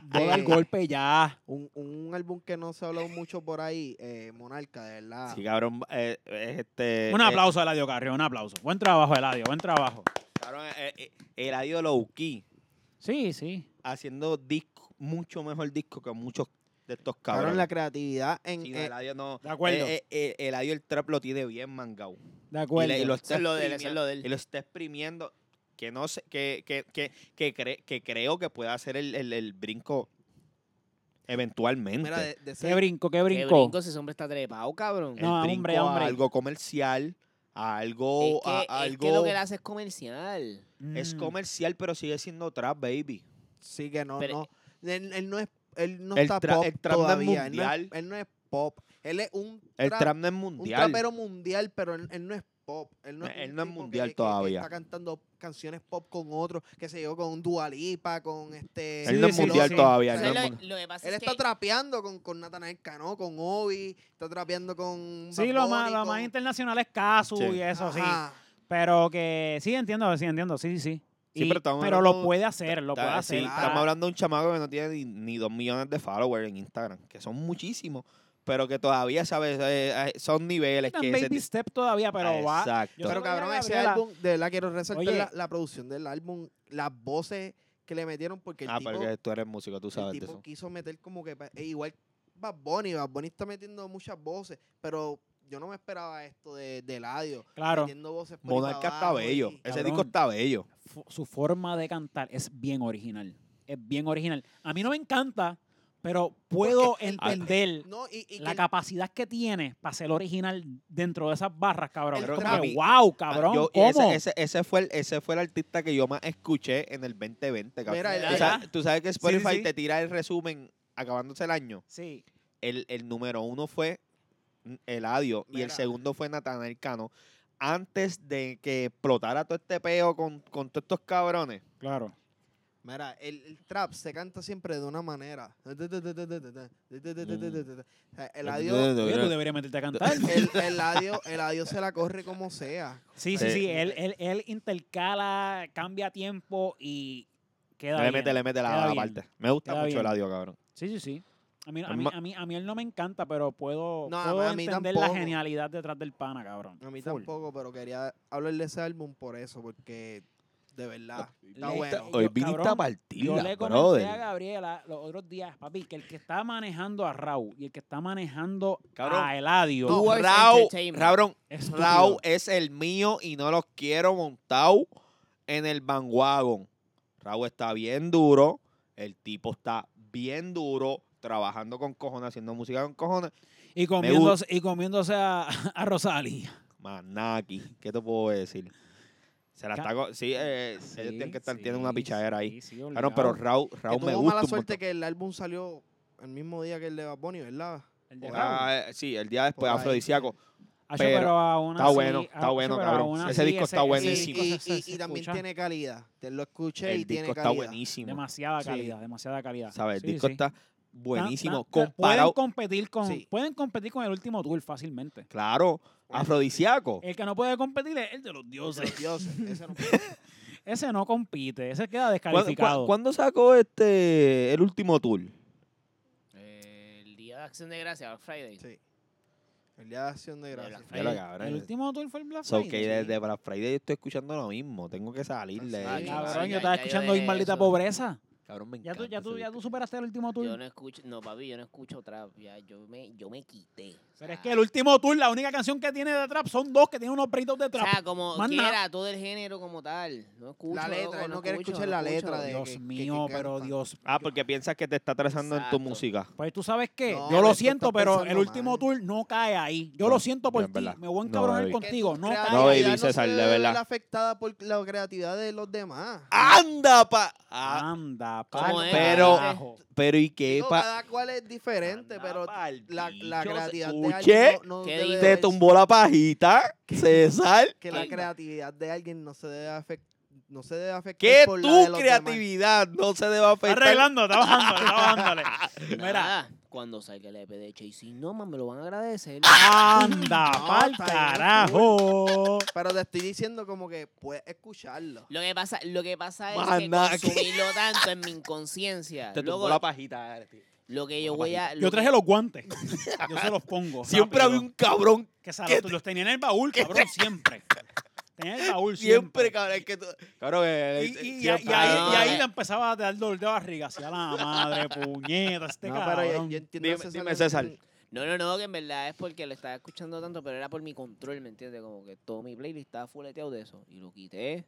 S3: Voy
S4: eh,
S3: al
S5: este,
S3: golpe ya.
S5: un, un álbum que no se ha hablado mucho por ahí, eh, Monarca, de
S2: Ah.
S5: verdad.
S4: Sí, cabrón, eh, eh, este...
S3: Un
S4: eh,
S3: aplauso a Eladio Carrión, un aplauso. Buen trabajo, Eladio, buen trabajo.
S4: cabrón, eh, eh, el adiós low key,
S3: Sí, sí.
S4: haciendo disco, mucho mejor disco que muchos de estos
S5: Cabrón,
S4: cabrones.
S5: la creatividad en.
S4: Sí, no,
S5: eh,
S4: el adiós no...
S3: De acuerdo,
S4: eh, eh, el adiós el trap lo tiene bien mangao.
S3: de
S4: Y,
S3: acuerdo.
S4: le- y lo está
S2: es lo de él,
S4: exprimiendo-
S2: eso es lo de él.
S4: y lo está exprimiendo. Que no sé, que, que, que, que, cre- que creo que pueda hacer el, el- el brinco eventualmente.
S5: mira, de, de ese-
S3: ¿Qué brinco, qué
S2: Qué
S3: brinco?
S2: brinco si ese hombre está trepado, cabrón.
S4: el
S3: No,
S4: brinco
S3: hombre, hombre.
S4: a algo comercial, a algo.
S2: es, que,
S4: a-
S2: es que
S4: a
S2: lo
S4: algo-
S2: que él hace es comercial.
S3: Mm.
S4: es comercial, pero sigue siendo trap, baby.
S5: sí, que no,
S2: Pero-
S5: no. Él, él no es. Él no
S4: El
S5: está
S4: tra-
S5: pop
S4: el trap no es
S5: todavía. Él no,
S4: mundial.
S5: es, él no es pop. Él es un.
S4: El
S5: trap-
S4: trap no es
S5: Un
S4: mundial.
S5: trapero mundial, pero él, él no es pop. Él no es,
S4: Él
S5: un
S4: no es
S5: tipo que-
S4: mundial
S5: que- que
S4: todavía.
S5: está cantando canciones pop con otros, que se yo, con Dualipa, con este.
S4: Él no es
S3: Sí, sí,
S4: mundial
S3: sí.
S4: todavía.
S2: O sea,
S4: no es
S2: lo-
S4: mun-
S2: lo, que pasa
S5: Él
S2: es
S5: está
S2: que
S5: trapeando con, con Natanael Cano, con Obi, está trapeando con.
S3: Sí,
S5: Bad
S3: lo
S5: Bunny,
S3: más, lo
S5: con-
S3: más internacional es Casu
S4: Sí.
S3: y eso, sí.
S5: Ajá.
S3: Pero que sí entiendo, sí entiendo, sí, sí, sí.
S4: Sí,
S3: Y-
S4: pero estamos
S3: lo
S4: hablando-
S3: puede hacer, lo puede
S4: Está-
S3: hacer. Ah,
S4: sí,
S3: está-
S5: Ah.
S4: Estamos hablando de un chamaco que no tiene ni, ni dos millones de followers en Instagram, que son muchísimos, pero que todavía, ¿sabes? Eh, eh, son niveles que...
S3: un
S4: ese
S3: baby
S4: ti-
S3: step todavía, pero va.
S4: Exacto.
S3: Yo
S5: Pero
S3: Solo
S5: cabrón,
S3: llega
S5: ese
S3: Gabriela.
S5: álbum, de verdad quiero resaltar
S3: Oye.
S5: la, la producción del álbum, las voces que le metieron, porque el
S4: ah,
S5: tipo,
S4: porque tú eres músico, tú
S5: el
S4: sabes de
S5: tipo
S4: eso.
S5: quiso meter como que. pa- e igual Bad Bunny, Bad Bunny está metiendo muchas voces, pero yo no me esperaba esto de, de Eladio,
S3: Claro.
S5: metiendo voces por ahí
S4: Monarca
S5: para
S4: está
S5: abajo
S4: bello.
S5: y-
S4: Ese
S3: Cabrón.
S4: disco está bello.
S3: fu- su forma de cantar es bien original. Es bien original. A mí no me encanta, pero puedo
S5: Porque el-
S3: entender
S5: No, y, y que
S3: la
S5: él-
S3: capacidad que tiene para ser original dentro de esas barras, cabrón.
S5: El
S3: Es como
S5: trap.
S3: que, wow,
S4: Ah,
S3: cabrón,
S4: yo- y
S3: ¿cómo?
S4: ese, ese- ese fue el, ese fue el artista que yo más escuché en el 2020, cabrón.
S5: Mira, el-
S4: tú, sabes, tú sabes que
S3: sí,
S4: Spotify
S3: sí.
S4: te tira el resumen acabándose el año.
S3: Sí.
S4: El, el número uno fue Eladio y el
S5: Mira.
S4: segundo fue Natanael Cano. Antes de que explotara todo este peo con, con todos estos cabrones.
S3: Claro.
S5: Mira, el, el trap se canta siempre de una manera. O sea, El adiós,
S3: Oye, tú deberías meterte a cantar.
S5: el, el adiós, el adiós se la corre como sea.
S3: Sí, sí,
S4: Sí.
S3: sí. Él, él, él intercala, cambia tiempo y queda
S4: Le
S3: bien.
S4: mete, le mete la,
S3: Queda
S4: la
S3: bien.
S4: parte. Me gusta
S3: Queda
S4: mucho
S3: bien.
S4: Eladio, cabrón.
S3: Sí, sí, sí. A mí, a,
S4: Es
S3: mí,
S4: Pues ma-
S3: a, mí, a mí él no me encanta, pero puedo,
S5: No, a
S3: puedo
S5: mí- a mí
S3: entender la
S5: tampoco.
S3: genialidad detrás del pana, cabrón.
S5: A mí
S3: Full.
S5: tampoco, pero quería hablar de ese álbum por eso, porque de verdad está
S3: Le- Este,
S5: bueno.
S3: Yo,
S4: Hoy viniste
S3: cabrón,
S4: a
S3: Yo
S4: partirla,
S3: le comenté a
S4: brother.
S3: Gabriela los otros días, papi, que el que está manejando a Raúl y el que está manejando
S4: Cabrón,
S3: a Eladio
S4: Tú,
S2: Words
S4: Rau,
S2: Entertainment.
S4: cabrón,
S3: es estúpido.
S4: Rau es el mío y no los quiero montado en el bandwagon. Rau está bien duro, el tipo está bien duro, trabajando con cojones, haciendo música con cojones.
S3: y, comiéndose, y comiéndose a, a Rosalía.
S4: Manaki, ¿qué te puedo decir? Se la
S3: Ca-
S4: está... co- Sí, eh, ellos
S3: Sí,
S4: tienen que estar,
S3: sí,
S4: tienen una pichadera ahí.
S3: sí, sí,
S4: Cabrón, pero
S3: obligado.
S4: Rau,
S5: Que
S4: Rau me
S5: tuvo
S4: gusta
S5: mala
S4: un
S5: suerte
S4: montón.
S5: que el álbum salió el mismo día que el de Bad Bunny, ¿verdad?
S3: El de
S5: Ah,
S3: Raúl.
S4: Ah, eh, sí, el día después,
S5: Por ahí.
S4: afrodisíaco.
S3: Acho,
S4: pero
S3: aún
S4: está bueno, está
S3: acho,
S4: bueno,
S3: pero
S4: cabrón.
S3: aún
S4: Ese
S3: así
S4: disco está
S5: Y-
S4: buenísimo.
S5: Y,
S3: ese- ese
S5: y-
S3: se
S5: y también
S3: escucha
S5: tiene calidad. Te lo escuché y
S4: El
S5: tiene
S4: disco está
S5: calidad.
S4: buenísimo.
S3: demasiada
S5: Sí.
S3: calidad, demasiada calidad.
S4: ¿Sabes? El
S3: Sí,
S4: disco
S3: sí.
S4: está
S3: Tan-
S4: buenísimo.
S3: tan- tan- pueden
S4: Comparado.
S3: competir con
S5: Sí.
S3: pueden competir con el último tour fácilmente.
S4: Claro, afrodisíaco.
S3: El que no puede competir es el de los dioses.
S5: Dios, ese no-
S3: Ese no compite, ese queda
S4: ¿Cuándo-
S3: descalificado.
S4: cua- ¿Cuándo sacó este el último tour?
S2: eh, el día de Acción de Gracia, Black Friday.
S5: Sí. El día de acción de
S2: De Black
S5: gracias.
S2: Friday.
S4: Ya lo cabrón.
S3: Eh, El último tour fue el Black
S4: So,
S3: Friday,
S4: que
S3: sí.
S4: desde Black Friday yo estoy escuchando lo mismo. Tengo que salir
S5: Ah,
S4: de
S5: sí.
S4: ahí.
S5: Ah,
S3: Cabrón,
S2: sí,
S3: yo
S2: ya-
S3: estaba
S2: ya yo
S3: escuchando hoy
S2: dejé
S3: maldita
S2: eso.
S3: pobreza.
S4: Cabrón, me
S3: Ya tú, ya,
S4: encanta
S3: tú,
S4: ese
S3: ya
S4: disco.
S3: tú superaste el último tour.
S2: Yo no escucho, no, papi, yo no escucho trap. Ya, yo me, yo me quité. o
S3: Pero es
S2: sea,
S3: que el último tour, la única canción que tiene de trap son dos que tienen unos breakdowns de
S2: O
S3: trap.
S2: sea, como
S3: Más
S2: quiera,
S3: nada.
S2: todo el género como tal. No escucho.
S5: La letra,
S2: loco,
S5: él no quiere
S2: escucho,
S5: escuchar
S2: no
S5: la
S2: escucho.
S5: letra de-
S3: Dios
S5: que- que- que
S3: mío, pero
S5: canta.
S3: Dios.
S1: Ah, porque piensas que te está atrasando en
S2: Exacto.
S1: tu música.
S3: Pues tú sabes qué,
S5: No,
S3: yo lo
S5: pero tú
S3: siento,
S5: estás
S3: pero el
S5: pensando
S3: último
S5: mal.
S3: tour no cae ahí. Yo
S1: No,
S3: lo siento
S1: no,
S3: por
S1: en
S3: ti,
S1: verdad.
S3: me voy a
S1: No,
S3: encabronar
S1: baby.
S3: contigo,
S5: tu
S3: no
S5: creatividad
S3: cae ahí.
S1: baby, César,
S5: se
S1: de
S5: debe ver
S1: verdad.
S5: afectada por la creatividad de los demás.
S1: ¡Anda, pa! Ah,
S3: Anda,
S2: ¿Cómo
S3: pa'l
S2: es?
S1: Pero-
S3: carajo.
S1: pero ¿y qué?
S5: Digo,
S1: Pa
S5: cada cual es diferente,
S1: Anda
S5: pero
S1: pa'l
S5: la, la
S1: bicho,
S5: creatividad de
S1: escuché,
S5: alguien no, no
S2: ¿qué
S5: debe
S2: dices?
S1: te
S5: verse-
S1: tumbó la pajita, César.
S5: que la
S2: Anda.
S5: creatividad de alguien no se debe afectar. No se debe afectar
S1: Que
S5: por la de
S1: tu
S5: los
S1: creatividad no se deba
S3: Está
S1: afectar.
S3: arreglando, está bajándole, está bajándole. Mira,
S2: Nada, cuando salga el EP de Chasing Norman, me lo van a agradecer.
S3: Ah. anda,
S5: No,
S3: pa'l
S5: está bien,
S3: carajo.
S5: demás. Pero te estoy diciendo como que puedes escucharlo.
S2: Lo que pasa, lo que pasa es
S1: Más
S2: que
S1: nada que-
S2: consumirlo tanto en mi inconsciencia.
S1: Te tumbó
S2: Luego,
S1: la pajita.
S3: eh,
S1: Aresti.
S2: lo que yo
S1: la
S2: voy a. lo
S3: Yo
S2: que-
S3: traje los guantes. Yo se los pongo.
S1: Siempre
S3: rápido.
S1: había un cabrón,
S3: Que se
S1: que
S3: los, los tenía en el baúl, cabrón, siempre. Tenía en el baúl siempre.
S1: siempre, cabrón. es que tú- Cabrón, eh,
S3: Y, y- y- y ahí,
S1: siempre-
S3: y ahí-
S2: No,
S3: y ahí
S2: eh.
S3: le empezaba a dar dolor de barriga. Hacia la madre, puñeta, este
S5: No, pero yo,
S3: cabrón.
S5: yo entiendo a
S1: Dime- dime, César.
S5: en-
S2: No, no, no, que en verdad es porque lo estaba escuchando tanto, pero era por mi control, ¿me entiendes? Como que todo mi playlist estaba fuleteado de eso. Y lo quité.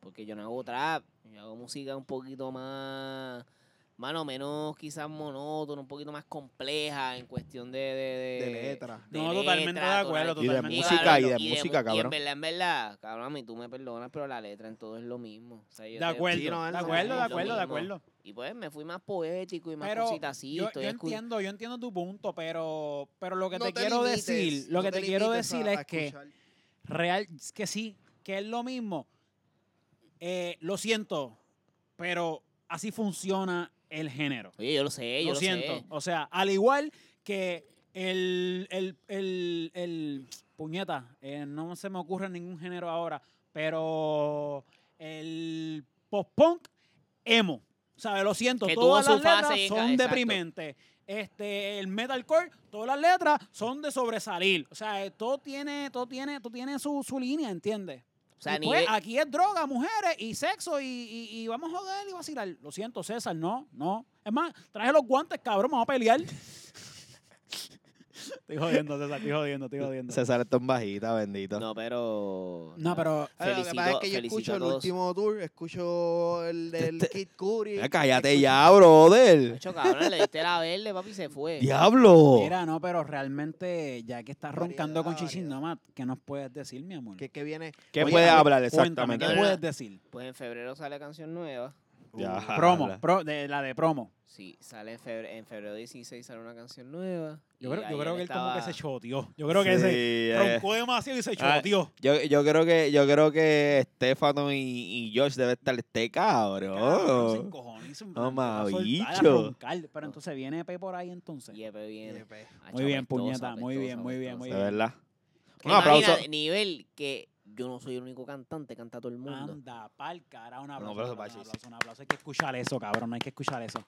S2: Porque yo no hago trap. Yo hago música un poquito más. Mano, menos quizás monótona, un poquito más compleja en cuestión de. De, de-
S5: de letra.
S3: No, totalmente de acuerdo,
S2: tonal-
S1: Y de
S3: totalmente
S1: música,
S2: cabrón,
S1: y de música,
S2: mu- Y en
S1: cabrón.
S2: verdad, en verdad, cabrón, a mí tú me perdonas, pero la letra en todo es lo mismo. O sea, yo
S3: De
S2: te-
S3: acuerdo,
S5: Sí, no,
S3: de
S5: no,
S3: acuerdo,
S2: no,
S3: de
S2: lo
S3: acuerdo, de
S2: mismo.
S3: acuerdo.
S2: Y pues me fui más poético y más
S3: Pero
S2: cositas así.
S3: yo,
S2: estoy
S3: yo
S2: escu-
S3: entiendo, yo entiendo tu punto, pero, pero lo que
S5: No
S3: te, quiero
S5: limites,
S3: decir, lo
S5: no
S3: que te, quiero
S5: limites a-
S3: decir
S5: a
S3: es que
S5: escuchar.
S3: real, es que sí, que es lo mismo. Eh, lo siento, pero así funciona el género.
S2: Oye, yo lo sé, yo
S3: lo,
S2: lo,
S3: siento.
S2: sé.
S3: O sea, al igual que el, el, el, el- puñeta, eh, no se me ocurre ningún género ahora, pero el post-punk emo. ¿Sabes? Lo siento,
S2: Que
S3: todas
S2: tuvo
S3: las
S2: su
S3: letras
S2: fase,
S3: son
S2: exacto.
S3: deprimentes. Este, el metalcore, todas las letras son de sobresalir. O sea, eh, todo tiene, todo tiene, todo tiene su, su línea, ¿entiendes?
S2: O sea,
S3: Y
S2: a
S3: pues,
S2: nivel-
S3: aquí es droga, mujeres y sexo y, y- y vamos a joder y vacilar. Lo siento, César, no, no. Es más, traje los guantes, cabrón, vamos a pelear. estoy jodiendo, César, estoy jodiendo, estoy jodiendo.
S1: César está en bajita, bendito.
S2: No, pero.
S3: No, pero
S5: Ah, lo que pasa es
S2: Felicito-
S5: que yo
S2: felicito
S5: escucho
S2: a
S5: el
S2: todos.
S5: último tour, escucho el del
S1: Te-
S5: Kid Curry.
S1: Ya, cállate
S5: escucho-
S1: ya, brother.
S2: Nacho, cabrón, le diste la verde, papi, y se fue.
S1: Diablo.
S3: mira, no, pero realmente, ya que estás
S5: Variedad,
S3: roncando con
S5: variedad.
S3: Chisin Nomad, ¿qué nos puedes decir, mi amor?
S5: Que, que viene.
S1: ¿Qué
S3: Oye,
S1: puede
S3: a ver,
S1: hablar
S3: Cuéntame,
S1: exactamente?
S3: ¿qué
S2: No, no,
S3: puedes
S2: no.
S3: decir?
S2: Pues en febrero sale canción nueva.
S1: Ya,
S3: Uh, Promo,
S1: Ah, habla.
S3: pro- de, la de promo.
S2: Sí, sale en febrero, en febrero 16 sale una canción nueva.
S3: Yo
S2: Y
S3: creo, yo
S2: ayer
S3: creo que él como que
S2: estaba-
S3: se choteó. Yo creo que
S1: Sí,
S3: se
S1: eh.
S3: roncó demasiado y se
S1: Ah,
S3: choteó.
S1: Yo, yo creo que yo creo que Estefano y, y Josh deben estar este
S3: Cabrón, se
S4: Oh.
S1: cabrón.
S3: encojonó y se
S1: No
S3: empezó a soltar, a
S1: mamabicho.
S3: roncar. Pero entonces viene Pepe por ahí entonces.
S2: Y EP viene.
S5: Yepe.
S2: Nacho,
S3: Muy bien,
S2: apestoso,
S3: puñeta, muy
S2: apestoso,
S3: bien, muy bien, muy
S1: De
S2: apestoso.
S3: bien.
S1: verdad. Un
S2: Imagínate,
S1: aplauso.
S2: nivel que yo no soy el único cantante, canta todo el mundo.
S3: Anda, pa'l cara, un aplauso, un
S1: aplauso
S3: aplauso, un
S1: para
S3: aplauso,
S1: Chase.
S3: un aplauso. Hay que escuchar eso, cabrón, hay que escuchar eso.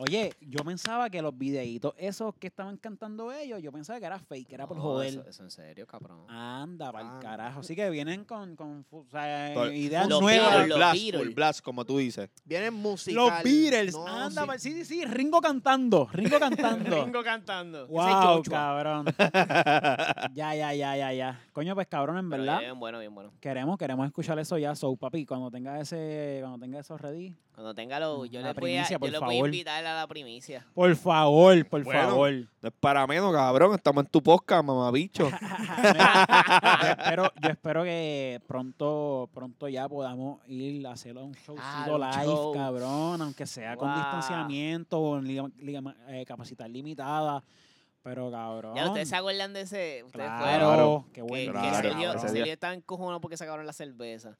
S3: Oye, yo pensaba que los videitos esos que estaban cantando ellos, yo pensaba que era fake, que era por
S2: No,
S3: joder. Ah,
S2: Eso, eso en serio, cabrón.
S3: Anda, pa'l
S5: Anda.
S3: carajo. Así que vienen con, con fu- o sea,
S1: Tol-
S3: Eh, ideas
S2: Los
S3: nuevas.
S2: Beatles,
S1: Full
S2: los
S1: blast,
S2: Beatles.
S1: full blast, como tú dices.
S5: Viene musical.
S3: Los Beatles.
S5: no,
S3: Anda,
S5: sí.
S3: pa'l- sí, sí, sí, Ringo cantando, Ringo cantando.
S2: cantando.
S3: Wow, cabrón. ya, ya, ya, ya, ya. Coño, pues cabrón, en verdad.
S2: Bien bueno, bien bueno.
S3: Queremos, queremos escuchar eso ya, so papi, cuando tenga ese, cuando tenga eso ready.
S2: Cuando tenga los, yo
S3: Mm, La
S2: le voy a,
S3: primicia,
S2: yo
S3: por
S2: le voy a
S3: favor.
S2: invitar a la primicia.
S3: Por favor, por
S1: Bueno.
S3: favor.
S1: No es para menos, cabrón. Estamos en tu podcast, mamabicho.
S3: Mira, yo, espero, yo espero que pronto, pronto ya podamos ir a hacer un showcito
S2: Ah, un
S3: live,
S2: show.
S3: cabrón, aunque sea con
S2: Wow.
S3: distanciamiento o en liga- liga- eh, capacidad limitada. Pero cabrón.
S2: Ya, ¿ustedes se acuerdan de ese? Ustedes fueron.
S3: Ah. claro, qué
S2: Que,
S3: bueno.
S2: que
S1: Claro,
S2: Sergio,
S1: cabrón.
S2: Sergio estaba encojonado porque se acabaron la cerveza.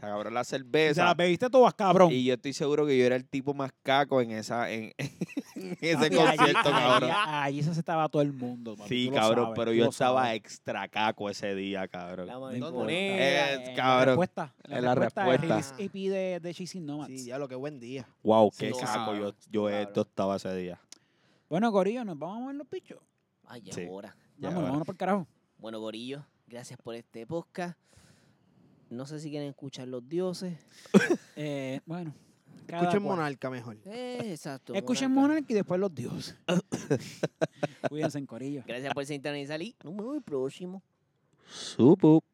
S1: Se acabaron la
S3: Se
S1: cerveza.
S3: las bebiste todas, cabrón.
S1: Y yo estoy seguro que yo era el tipo más caco en esa en, en ese
S3: Papi,
S1: concierto,
S3: allí,
S1: cabrón.
S3: Allí, allí se estaba todo el mundo. papi,
S1: Sí,
S3: tú lo
S1: cabrón,
S3: sabes,
S1: pero
S3: tú
S1: yo
S3: lo
S1: estaba
S3: sabes.
S1: extra caco ese día, cabrón.
S2: La
S3: No importa.
S2: mariconera.
S1: Eh,
S3: la
S1: cabrón,
S3: respuesta,
S1: es la respuesta.
S3: el release EP de, de Chasing Nomads.
S5: Sí, ya lo que buen día.
S1: Wow,
S2: Sí,
S1: qué
S2: sí, sí,
S1: caco yo,
S2: cabrón,
S1: yo
S2: cabrón.
S1: esto estaba ese día.
S3: Bueno, Corillo, nos vamos a mover los pichos.
S2: Ay, ya
S1: Sí.
S2: ahora.
S1: Ya,
S3: Vámonos,
S1: ahora.
S3: vámonos por carajo.
S2: Bueno, Gorillo, gracias por este podcast. No sé si quieren escuchar Los Dioses.
S3: Eh, bueno, Cada
S5: Escuchen
S3: cual.
S5: Monarca mejor.
S2: Eh, exacto.
S3: Escuchen
S2: Monarca.
S3: Monarch y después los dioses. Cuídense en corillo.
S2: Gracias por sintonizar y nos vemos el próximo.
S4: Supu.